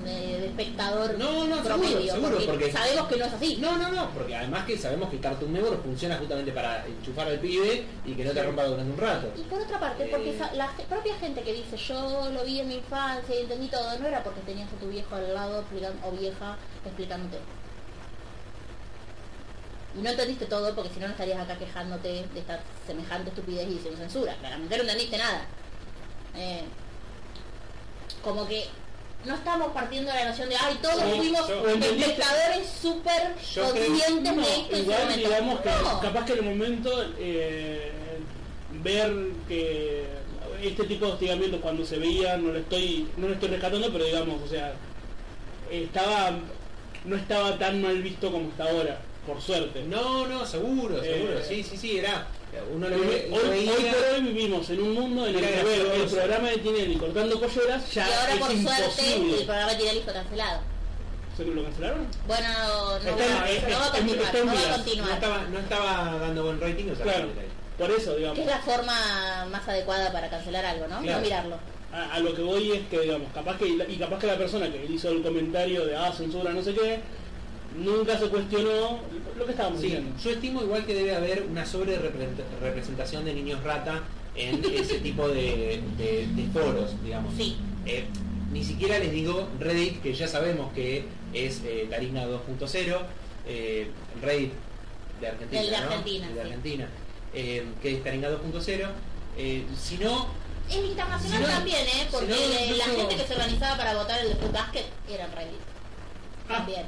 [SPEAKER 1] de, de espectador
[SPEAKER 3] No, no, seguro,
[SPEAKER 1] promedio,
[SPEAKER 3] seguro, porque-
[SPEAKER 1] sabemos que no es así.
[SPEAKER 3] No, no, no, porque además que sabemos que Cartoon Network funciona justamente para enchufar al pibe y que no te rompa durante un rato.
[SPEAKER 1] Y por otra parte, porque esa- la ge- propia gente que dice yo lo vi en mi infancia y entendí todo, no era porque tenías a tu viejo al lado explican- o vieja explicándote. Y no entendiste todo porque si no no estarías acá quejándote de esta semejante estupidez y sin censura. Claramente no entendiste nada. Eh, como que no estamos partiendo de la noción de, ay, todos
[SPEAKER 2] Sí,
[SPEAKER 1] fuimos
[SPEAKER 2] yo- ¿entendiste?
[SPEAKER 1] espectadores súper
[SPEAKER 2] Yo creo-
[SPEAKER 1] conscientes
[SPEAKER 2] no,
[SPEAKER 1] de esto en su
[SPEAKER 2] igual
[SPEAKER 1] momento".
[SPEAKER 2] digamos que
[SPEAKER 1] No.
[SPEAKER 2] capaz que en el momento eh, ver que este tipo de hostigamiento cuando se veía no lo estoy no lo estoy rescatando pero digamos o sea estaba no estaba tan mal visto como está ahora por suerte
[SPEAKER 3] No, no, seguro,
[SPEAKER 2] Eh,
[SPEAKER 3] seguro. Sí, sí, sí, era. Uno lo
[SPEAKER 2] Hoy,
[SPEAKER 3] ve-
[SPEAKER 2] hoy
[SPEAKER 3] lo veía-
[SPEAKER 2] por hoy vivimos en un mundo en el
[SPEAKER 3] Era
[SPEAKER 2] que veo el
[SPEAKER 3] gracioso.
[SPEAKER 2] programa de Tinelli cortando colleras ya
[SPEAKER 1] y ahora
[SPEAKER 2] es
[SPEAKER 1] por suerte el
[SPEAKER 2] imposible
[SPEAKER 1] programa tiene el hijo cancelado.
[SPEAKER 2] ¿Se lo cancelaron?
[SPEAKER 1] Bueno, no,
[SPEAKER 2] Está
[SPEAKER 1] va-
[SPEAKER 2] en-
[SPEAKER 1] no
[SPEAKER 2] eh,
[SPEAKER 1] va a
[SPEAKER 2] eh,
[SPEAKER 1] continuar,
[SPEAKER 2] está en
[SPEAKER 1] no va a
[SPEAKER 2] vías,
[SPEAKER 3] no,
[SPEAKER 1] continuar.
[SPEAKER 3] estaba, no estaba dando buen rating, o sea,
[SPEAKER 2] Claro, por eso
[SPEAKER 1] Que
[SPEAKER 2] digamos
[SPEAKER 1] es la forma más adecuada para cancelar algo, ¿no?
[SPEAKER 3] Claro.
[SPEAKER 1] No mirarlo.
[SPEAKER 2] A, a lo que voy es que, digamos, capaz que, y capaz que la persona que hizo el comentario de, ah, censura, no sé qué, nunca se cuestionó lo que estábamos
[SPEAKER 3] Sí,
[SPEAKER 2] diciendo.
[SPEAKER 3] yo estimo igual que debe haber una sobre represent- representación de niños rata en ese tipo de, de- de foros, digamos.
[SPEAKER 1] Sí.
[SPEAKER 3] Eh, ni siquiera les digo Reddit, que ya sabemos que es eh, Tarina 2.0, eh, Reddit de Argentina.
[SPEAKER 1] Del de
[SPEAKER 3] ¿no?
[SPEAKER 1] Argentina,
[SPEAKER 3] Del
[SPEAKER 1] sí.
[SPEAKER 3] de Argentina, eh, que es Taringa 2.0. Eh, si no,
[SPEAKER 1] El internacional
[SPEAKER 3] Si no-
[SPEAKER 1] también, ¿eh?
[SPEAKER 3] si
[SPEAKER 1] Porque
[SPEAKER 3] no,
[SPEAKER 1] le- la
[SPEAKER 3] incluso-
[SPEAKER 1] gente que se organizaba para votar el Food Basket eran Reddit.
[SPEAKER 3] Ah.
[SPEAKER 1] También.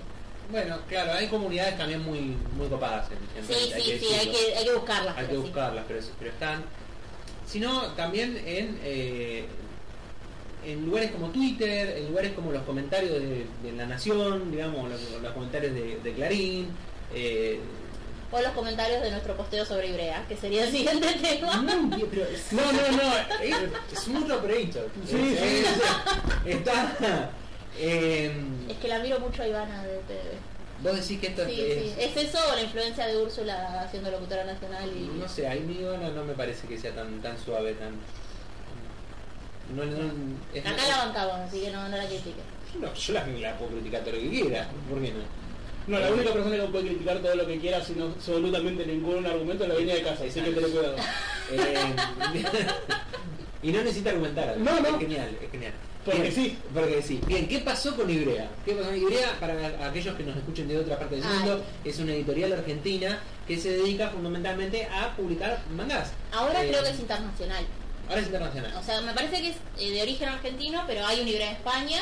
[SPEAKER 3] bueno, claro, hay comunidades también muy, muy copadas. en- en
[SPEAKER 1] Sí,
[SPEAKER 3] Reddit,
[SPEAKER 1] sí, sí, hay
[SPEAKER 3] decirlo.
[SPEAKER 1] que, hay que buscarlas.
[SPEAKER 3] Hay que
[SPEAKER 1] pero sí.
[SPEAKER 3] buscarlas, pero, pero están. Sino también en, eh, en lugares como Twitter, en lugares como los comentarios de, de La Nación, digamos, los, los comentarios de, de Clarín. eh,
[SPEAKER 1] O los comentarios de nuestro posteo sobre Ibrea, que sería el siguiente tema.
[SPEAKER 3] no, pero- no, no, no, eh, es mucho provecho.
[SPEAKER 2] Sí,
[SPEAKER 3] Eh,
[SPEAKER 2] sí.
[SPEAKER 3] eh, está. eh,
[SPEAKER 1] Es que la miro mucho a Ivana de TV.
[SPEAKER 3] vos decís que esto
[SPEAKER 1] Sí,
[SPEAKER 3] es.
[SPEAKER 1] sí. ¿Es eso o la influencia de Úrsula haciendo locutora nacional? Y...
[SPEAKER 3] No sé, ahí mi no, no me parece que sea tan tan suave, tan. No, no, es-
[SPEAKER 1] Acá la bancamos, así que no, no la critiques.
[SPEAKER 3] No, yo la, la puedo criticar todo lo que quiera, ¿por qué no?
[SPEAKER 2] No, la única persona que puede criticar todo lo que quiera sin absolutamente ningún argumento es la viene de casa, así que ten cuidado.
[SPEAKER 3] Eh, y no necesita argumentar.
[SPEAKER 2] No, no.
[SPEAKER 3] Es genial, es genial.
[SPEAKER 2] Porque
[SPEAKER 3] Bien,
[SPEAKER 2] sí.
[SPEAKER 3] Porque sí. Bien, ¿qué pasó con Ibrea? ¿Qué pasó con Ibrea? Para aquellos que nos escuchen de otra parte del
[SPEAKER 1] Ay.
[SPEAKER 3] mundo, es una editorial argentina que se dedica fundamentalmente a publicar mangas.
[SPEAKER 1] Ahora
[SPEAKER 3] Eh,
[SPEAKER 1] creo que es Oh. internacional.
[SPEAKER 3] Ahora es internacional.
[SPEAKER 1] O sea, me parece que es eh, de origen argentino, pero hay un libro en España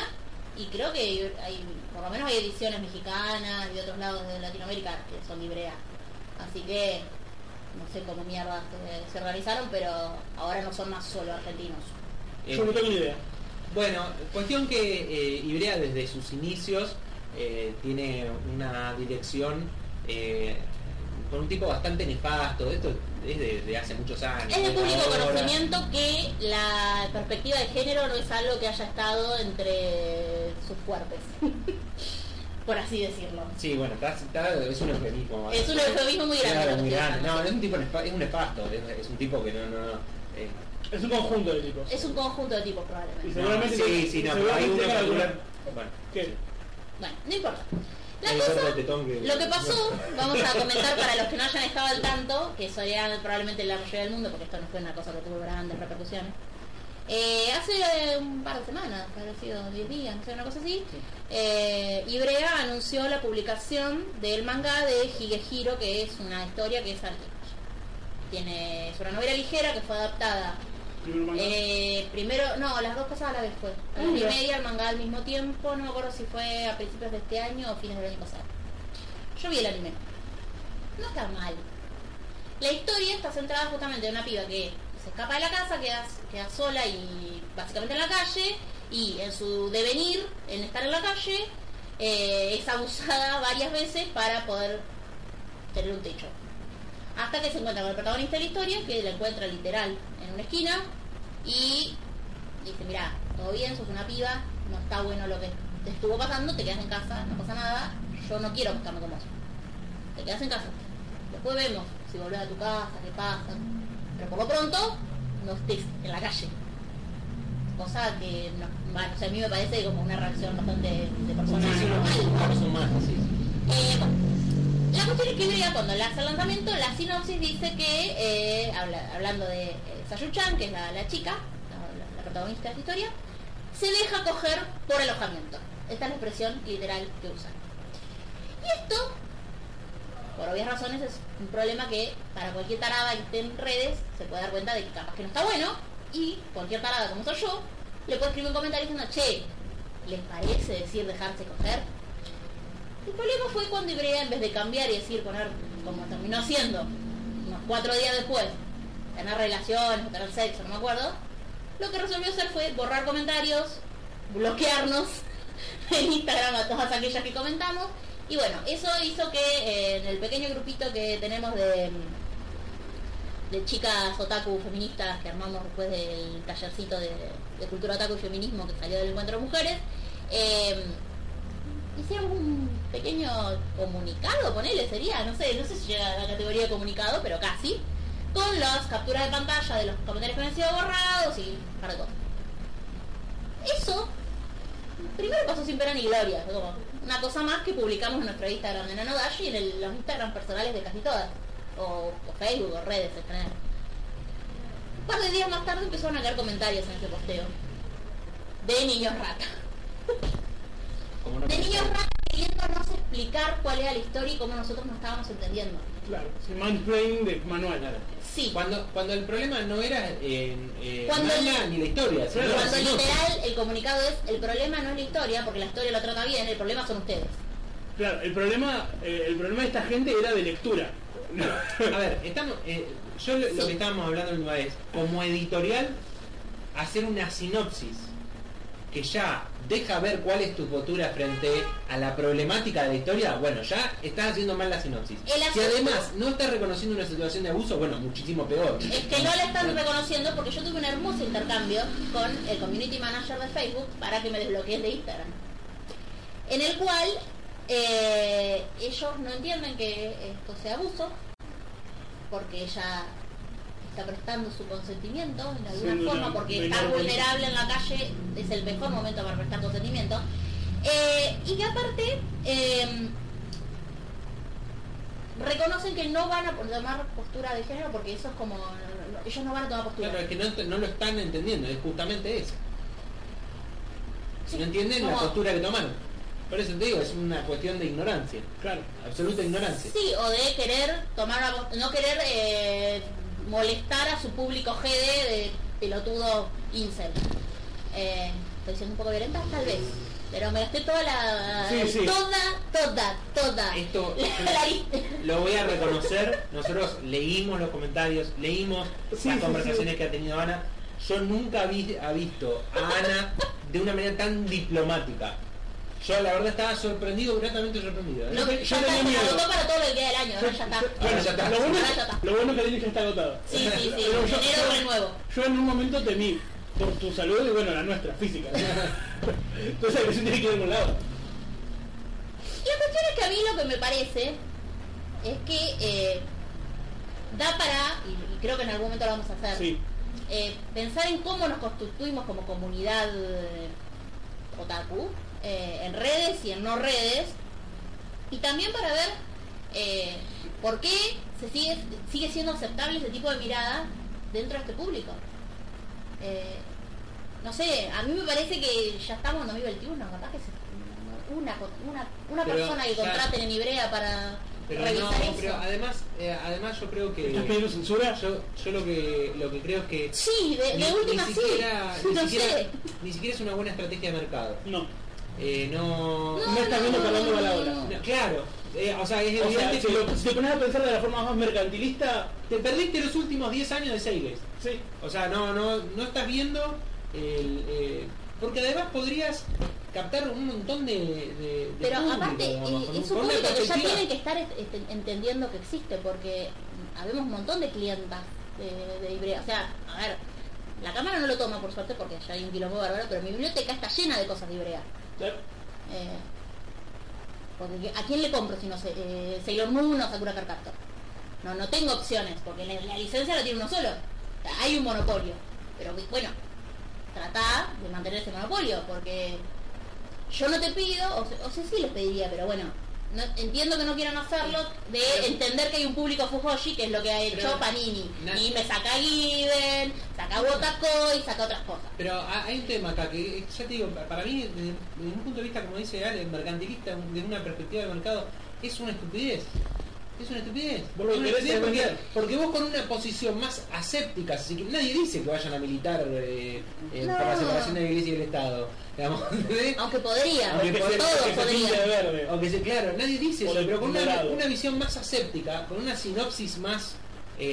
[SPEAKER 1] y creo que hay, hay- por lo menos hay ediciones mexicanas y de otros lados de Latinoamérica que son librea. Así que no sé cómo mierda se, se organizaron, pero ahora no son más solo argentinos.
[SPEAKER 3] Eh,
[SPEAKER 2] Yo no tengo ni idea.
[SPEAKER 3] Bueno, cuestión que eh, Ibrea desde sus inicios eh, tiene una dirección eh, con un tipo bastante nefasto. Esto es de, de hace muchos años.
[SPEAKER 1] Es de público
[SPEAKER 3] ahora.
[SPEAKER 1] conocimiento que la perspectiva de género no es algo que haya estado entre sus fuertes, por así decirlo.
[SPEAKER 3] Sí, bueno, está, está- es un eufemismo.
[SPEAKER 1] Es un eufemismo muy grande.
[SPEAKER 3] Claro,
[SPEAKER 1] lo que
[SPEAKER 3] muy
[SPEAKER 1] estoy
[SPEAKER 3] grande.
[SPEAKER 1] usando.
[SPEAKER 3] No, no es un tipo nefa- es un nefasto. Es, es un tipo que no, no, no. eh,
[SPEAKER 2] Es un conjunto de tipos.
[SPEAKER 1] Es un conjunto de tipos probablemente.
[SPEAKER 2] Y seguramente-
[SPEAKER 3] no, sí, sí, no, pero hay
[SPEAKER 2] seguramente
[SPEAKER 3] uno
[SPEAKER 2] tenga
[SPEAKER 3] particular.
[SPEAKER 2] alguna-
[SPEAKER 3] Bueno,
[SPEAKER 2] ¿Qué?
[SPEAKER 1] Bueno, no importa. La
[SPEAKER 3] hay
[SPEAKER 1] cosa,
[SPEAKER 3] otro tetón
[SPEAKER 1] lo que pasó, vamos a comentar para los que no hayan estado al tanto, que eso era probablemente la mayoría del mundo, porque esto no fue una cosa que tuvo grandes repercusiones. Eh, hace un par de semanas, habrá sido 10 días, no sé, una cosa así, eh, Ibrea anunció la publicación del manga de Higehiro, que es una historia que es, al- tiene, es una novela ligera que fue adaptada
[SPEAKER 2] Primer manga.
[SPEAKER 1] eh, primero, no, las dos cosas a la vez fue. A la
[SPEAKER 2] Ah, mira.
[SPEAKER 1] media, el manga al mismo tiempo, no me acuerdo si fue a principios de este año o fines del año pasado. Yo vi el anime. No está mal. La historia está centrada justamente en una piba que se escapa de la casa, queda, queda sola y básicamente en la calle, y en su devenir, en estar en la calle, eh, es abusada varias veces para poder tener un techo. Hasta que se encuentra con el protagonista de la historia, que la encuentra literal en una esquina, y dice, mira, todo bien, sos una piba, no está bueno lo que te estuvo pasando, te quedas en casa, no pasa nada, yo no quiero acostarme con vos. Te quedas en casa. Después vemos si volvés a tu casa, qué pasa. Pero por lo pronto, no estés en la calle. cosa que no, bueno, o sea, a mí me parece como una reacción bastante de persona
[SPEAKER 4] Sí, sí,
[SPEAKER 1] normal.
[SPEAKER 4] una persona más, sí.
[SPEAKER 1] Eh, bueno, la cuestión es que Brea cuando le hace el lanzamiento, la sinopsis dice que, eh, habla- hablando de eh, Sayu-chan, que es la, la chica, la, la- la protagonista de la historia, se deja coger por alojamiento. Esta es la expresión literal que usan. Y esto, por obvias razones, es un problema que para cualquier tarada que esté en redes se puede dar cuenta de que capaz que no está bueno y cualquier tarada como soy yo, le puede escribir un comentario diciendo, che, ¿les parece decir dejarse coger? El problema fue cuando Ibrea, en vez de cambiar y decir poner, como terminó siendo, unos cuatro días después, tener relaciones o tener sexo, no me acuerdo, lo que resolvió hacer fue borrar comentarios, bloquearnos en Instagram a todas aquellas que comentamos. Y bueno, eso hizo que eh, en el pequeño grupito que tenemos de, mm, de chicas otaku feministas que armamos después del tallercito de, de cultura otaku y feminismo que salió del encuentro de mujeres, eh, hicieron un pequeño comunicado, ponele, sería, no sé, no sé si llega a la categoría de comunicado, pero casi, con las capturas de pantalla de los comentarios que han sido borrados y un par de cosas. Eso, primero pasó sin pena ni gloria, fue como una cosa más que publicamos en nuestro Instagram de Nanodash y en el- los Instagram personales de casi todas, o, o Facebook, o redes en general. Un par de días más tarde empezaron a caer comentarios en ese posteo de niños rata
[SPEAKER 3] Como no
[SPEAKER 1] de niños
[SPEAKER 3] pensaba.
[SPEAKER 1] raros queriéndonos explicar cuál era la historia y cómo nosotros no estábamos entendiendo.
[SPEAKER 2] Claro, sí, mansplaining de manual.
[SPEAKER 1] Sí, cuando,
[SPEAKER 3] Cuando, cuando el problema no era eh, eh,
[SPEAKER 1] Cuando el-
[SPEAKER 3] Nana ni la historia, sino
[SPEAKER 2] Cuando
[SPEAKER 3] la
[SPEAKER 2] el
[SPEAKER 3] sinopsis.
[SPEAKER 1] literal el comunicado es el problema no es la historia, porque la historia la trata bien, el problema son ustedes.
[SPEAKER 2] Claro, el problema, eh, el problema de esta gente era de lectura.
[SPEAKER 3] A ver, estamos, eh, yo lo, lo
[SPEAKER 1] Sí.
[SPEAKER 3] que estábamos hablando la última vez, como editorial, hacer una sinopsis que ya deja ver cuál es tu postura frente a la problemática de la historia, bueno, ya estás haciendo mal la sinopsis.
[SPEAKER 1] El
[SPEAKER 3] Si
[SPEAKER 1] asunto-
[SPEAKER 3] además no estás reconociendo una situación de abuso, bueno, muchísimo peor.
[SPEAKER 1] Es que no la están reconociendo porque yo tuve un hermoso intercambio con el community manager de Facebook para que me desbloqueen de Instagram. En el cual eh, ellos no entienden que esto sea abuso porque ella está prestando su consentimiento en alguna
[SPEAKER 2] Siendo
[SPEAKER 1] forma
[SPEAKER 2] una
[SPEAKER 1] porque
[SPEAKER 2] menor
[SPEAKER 1] estar
[SPEAKER 2] de edad.
[SPEAKER 1] vulnerable en la calle es el mejor momento para prestar consentimiento. Eh, y que aparte... em, reconocen que no van a tomar postura de género porque eso es como no, no, no, ellos no van a tomar postura
[SPEAKER 3] Claro, es que no, no lo están entendiendo, es justamente eso.
[SPEAKER 1] Sí,
[SPEAKER 3] No entienden la
[SPEAKER 1] como-
[SPEAKER 3] postura que tomaron. Por eso te digo, es una cuestión de ignorancia,
[SPEAKER 2] Claro.
[SPEAKER 3] absoluta ignorancia.
[SPEAKER 1] sí o de querer tomar una pos- no querer eh, molestar a su público GD de pelotudo incel eh, estoy siendo un poco violenta tal vez pero me gasté toda la
[SPEAKER 2] Sí, sí. Eh,
[SPEAKER 1] toda toda toda
[SPEAKER 3] Esto-
[SPEAKER 1] la, la lista.
[SPEAKER 3] Lo voy a reconocer, nosotros leímos los comentarios, leímos
[SPEAKER 2] Sí,
[SPEAKER 3] las
[SPEAKER 2] sí,
[SPEAKER 3] conversaciones que ha tenido Ana. Yo nunca vi, ha visto a Ana de una manera tan diplomática. Yo la verdad estaba sorprendido, gratamente sorprendido. ¿eh?
[SPEAKER 1] No,
[SPEAKER 2] Yo
[SPEAKER 1] ya
[SPEAKER 2] tenía
[SPEAKER 1] está,
[SPEAKER 2] miedo.
[SPEAKER 1] agotó para todo el día del año ahora ya está
[SPEAKER 3] Ahora ya está.
[SPEAKER 2] Lo bueno,
[SPEAKER 1] Ahora ya está.
[SPEAKER 2] lo bueno que tenés que está agotado.
[SPEAKER 1] sí sí sí
[SPEAKER 2] Pero yo-
[SPEAKER 1] enero con el nuevo
[SPEAKER 2] Yo en un momento temí por tu salud y bueno, la nuestra, física. Entonces que se tiene que ir a algún lado.
[SPEAKER 1] La cuestión es que a mí lo que me parece es que eh, da para, y, y creo que en algún momento lo vamos a hacer,
[SPEAKER 2] Sí.
[SPEAKER 1] eh, pensar en cómo nos constituimos como comunidad eh, otaku, eh, en redes y en no redes, y también para ver eh, por qué se sigue, sigue siendo aceptable ese tipo de mirada dentro de este público. Eh, no sé, a mí me parece que ya estamos en 2021, capaz que se- una, una, una
[SPEAKER 3] Pero
[SPEAKER 1] persona que
[SPEAKER 3] ya-
[SPEAKER 1] contraten en Ibrea para
[SPEAKER 3] Pero no,
[SPEAKER 1] revisar eso.
[SPEAKER 3] pero además, eh, además yo creo que.
[SPEAKER 2] ¿Estás pidiendo censura?
[SPEAKER 3] Yo, yo lo que lo que creo es que
[SPEAKER 1] Sí, de, de última sí.
[SPEAKER 3] siquiera, ni,
[SPEAKER 1] no
[SPEAKER 3] siquiera,
[SPEAKER 1] sé.
[SPEAKER 3] ni siquiera es una buena estrategia de mercado.
[SPEAKER 2] No.
[SPEAKER 3] Eh, no,
[SPEAKER 2] No, está viendo que hablando va la hora.
[SPEAKER 1] no.
[SPEAKER 3] no, claro, eh, o sea, es
[SPEAKER 2] O sea,
[SPEAKER 3] evidente
[SPEAKER 2] si,
[SPEAKER 3] que
[SPEAKER 2] lo- si te pones a pensar de la forma más mercantilista,
[SPEAKER 3] te perdiste los últimos 10 años de Seiles.
[SPEAKER 2] sí.
[SPEAKER 3] O sea, no, no, no estás viendo el, eh, porque además podrías captar un montón de, de- de
[SPEAKER 1] Pero
[SPEAKER 3] público,
[SPEAKER 1] aparte,
[SPEAKER 3] digamos,
[SPEAKER 1] eh,
[SPEAKER 3] con un-
[SPEAKER 1] es
[SPEAKER 3] con
[SPEAKER 1] un
[SPEAKER 3] una
[SPEAKER 1] público que ya
[SPEAKER 3] perspectiva.
[SPEAKER 1] tienen que estar este, este, entendiendo que existe, porque habemos un montón de clientas eh, de, de Ibrea. O sea, a ver, la cámara no lo toma por suerte porque ya hay un quilombo bárbaro, pero mi biblioteca está llena de cosas de Ibrea. Eh, porque ¿a quién le compro si no sé? Eh, Sailor Moon o Sakura Card Captor? No, no tengo opciones, porque la, la licencia la tiene uno solo. Hay un monopolio. Pero bueno, tra- trata de mantener ese monopolio, porque yo no te pido, o, se- o sea, sí les pediría, pero bueno, no- entiendo que no quieran hacerlo, de entender que hay un público Fujoshi, que es lo que ha hecho
[SPEAKER 3] Pero-
[SPEAKER 1] Panini.
[SPEAKER 3] Na-
[SPEAKER 1] Y me saca Given, saca Wotako y saca otras cosas.
[SPEAKER 3] Pero ha- hay un tema acá que, eh, ya te digo, pa- para mí, desde, desde un punto de vista, como dice Ale, mercantilista, un- desde una perspectiva de mercado, es una estupidez. Es una estupidez.
[SPEAKER 5] Vos lo
[SPEAKER 3] Es una
[SPEAKER 5] querés
[SPEAKER 3] estupidez porque,
[SPEAKER 5] vender.
[SPEAKER 3] porque vos con una posición más aséptica, así que nadie dice que vayan a militar eh, eh,
[SPEAKER 1] No.
[SPEAKER 3] por la separación de la iglesia y el Estado. Digamos, ¿entendés?
[SPEAKER 1] Aunque podría,
[SPEAKER 3] Aunque
[SPEAKER 1] porque
[SPEAKER 3] se-
[SPEAKER 1] todos
[SPEAKER 2] que se
[SPEAKER 1] podrían.
[SPEAKER 2] pinte de verde.
[SPEAKER 3] Aunque se, claro, nadie dice
[SPEAKER 2] Por
[SPEAKER 3] eso,
[SPEAKER 2] el
[SPEAKER 3] pero con una,
[SPEAKER 2] morado.
[SPEAKER 3] una visión más aséptica, con una sinopsis más eh,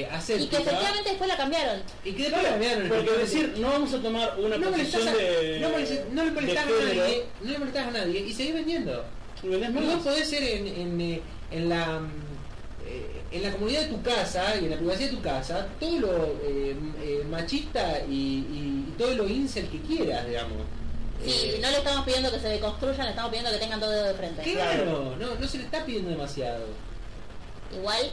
[SPEAKER 1] Y que
[SPEAKER 3] aséptica.
[SPEAKER 1] efectivamente después la cambiaron.
[SPEAKER 3] y que después la cambiaron el
[SPEAKER 2] Porque
[SPEAKER 3] presidente.
[SPEAKER 2] decir, no vamos a tomar una
[SPEAKER 3] no molestas
[SPEAKER 2] posición
[SPEAKER 3] a,
[SPEAKER 2] de.
[SPEAKER 3] no molestas- no le molestás
[SPEAKER 2] de
[SPEAKER 3] a
[SPEAKER 2] género, Ah,
[SPEAKER 3] nadie, no le molestás a nadie y seguís vendiendo.
[SPEAKER 2] y vendés
[SPEAKER 3] No
[SPEAKER 2] más.
[SPEAKER 3] podés ser en, en, eh, en la mm, eh, en la comunidad de tu casa y en la privacidad de tu casa todo lo eh, m- eh, machista y, y- y todo lo incel que quieras, digamos.
[SPEAKER 1] Sí,
[SPEAKER 3] Eh,
[SPEAKER 1] no le estamos pidiendo que se deconstruyan, le estamos pidiendo que tengan dos dedos de frente.
[SPEAKER 3] claro, no, no se le está pidiendo demasiado.
[SPEAKER 1] Igual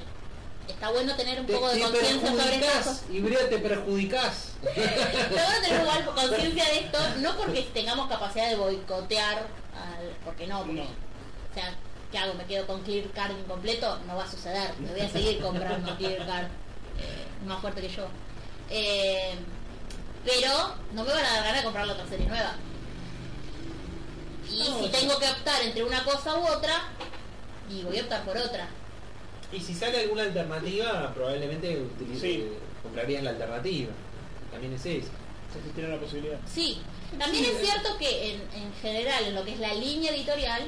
[SPEAKER 1] está bueno tener un
[SPEAKER 3] Te,
[SPEAKER 1] poco de
[SPEAKER 3] te
[SPEAKER 1] conciencia sobre estas cosas.
[SPEAKER 3] perjudicás, y brea, te perjudicás.
[SPEAKER 1] Pero bueno, tenemos igual conciencia de esto, no porque tengamos capacidad de boicotear, al- porque no, porque-
[SPEAKER 2] No.
[SPEAKER 1] o sea, ¿qué hago? ¿Me quedo con Clear Card incompleto? No va a suceder, me voy a seguir comprando Clear Card, eh, más fuerte que yo. Eh, pero no me van a dar ganas de comprar la otra serie nueva. Y
[SPEAKER 3] No,
[SPEAKER 1] si
[SPEAKER 3] sí.
[SPEAKER 1] tengo que optar entre una cosa u otra, y voy a optar por otra.
[SPEAKER 3] Y si sale alguna alternativa, probablemente utilice-
[SPEAKER 2] Sí.
[SPEAKER 3] comprarías la alternativa. También es eso.
[SPEAKER 2] Si existiera la posibilidad.
[SPEAKER 1] Sí, también
[SPEAKER 3] Sí,
[SPEAKER 1] es
[SPEAKER 3] es-
[SPEAKER 1] cierto que en, en general, en lo que es la línea editorial,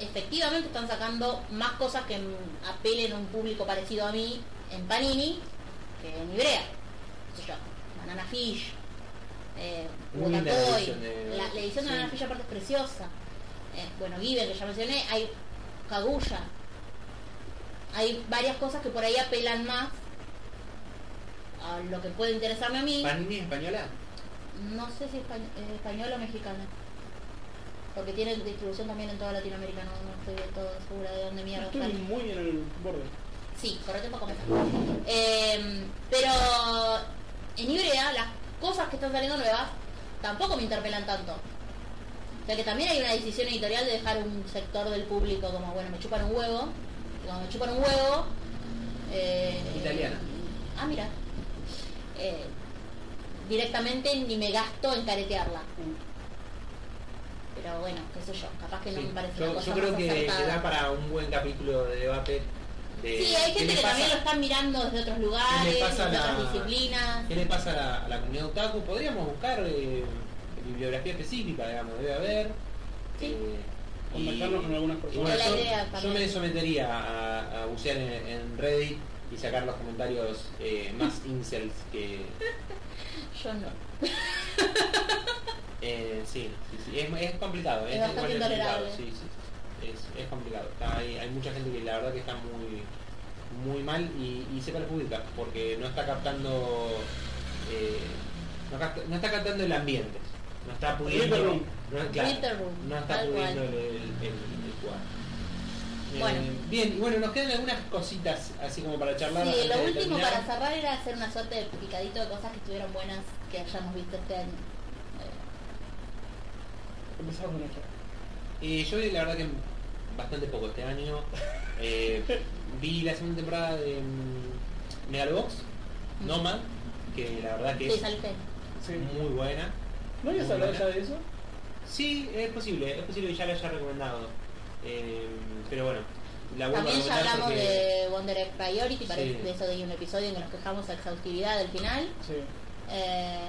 [SPEAKER 1] efectivamente están sacando más cosas que mm, apelen a un público parecido a mí en Panini que en Ibrea. No sé yo, Banana Fish, eh,
[SPEAKER 3] Linda
[SPEAKER 1] Wotakoi.
[SPEAKER 3] edición de-
[SPEAKER 1] La, la edición de
[SPEAKER 3] sí.
[SPEAKER 1] Banana Fish aparte es preciosa. Eh, bueno, Given, que ya mencioné, hay Kaguya. Hay varias cosas que por ahí apelan más a lo que puede interesarme a mí.
[SPEAKER 3] Panini española.
[SPEAKER 1] No sé si españ- eh, española o mexicana. Porque tiene distribución también en toda Latinoamérica, no, no estoy del todo segura de dónde mierda
[SPEAKER 2] Estoy
[SPEAKER 1] sale.
[SPEAKER 2] muy en el borde.
[SPEAKER 1] Sí, correte un poco más. Eh, pero en Ibrea las cosas que están saliendo nuevas tampoco me interpelan tanto. O sea que también hay una decisión editorial de dejar un sector del público como, bueno, me chupan un huevo. Y cuando me chupan un huevo... eh,
[SPEAKER 3] Italiana.
[SPEAKER 1] Ah, mira. Eh, directamente ni me gasto en caretearla. Pero bueno, qué sé yo, capaz que no
[SPEAKER 3] Mm. Sí,
[SPEAKER 1] me parece una
[SPEAKER 3] yo,
[SPEAKER 1] cosa
[SPEAKER 3] yo creo
[SPEAKER 1] más
[SPEAKER 3] que, que
[SPEAKER 1] acertada.
[SPEAKER 3] da para un buen capítulo de debate. De,
[SPEAKER 1] Sí, hay
[SPEAKER 3] qué
[SPEAKER 1] gente
[SPEAKER 3] le
[SPEAKER 1] que
[SPEAKER 3] pasa-
[SPEAKER 1] también lo está mirando desde otros lugares,
[SPEAKER 3] ¿Qué le
[SPEAKER 1] desde
[SPEAKER 3] pasa a la-
[SPEAKER 1] otras disciplinas.
[SPEAKER 3] ¿Qué le pasa a la, a la comunidad otaku? Podríamos buscar eh, bibliografía específica, digamos, debe haber.
[SPEAKER 1] Sí.
[SPEAKER 2] Contactarnos con algunas personas.
[SPEAKER 3] bueno,
[SPEAKER 1] La
[SPEAKER 3] yo,
[SPEAKER 1] idea
[SPEAKER 3] yo
[SPEAKER 1] también.
[SPEAKER 3] me sometería a, a bucear en, en Reddit y sacar los comentarios eh, más incels que...
[SPEAKER 1] Yo no.
[SPEAKER 3] eh, sí, sí, sí, es, es complicado.
[SPEAKER 1] Es
[SPEAKER 3] Es,
[SPEAKER 1] bastante
[SPEAKER 3] igual de complicado,
[SPEAKER 1] intolerable.
[SPEAKER 3] sí, sí, Es, es complicado. Está- hay, hay mucha gente que la verdad que está muy muy mal y, y se perjudica porque no está captando eh, no, capta- no está captando el ambiente no está pudiendo
[SPEAKER 2] Reader room.
[SPEAKER 3] no, claro,
[SPEAKER 1] Reader room,
[SPEAKER 3] no está
[SPEAKER 1] tal cual.
[SPEAKER 3] pudiendo el, el, el jugar. Eh,
[SPEAKER 1] Bueno.
[SPEAKER 3] bien, y bueno, nos quedan algunas cositas así como para charlar.
[SPEAKER 1] Sí,
[SPEAKER 3] antes
[SPEAKER 1] lo
[SPEAKER 3] de
[SPEAKER 1] último
[SPEAKER 3] terminar.
[SPEAKER 1] para cerrar era hacer una suerte de picadito de cosas que estuvieron buenas que hayamos visto este año. Eh,
[SPEAKER 2] Empezamos con esto.
[SPEAKER 3] Eh, yo vi la verdad que bastante poco este año. Eh, vi la segunda temporada de mm, Megalobox, Nomad, que la verdad que
[SPEAKER 1] Sí,
[SPEAKER 3] es
[SPEAKER 1] salté.
[SPEAKER 2] Sí.
[SPEAKER 3] muy buena.
[SPEAKER 2] ¿No habías
[SPEAKER 3] Muy
[SPEAKER 2] hablado ya
[SPEAKER 3] buena.
[SPEAKER 2] de eso?
[SPEAKER 3] Sí, es posible, es posible que ya la haya recomendado. Eh, pero bueno, la vuelvo a
[SPEAKER 1] También ya
[SPEAKER 3] recomendar
[SPEAKER 1] hablamos
[SPEAKER 3] porque-
[SPEAKER 1] de Wonder Egg Priority, para
[SPEAKER 3] Sí.
[SPEAKER 1] de eso de un episodio en que nos quejamos a exhaustividad del final.
[SPEAKER 2] Sí.
[SPEAKER 1] Eh,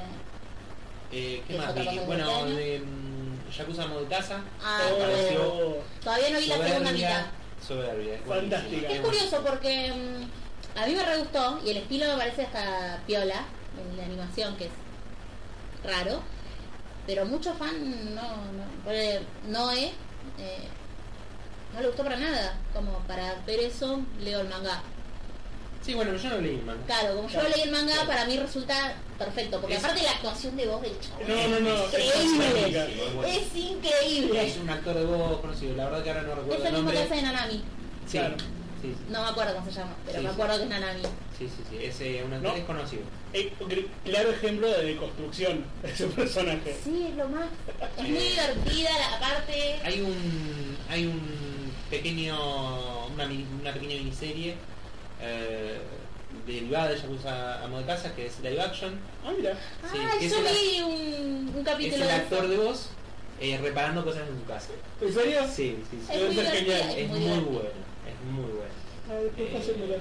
[SPEAKER 3] Eh, ¿Qué
[SPEAKER 1] de
[SPEAKER 3] más?
[SPEAKER 1] J.
[SPEAKER 3] vi?
[SPEAKER 1] Pablo
[SPEAKER 3] Bueno,
[SPEAKER 1] Montano.
[SPEAKER 3] de mm, Yakuza Modetaza.
[SPEAKER 1] ah,
[SPEAKER 3] Me pareció
[SPEAKER 2] Oh,
[SPEAKER 1] todavía no vi la segunda mitad.
[SPEAKER 3] Soberbia. es
[SPEAKER 2] Fantástica.
[SPEAKER 1] Es
[SPEAKER 3] buenísima.
[SPEAKER 1] curioso porque mm, a mí me re gustó y el estilo me parece hasta piola, en la animación que es raro, pero mucho fan no, no, ponele, Noé eh, no le gustó para nada, como para ver eso leo el manga.
[SPEAKER 3] Sí, bueno, yo no leí el manga.
[SPEAKER 1] Claro, como yo
[SPEAKER 2] Claro,
[SPEAKER 1] leí el manga
[SPEAKER 2] claro.
[SPEAKER 1] para mí resulta perfecto, porque
[SPEAKER 3] Es-
[SPEAKER 1] aparte la actuación de voz del chavo
[SPEAKER 2] No, no, no.
[SPEAKER 1] es increíble, es increíble,
[SPEAKER 3] Es un actor de voz conocido, la verdad que ahora no recuerdo
[SPEAKER 1] es el mismo que
[SPEAKER 3] nombre.
[SPEAKER 1] hace de Nanami.
[SPEAKER 3] Sí,
[SPEAKER 2] Claro.
[SPEAKER 4] Sí, sí,
[SPEAKER 1] No me acuerdo cómo se llama, pero
[SPEAKER 4] Sí,
[SPEAKER 1] me
[SPEAKER 4] sí.
[SPEAKER 1] acuerdo que es Nanami.
[SPEAKER 4] sí, sí, sí. Es eh, un actor
[SPEAKER 2] No.
[SPEAKER 4] desconocido.
[SPEAKER 2] Eh, cl- Claro ejemplo de construcción de su personaje.
[SPEAKER 1] Sí, es lo más. Es
[SPEAKER 4] Sí.
[SPEAKER 1] muy divertida, la- aparte.
[SPEAKER 4] Hay un hay un pequeño una, mini- una pequeña miniserie eh, derivada de Yakuza Amo de Casa que es live action.
[SPEAKER 2] Ah, mira.
[SPEAKER 4] sí,
[SPEAKER 1] ah,
[SPEAKER 4] es
[SPEAKER 1] yo
[SPEAKER 4] el-
[SPEAKER 1] vi un, un
[SPEAKER 4] Es
[SPEAKER 1] capítulo
[SPEAKER 4] el
[SPEAKER 1] de
[SPEAKER 4] actor
[SPEAKER 1] eso.
[SPEAKER 4] de voz eh, reparando cosas en su casa.
[SPEAKER 2] ¿En serio?
[SPEAKER 4] Sí, sí, sí.
[SPEAKER 1] Es muy
[SPEAKER 2] Debe ser
[SPEAKER 1] divertida,
[SPEAKER 2] genial,
[SPEAKER 1] es muy
[SPEAKER 4] bueno,
[SPEAKER 1] divertida.
[SPEAKER 4] es muy bueno.
[SPEAKER 2] Ah, después
[SPEAKER 4] Eh,
[SPEAKER 2] pásenmela.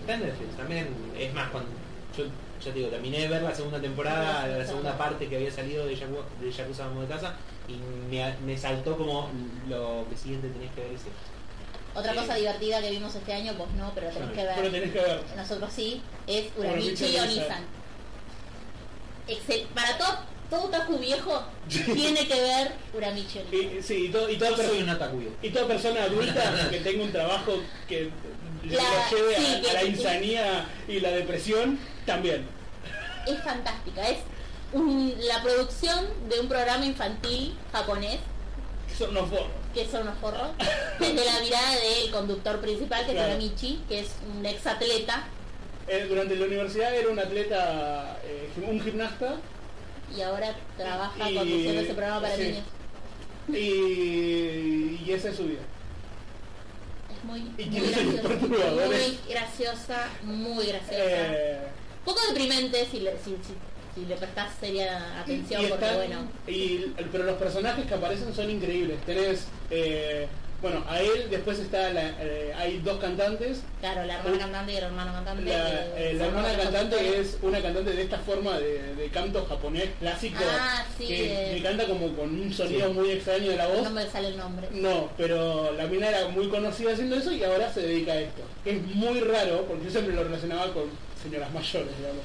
[SPEAKER 4] Está en Netflix, también es más cuando yo ya te digo, terminé de ver la segunda temporada, la segunda parte que había salido de Yaku- de Yakuza Amo de Casa y me, me saltó como lo que siguiente tenés que ver es esto.
[SPEAKER 1] Otra
[SPEAKER 4] Sí.
[SPEAKER 1] cosa divertida que vimos este año, vos no, pero tenés que ver.
[SPEAKER 2] Pero tenés que ver.
[SPEAKER 1] nosotros sí, es
[SPEAKER 2] Uramichi
[SPEAKER 1] Uramichi Onisan.
[SPEAKER 2] Onisan.
[SPEAKER 1] Excel. Para todo, todo otaku viejo tiene que ver Uramichi Onisan.
[SPEAKER 2] Y, sí, y, todo- y
[SPEAKER 4] Yo
[SPEAKER 2] toda
[SPEAKER 4] soy
[SPEAKER 2] per-
[SPEAKER 4] un atacuyo.
[SPEAKER 2] y toda persona adulta que tenga un trabajo que la,
[SPEAKER 1] La-
[SPEAKER 2] lleve a-
[SPEAKER 1] sí,
[SPEAKER 2] a,
[SPEAKER 1] que-
[SPEAKER 2] la insanía y la depresión, también.
[SPEAKER 1] Es fantástica, es un- la producción de un programa infantil japonés
[SPEAKER 2] Son unos forros.
[SPEAKER 1] que son unos forros, desde la mirada del conductor principal, que
[SPEAKER 2] Claro.
[SPEAKER 1] es Uramichi, que es un ex atleta,
[SPEAKER 2] Eh, Durante la universidad era un atleta, eh, gim- un gimnasta
[SPEAKER 1] y ahora trabaja
[SPEAKER 2] Y-
[SPEAKER 1] conduciendo ese programa para
[SPEAKER 2] sí.
[SPEAKER 1] niños.
[SPEAKER 2] y, y esa es su vida.
[SPEAKER 1] Es muy,
[SPEAKER 2] Y
[SPEAKER 1] muy
[SPEAKER 2] tiene sueños
[SPEAKER 1] graciosa,
[SPEAKER 2] perturbadores.
[SPEAKER 1] muy graciosa, muy graciosa.
[SPEAKER 2] Eh,
[SPEAKER 1] poco deprimente si le, si, si, si le prestás seria atención
[SPEAKER 2] y
[SPEAKER 1] porque
[SPEAKER 2] están-
[SPEAKER 1] bueno
[SPEAKER 2] y- pero los personajes que aparecen son increíbles. Tenés, eh, bueno, a él después está, la- eh, hay dos cantantes.
[SPEAKER 1] claro la hermana cantante y el hermano cantante
[SPEAKER 2] La,
[SPEAKER 1] que
[SPEAKER 2] eh, la
[SPEAKER 1] son
[SPEAKER 2] hermana
[SPEAKER 1] otros
[SPEAKER 2] cantante
[SPEAKER 1] compositores.
[SPEAKER 2] es una cantante de esta forma de, de canto japonés clásico
[SPEAKER 1] Ah, sí,
[SPEAKER 2] que,
[SPEAKER 1] eh.
[SPEAKER 2] que canta como con un sonido muy extraño de la voz.
[SPEAKER 1] no me sale el nombre
[SPEAKER 2] No, pero la mina era muy conocida haciendo eso y ahora se dedica a esto. Que es muy raro porque yo siempre lo relacionaba con señoras mayores, digamos.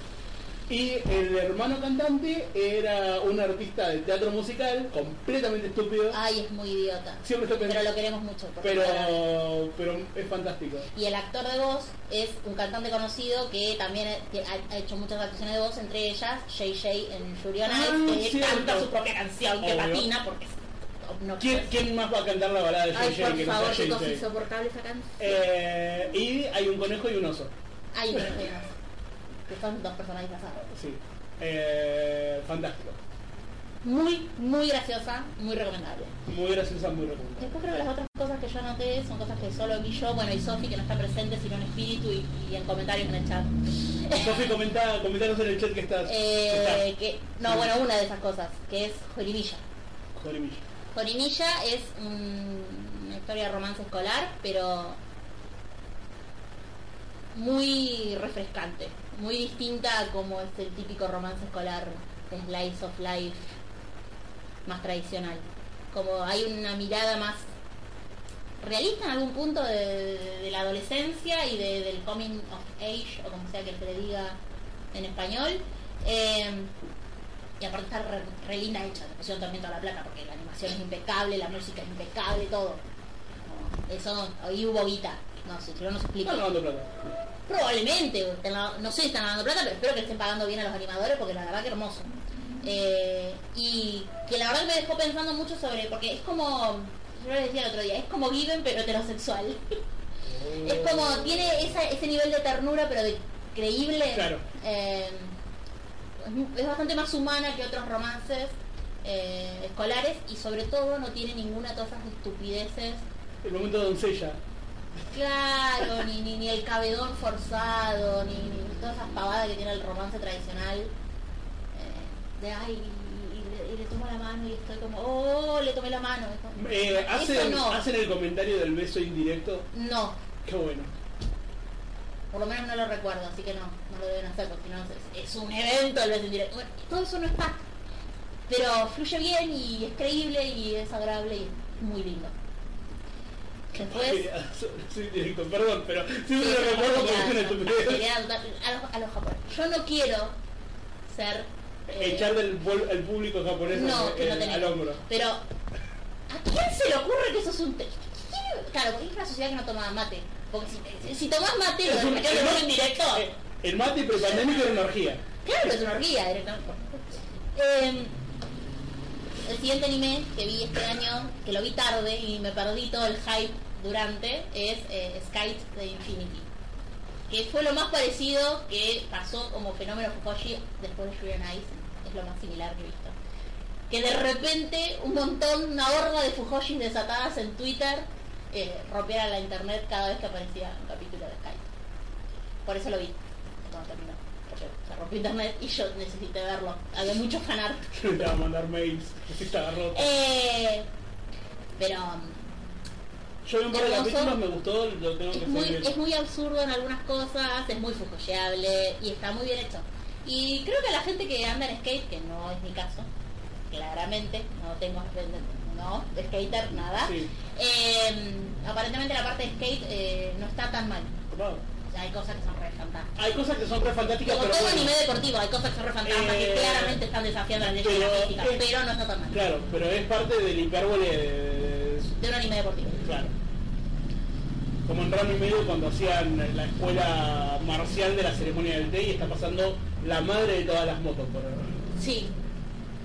[SPEAKER 2] Y el hermano cantante era un artista de teatro musical completamente estúpido.
[SPEAKER 1] ay es muy idiota
[SPEAKER 2] Siempre está
[SPEAKER 1] pero
[SPEAKER 2] pensando.
[SPEAKER 1] lo queremos mucho porque
[SPEAKER 2] Pero,
[SPEAKER 1] para-
[SPEAKER 2] pero es fantástico.
[SPEAKER 1] y el actor de voz es un cantante conocido que también he- ha, ha hecho muchas actuaciones de voz entre ellas JJ en Yuri on
[SPEAKER 2] Ah,
[SPEAKER 1] Ice, que
[SPEAKER 2] cierto.
[SPEAKER 1] canta su propia canción que
[SPEAKER 2] Obvio.
[SPEAKER 1] patina porque es- no
[SPEAKER 2] ¿Quién,
[SPEAKER 1] puede ser.
[SPEAKER 2] quién más va a cantar la balada de
[SPEAKER 1] ay
[SPEAKER 2] Jay Jay
[SPEAKER 1] por
[SPEAKER 2] que no sea
[SPEAKER 1] favor
[SPEAKER 2] Jay
[SPEAKER 1] chicos
[SPEAKER 2] Jay?
[SPEAKER 1] insoportable esa canción
[SPEAKER 2] Eh, y hay un conejo y un oso.
[SPEAKER 1] ay no sé más. que son dos personas disfrazadas
[SPEAKER 2] Sí. Eh, fantástico.
[SPEAKER 1] muy, muy graciosa, muy recomendable.
[SPEAKER 2] Muy graciosa, muy recomendable.
[SPEAKER 1] Después creo que las otras cosas que yo anoté son cosas que solo vi yo, bueno, y Sofi que no está presente, sino en espíritu y, y en comentarios en el chat.
[SPEAKER 2] Sofi, comenta, comentanos en el chat que estás.
[SPEAKER 1] Eh, que, no, bueno, una de esas cosas, que es Jorimilla.
[SPEAKER 2] estás jorimillo.
[SPEAKER 1] Jorimilla es un- una historia de romance escolar, pero muy refrescante, muy distinta a como es el típico romance escolar, slice of life, más tradicional. Como hay una mirada más realista en algún punto de, de- de la adolescencia y de- del coming of age, o como sea que se le diga en español. Em, y aparte está re, re linda hecha, le pusieron también toda la plata porque la animación es impecable, la música es impecable, todo. Como, Eso, ahí hubo guita. No sé, yo no se explica.
[SPEAKER 2] Están lavando plata.
[SPEAKER 1] Probablemente, estén la- no sé si están ganando plata, pero espero que estén pagando bien a los animadores porque la verdad que hermoso. Eh, y que la verdad me dejó pensando mucho sobre, porque es como, yo les decía el otro día, es como viven pero heterosexual. es como, tiene esa- ese nivel de ternura pero de creíble.
[SPEAKER 2] Claro.
[SPEAKER 1] Eh, es mu- es bastante más humana que otros romances eh, escolares y sobre todo no tiene ninguna de todas esas estupideces
[SPEAKER 2] El momento doncella.
[SPEAKER 1] Claro, ni, ni, ni el cabedón forzado, ni, ni todas esas pavadas que tiene el romance tradicional. eh, de ay, y, y le, y le tomo la mano y estoy como, oh, le tomé la mano. es como-
[SPEAKER 2] Eh, hacen,
[SPEAKER 1] Eso no.
[SPEAKER 2] hacen el comentario del beso indirecto.
[SPEAKER 1] No,
[SPEAKER 2] Qué bueno.
[SPEAKER 1] por lo menos no lo recuerdo, así que no, no lo deben hacer, porque si no es, es un evento el beso indirecto. Bueno, todo eso no está. Pero fluye bien y es creíble y es agradable y es muy lindo. Después.
[SPEAKER 2] Sí, directo, perdón, pero
[SPEAKER 1] Pues- Sí,
[SPEAKER 2] siempre lo
[SPEAKER 1] pero
[SPEAKER 2] recuerdo como
[SPEAKER 1] quería-
[SPEAKER 2] una estupidez.
[SPEAKER 1] quería adoptar a los, a los japoneses. Yo no quiero ser... eh,
[SPEAKER 2] Echar del vol- al público japonés
[SPEAKER 1] no,
[SPEAKER 2] al-
[SPEAKER 1] que no
[SPEAKER 2] el-
[SPEAKER 1] tenemos.
[SPEAKER 2] al hombro.
[SPEAKER 1] Pero, ¿a quién se le ocurre que eso es un... te- ¿Quién- Claro, porque es una sociedad que no tomaba mate. Porque si, si tomás mate,
[SPEAKER 2] Es
[SPEAKER 1] lo
[SPEAKER 2] un-
[SPEAKER 1] que lo en directo.
[SPEAKER 2] Eh, El mate prepandémico era una orgía.
[SPEAKER 1] Claro, es una orgía directamente. Eh, el siguiente anime que vi este año, que lo vi tarde y me perdí todo el hype durante es eh, Skite de Infinity. Que fue lo más parecido que pasó como fenómeno Fujoshi después de Julian Ice. Es lo más similar que he visto. Que de repente un montón, una horda de Fujoshis desatadas en Twitter eh, rompieran la internet cada vez que aparecía un capítulo de Skite. Por eso lo vi cuando terminó. Porque se rompió internet y yo necesité verlo. Había mucho fanart.
[SPEAKER 2] Yo le va a mandar mails. Estaba roto.
[SPEAKER 1] Eh, pero um,
[SPEAKER 2] Yo vi un par de
[SPEAKER 1] hermoso.
[SPEAKER 2] capítulos, me gustó, lo tengo que
[SPEAKER 1] es muy,
[SPEAKER 2] seguir.
[SPEAKER 1] es muy absurdo en algunas cosas, es muy fujoyeable y está muy bien hecho. Y creo que a la gente que anda en skate, que no es mi caso, claramente, no tengo no, de skater, nada.
[SPEAKER 2] Sí.
[SPEAKER 1] eh, aparentemente la parte de skate eh, no está tan mal.
[SPEAKER 2] No.
[SPEAKER 1] O sea, hay cosas que son re fantásticas.
[SPEAKER 2] Hay cosas que son re fantásticas,
[SPEAKER 1] Como
[SPEAKER 2] pero
[SPEAKER 1] todo
[SPEAKER 2] bueno.
[SPEAKER 1] anime deportivo, hay cosas que son re fantásticas
[SPEAKER 2] Eh,
[SPEAKER 1] que claramente están desafiando las leyes de
[SPEAKER 2] pero
[SPEAKER 1] la física,
[SPEAKER 2] es-
[SPEAKER 1] pero no está tan mal.
[SPEAKER 2] Claro, pero es parte del hipérbole de-
[SPEAKER 1] De un anime deportivo.
[SPEAKER 2] Claro. Como en Ramo y Medio cuando hacían la escuela marcial de la ceremonia del té y está pasando la madre de todas las motos por ahora.
[SPEAKER 1] Sí,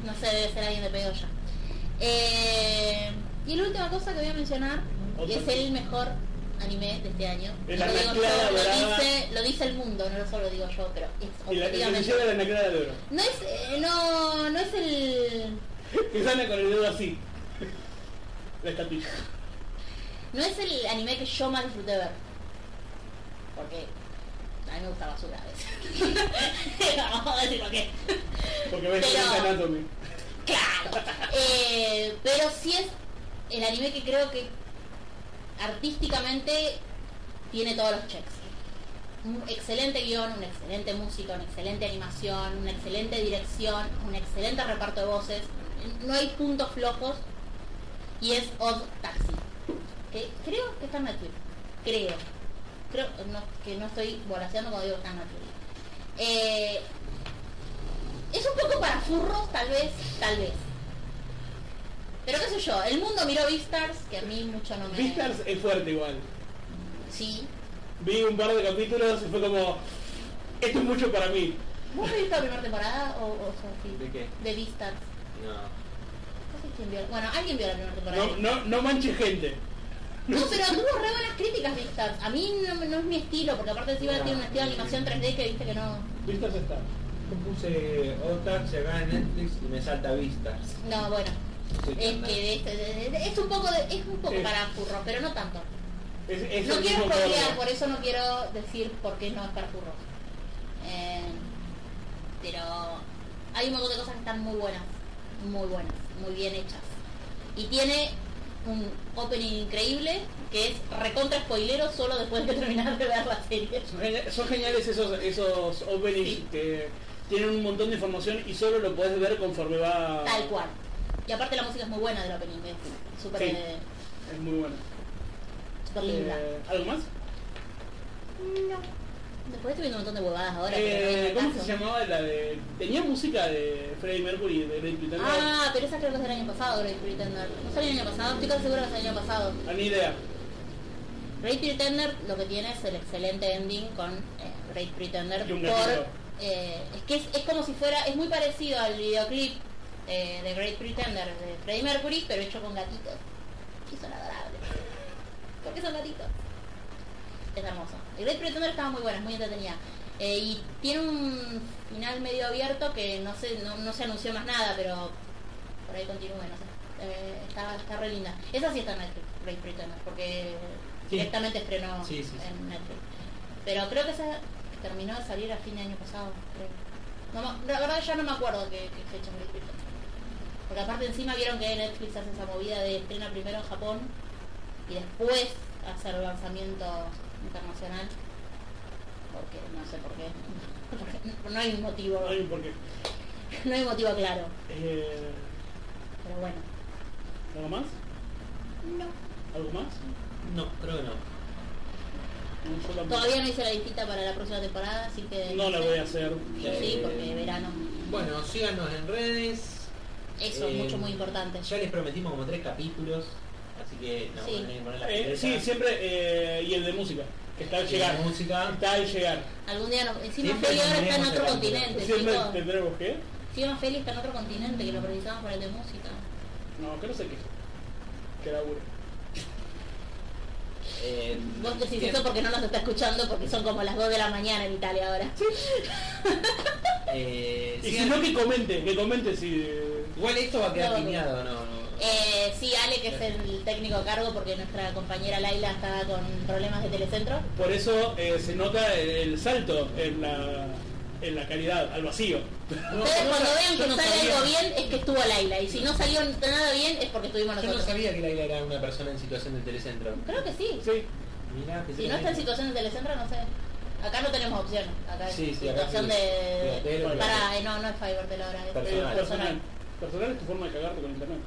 [SPEAKER 1] no sé, debe ser alguien de Pedoya. Eh, y la última cosa que voy a mencionar
[SPEAKER 2] Otra.
[SPEAKER 1] es el mejor anime de este año.
[SPEAKER 2] Es
[SPEAKER 1] Y
[SPEAKER 2] la
[SPEAKER 1] lo, digo
[SPEAKER 2] mezcla
[SPEAKER 1] yo, lo
[SPEAKER 2] dorada.
[SPEAKER 1] dice, lo dice el mundo, no lo solo digo yo, pero es
[SPEAKER 2] Y la
[SPEAKER 1] objetivamente.
[SPEAKER 2] televisión de la negra de oro.
[SPEAKER 1] No es, eh, no, no es el,
[SPEAKER 2] Que sale con el dedo así. La estatuilla.
[SPEAKER 1] no es el anime que yo más disfruté ver, porque a mí me gusta la basura a veces. Vamos a decir lo que. es.
[SPEAKER 2] Porque ves que
[SPEAKER 1] Pero-
[SPEAKER 2] es Anatomy.
[SPEAKER 1] Claro. Eh, pero sí es el anime que creo que artísticamente tiene todos los checks. Un excelente guión, una excelente música, una excelente animación, una excelente dirección, un excelente reparto de voces. No hay puntos flojos. Y es Odd Taxi. Que creo que está en Netflix. Creo. Creo no, que no estoy volaseando cuando digo que está en Netflix. Eh, es un poco para furros, tal vez, tal vez. Pero qué sé yo, el mundo miró Beastars, que a mí mucho no me...
[SPEAKER 2] Vistars es fuerte igual.
[SPEAKER 1] Sí.
[SPEAKER 2] Vi un par de capítulos y fue como. Esto es mucho para mí.
[SPEAKER 1] ¿Vos viste la primera temporada o, o Sofi?
[SPEAKER 4] ¿De qué?
[SPEAKER 1] De Beastars.
[SPEAKER 4] No.
[SPEAKER 1] No sé quién vio- Bueno, alguien vio la primera temporada.
[SPEAKER 2] No, no, no manches gente.
[SPEAKER 1] No, pero tuvo re buenas críticas Beastars. A mí no, no es mi estilo, porque aparte encima tiene un estilo de animación 3D que viste que no...
[SPEAKER 2] Vistars está.
[SPEAKER 4] Yo puse Otax acá en Netflix y me salta vistas.
[SPEAKER 1] No, bueno.
[SPEAKER 4] Sí,
[SPEAKER 1] Es
[SPEAKER 4] anda.
[SPEAKER 1] que de este- de- de- es un poco, de- es un poco
[SPEAKER 2] Sí.
[SPEAKER 1] para furros, pero no tanto.
[SPEAKER 2] Es, es
[SPEAKER 1] No
[SPEAKER 2] el
[SPEAKER 1] quiero
[SPEAKER 2] mismo
[SPEAKER 1] spoilear,
[SPEAKER 2] color.
[SPEAKER 1] por eso no quiero decir por qué no es para furros. Eh, pero hay un montón de cosas que están muy buenas, muy buenas, muy bien hechas. Y tiene un opening increíble que es recontra spoilero solo después de terminar de ver la serie.
[SPEAKER 2] Son, genia- son geniales esos, esos openings
[SPEAKER 1] Sí.
[SPEAKER 2] que tienen un montón de información y solo lo podés ver conforme va.
[SPEAKER 1] Tal cual. Y aparte la música es muy buena del opening, es súper
[SPEAKER 2] Sí.
[SPEAKER 1] eh,
[SPEAKER 2] Es muy bueno.
[SPEAKER 1] súper linda.
[SPEAKER 2] Eh, ¿Algo más?
[SPEAKER 1] Después estoy viendo un montón de huevadas ahora. pero no
[SPEAKER 2] Eh,
[SPEAKER 1] viene al
[SPEAKER 2] ¿Cómo
[SPEAKER 1] caso.
[SPEAKER 2] se llamaba la de.? Tenía música de Freddie Mercury de Great Britain.
[SPEAKER 1] Ah, pero esa creo que es del año pasado, Great Pretender. ¿No salió el año pasado? Estoy casi segura que salió el año pasado.
[SPEAKER 2] Ah, ni idea.
[SPEAKER 1] Great Pretender lo que tiene es el excelente ending con eh, Great Pretender
[SPEAKER 2] Y un
[SPEAKER 1] por
[SPEAKER 2] gatito.
[SPEAKER 1] eh, es que es, es como si fuera es muy parecido al videoclip eh, de Great Pretender de Freddie Mercury pero hecho con gatitos y son adorables porque son gatitos es hermoso el Great Pretender estaba muy buena es muy entretenida Eh, y tiene un final medio abierto que no sé no, no se anunció más nada pero por ahí continúe no sé Eh, está, está re linda esa sí está en Netflix Great Pretender porque
[SPEAKER 4] Sí.
[SPEAKER 1] directamente estrenó
[SPEAKER 4] Sí, sí, sí.
[SPEAKER 1] en Netflix pero creo que esa terminó de salir a fin de año pasado, creo. No me- la verdad ya no me acuerdo qué, qué fecha me dijiste. Porque aparte encima vieron que Netflix hace esa movida de estrena primero en Japón y después hacer el lanzamiento internacional. Porque no sé por qué. Porque no hay un motivo,
[SPEAKER 2] Ay, porque.
[SPEAKER 1] no hay motivo claro.
[SPEAKER 2] Eh,
[SPEAKER 1] Pero bueno.
[SPEAKER 2] ¿Algo más?
[SPEAKER 1] No.
[SPEAKER 2] ¿Algo más?
[SPEAKER 4] No, creo que no.
[SPEAKER 2] No, yo tampoco.
[SPEAKER 1] Todavía no hice la listita para la próxima temporada, así que.
[SPEAKER 2] No la
[SPEAKER 1] sé.
[SPEAKER 2] voy a hacer. Eh,
[SPEAKER 1] Yo sí, porque verano.
[SPEAKER 4] Bueno, síganos en redes.
[SPEAKER 1] Eso es
[SPEAKER 4] Eh,
[SPEAKER 1] mucho muy importante.
[SPEAKER 4] Ya les prometimos como tres capítulos, así que no,
[SPEAKER 1] Sí.
[SPEAKER 4] van a tener que poner la
[SPEAKER 2] Eh,
[SPEAKER 4] pileta.
[SPEAKER 2] sí, siempre. eh, y el de música. Que está al
[SPEAKER 4] Y
[SPEAKER 2] llegar.
[SPEAKER 4] la música.
[SPEAKER 2] Está al llegar.
[SPEAKER 1] Algún día no, encima
[SPEAKER 4] Siempre
[SPEAKER 1] Feli ahora está en
[SPEAKER 4] tendremos
[SPEAKER 1] otro
[SPEAKER 4] el
[SPEAKER 1] continente,
[SPEAKER 2] Siempre
[SPEAKER 1] chicos.
[SPEAKER 2] tendremos que.
[SPEAKER 1] Encima Feli está en otro continente que lo precisamos para el de música.
[SPEAKER 2] No, que no sé qué. Que labure.
[SPEAKER 3] eh,
[SPEAKER 1] Vos decís
[SPEAKER 3] tiene-
[SPEAKER 1] eso porque no nos está escuchando porque son como las 2 de la mañana en Italia ahora.
[SPEAKER 3] eh,
[SPEAKER 2] Y si
[SPEAKER 3] sigan-
[SPEAKER 2] no, que comente, que comente si... eh,
[SPEAKER 3] Igual esto va a quedar
[SPEAKER 1] No, no.
[SPEAKER 3] piñado, no, no.
[SPEAKER 1] Eh, sí, Ale, que es el técnico a cargo porque nuestra compañera Laila estaba con problemas de telecentro.
[SPEAKER 2] Por eso eh, se nota el, el salto en la, en la calidad, al vacío.
[SPEAKER 1] Ustedes cuando vean
[SPEAKER 3] yo
[SPEAKER 1] que
[SPEAKER 3] no
[SPEAKER 1] sale
[SPEAKER 3] sabía.
[SPEAKER 1] algo bien es que estuvo Laila y si no salió nada bien es porque estuvimos
[SPEAKER 3] Yo no
[SPEAKER 1] nosotros.
[SPEAKER 3] sabía que Laila era una persona en situación del telecentro.
[SPEAKER 1] Creo que sí.
[SPEAKER 2] Sí. eh,
[SPEAKER 3] Mirá, pensé
[SPEAKER 1] Si
[SPEAKER 3] que
[SPEAKER 1] no está en
[SPEAKER 3] era-
[SPEAKER 1] situación de telecentro, no sé. Acá no tenemos opción. Acá es
[SPEAKER 3] Sí, sí, acá
[SPEAKER 1] situación
[SPEAKER 3] sí.
[SPEAKER 1] de...
[SPEAKER 3] Sí, hotel,
[SPEAKER 1] para... eh, No, no es fiber de la hora, es eh, personal.
[SPEAKER 3] Personal.
[SPEAKER 2] personal. Personal es tu forma de cagarte con internet.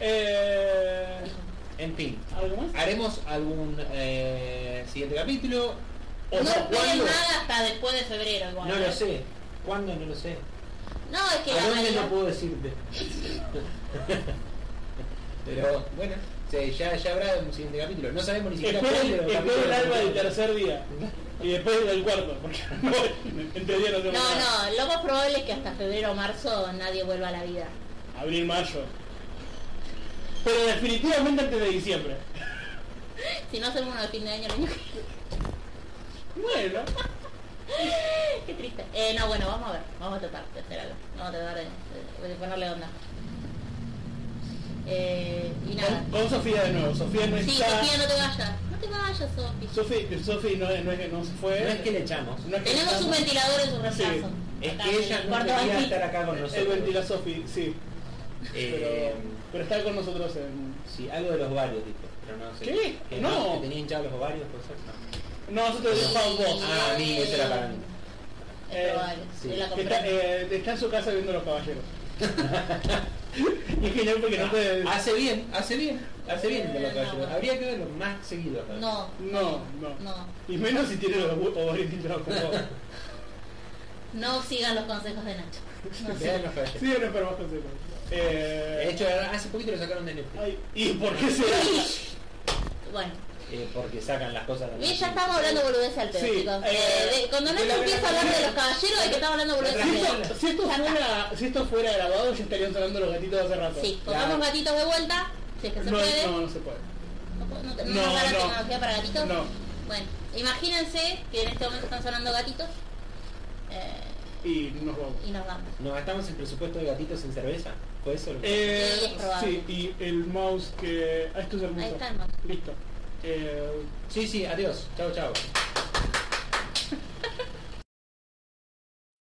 [SPEAKER 2] Eh,
[SPEAKER 3] En fin,
[SPEAKER 2] ¿Algo más?
[SPEAKER 3] haremos algún eh, siguiente capítulo.
[SPEAKER 2] O
[SPEAKER 1] no
[SPEAKER 2] sea,
[SPEAKER 1] esperen
[SPEAKER 2] ¿cuándo?
[SPEAKER 1] nada hasta después de febrero igual.
[SPEAKER 3] No
[SPEAKER 1] ¿eh?
[SPEAKER 3] lo sé. ¿Cuándo? No lo sé.
[SPEAKER 1] No, es que
[SPEAKER 3] ¿A
[SPEAKER 1] la
[SPEAKER 3] dónde
[SPEAKER 1] realidad...
[SPEAKER 3] no puedo decirte? Pero bueno, sí, ya, ya habrá un siguiente capítulo. No sabemos ni siquiera
[SPEAKER 2] Esperen,
[SPEAKER 3] cuándo,
[SPEAKER 2] esperen
[SPEAKER 3] capítulo
[SPEAKER 2] el alba
[SPEAKER 3] de-
[SPEAKER 2] del tercer día. Y después del cuarto, porque en teoría no hacemos
[SPEAKER 1] No,
[SPEAKER 2] nada.
[SPEAKER 1] no, lo más probable es que hasta febrero o marzo nadie vuelva a la vida.
[SPEAKER 2] Abril, mayo. Pero definitivamente antes de diciembre.
[SPEAKER 1] Si no hacemos uno de fin de año, el año
[SPEAKER 2] Bueno.
[SPEAKER 1] que- qué triste. Eh, no, bueno, vamos a ver, vamos a tratar de hacer algo. Vamos a tratar de, de- de ponerle onda. Eh, y nada.
[SPEAKER 2] Con, con Sofía de nuevo. Sofía no
[SPEAKER 1] Sí,
[SPEAKER 2] está.
[SPEAKER 1] Sofía, no te vayas. No te vayas, Sofía.
[SPEAKER 2] Sofía, Sofía no, no es que no se fue.
[SPEAKER 3] No es que le echamos.
[SPEAKER 2] No es que
[SPEAKER 1] Tenemos un
[SPEAKER 2] estamos-
[SPEAKER 1] ventilador en su reemplazo.
[SPEAKER 3] Es
[SPEAKER 1] Acá
[SPEAKER 3] que
[SPEAKER 1] en
[SPEAKER 3] ella
[SPEAKER 1] el
[SPEAKER 3] no
[SPEAKER 1] cuarto
[SPEAKER 3] quería
[SPEAKER 1] bají.
[SPEAKER 3] estar acá con
[SPEAKER 2] El
[SPEAKER 3] nosotros.
[SPEAKER 2] ventila Sofi, sí.
[SPEAKER 3] Eh,
[SPEAKER 2] Pero, pero está con nosotros en...
[SPEAKER 3] sí, algo de los ovarios, dijo. Pero no sé.
[SPEAKER 2] ¿Qué?
[SPEAKER 3] Que
[SPEAKER 2] No.
[SPEAKER 3] Que tenía hinchados los ovarios, por ser. no.
[SPEAKER 2] No, nosotros
[SPEAKER 1] Sí.
[SPEAKER 2] dibujamos vos.
[SPEAKER 3] Ah, a mí, esa era para mí.
[SPEAKER 1] Es
[SPEAKER 2] Eh,
[SPEAKER 1] probable,
[SPEAKER 3] sí.
[SPEAKER 1] yo la
[SPEAKER 2] Que Está,
[SPEAKER 1] compré.
[SPEAKER 2] eh, está en su casa viendo los caballeros. y es genial porque no te...
[SPEAKER 3] Ah, Hace bien, hace bien, hace bien de los
[SPEAKER 1] No,
[SPEAKER 3] caballeros.
[SPEAKER 1] no.
[SPEAKER 3] Habría que verlo más seguido. ¿no?
[SPEAKER 1] No,
[SPEAKER 2] No, no.
[SPEAKER 1] no.
[SPEAKER 2] Y menos si tiene los bu- ovarios hinchados como vos.
[SPEAKER 1] No sigan los consejos de Nacho. No
[SPEAKER 3] Vean
[SPEAKER 1] sigan.
[SPEAKER 3] los caballeros.
[SPEAKER 2] Sí, no, pero más consejos.
[SPEAKER 3] De
[SPEAKER 2] Eh,
[SPEAKER 3] hecho, hace poquito lo sacaron de Netflix.
[SPEAKER 2] ay, ¿Y por qué será?
[SPEAKER 1] Bueno.
[SPEAKER 3] Eh, porque sacan las cosas de
[SPEAKER 1] Bien,
[SPEAKER 3] Netflix.
[SPEAKER 1] ya estamos hablando boludeces al pedo,
[SPEAKER 2] Sí,
[SPEAKER 1] chicos.
[SPEAKER 2] eh,
[SPEAKER 1] Eh, de- cuando
[SPEAKER 2] de la
[SPEAKER 1] Nacho empieza a hablar de los caballeros, es que estamos hablando boludeces al
[SPEAKER 2] Si
[SPEAKER 1] pedo.
[SPEAKER 2] esto, si esto fuera, si esto fuera grabado, ya estarían sonando los gatitos hace rato.
[SPEAKER 1] Sí, pongamos gatitos de vuelta, si es que se
[SPEAKER 2] No,
[SPEAKER 1] puede.
[SPEAKER 2] no, no se puede.
[SPEAKER 1] ¿No po- no te-
[SPEAKER 2] No,
[SPEAKER 1] no nos da la
[SPEAKER 2] no.
[SPEAKER 1] tecnología para gatitos?
[SPEAKER 2] No.
[SPEAKER 1] Bueno, imagínense que en este momento están sonando gatitos eh,
[SPEAKER 2] Y nos vamos.
[SPEAKER 1] y nos vamos.
[SPEAKER 3] ¿Nos gastamos el presupuesto de gatitos en cerveza? ¿Fue eso? lo que-
[SPEAKER 1] Sí,
[SPEAKER 2] Eh,
[SPEAKER 1] es probable.
[SPEAKER 2] sí, y el mouse que... Ah, esto es hermoso.
[SPEAKER 1] Ahí está el mouse.
[SPEAKER 2] Listo. Eh,
[SPEAKER 3] Sí, sí, adiós. Chao, chao.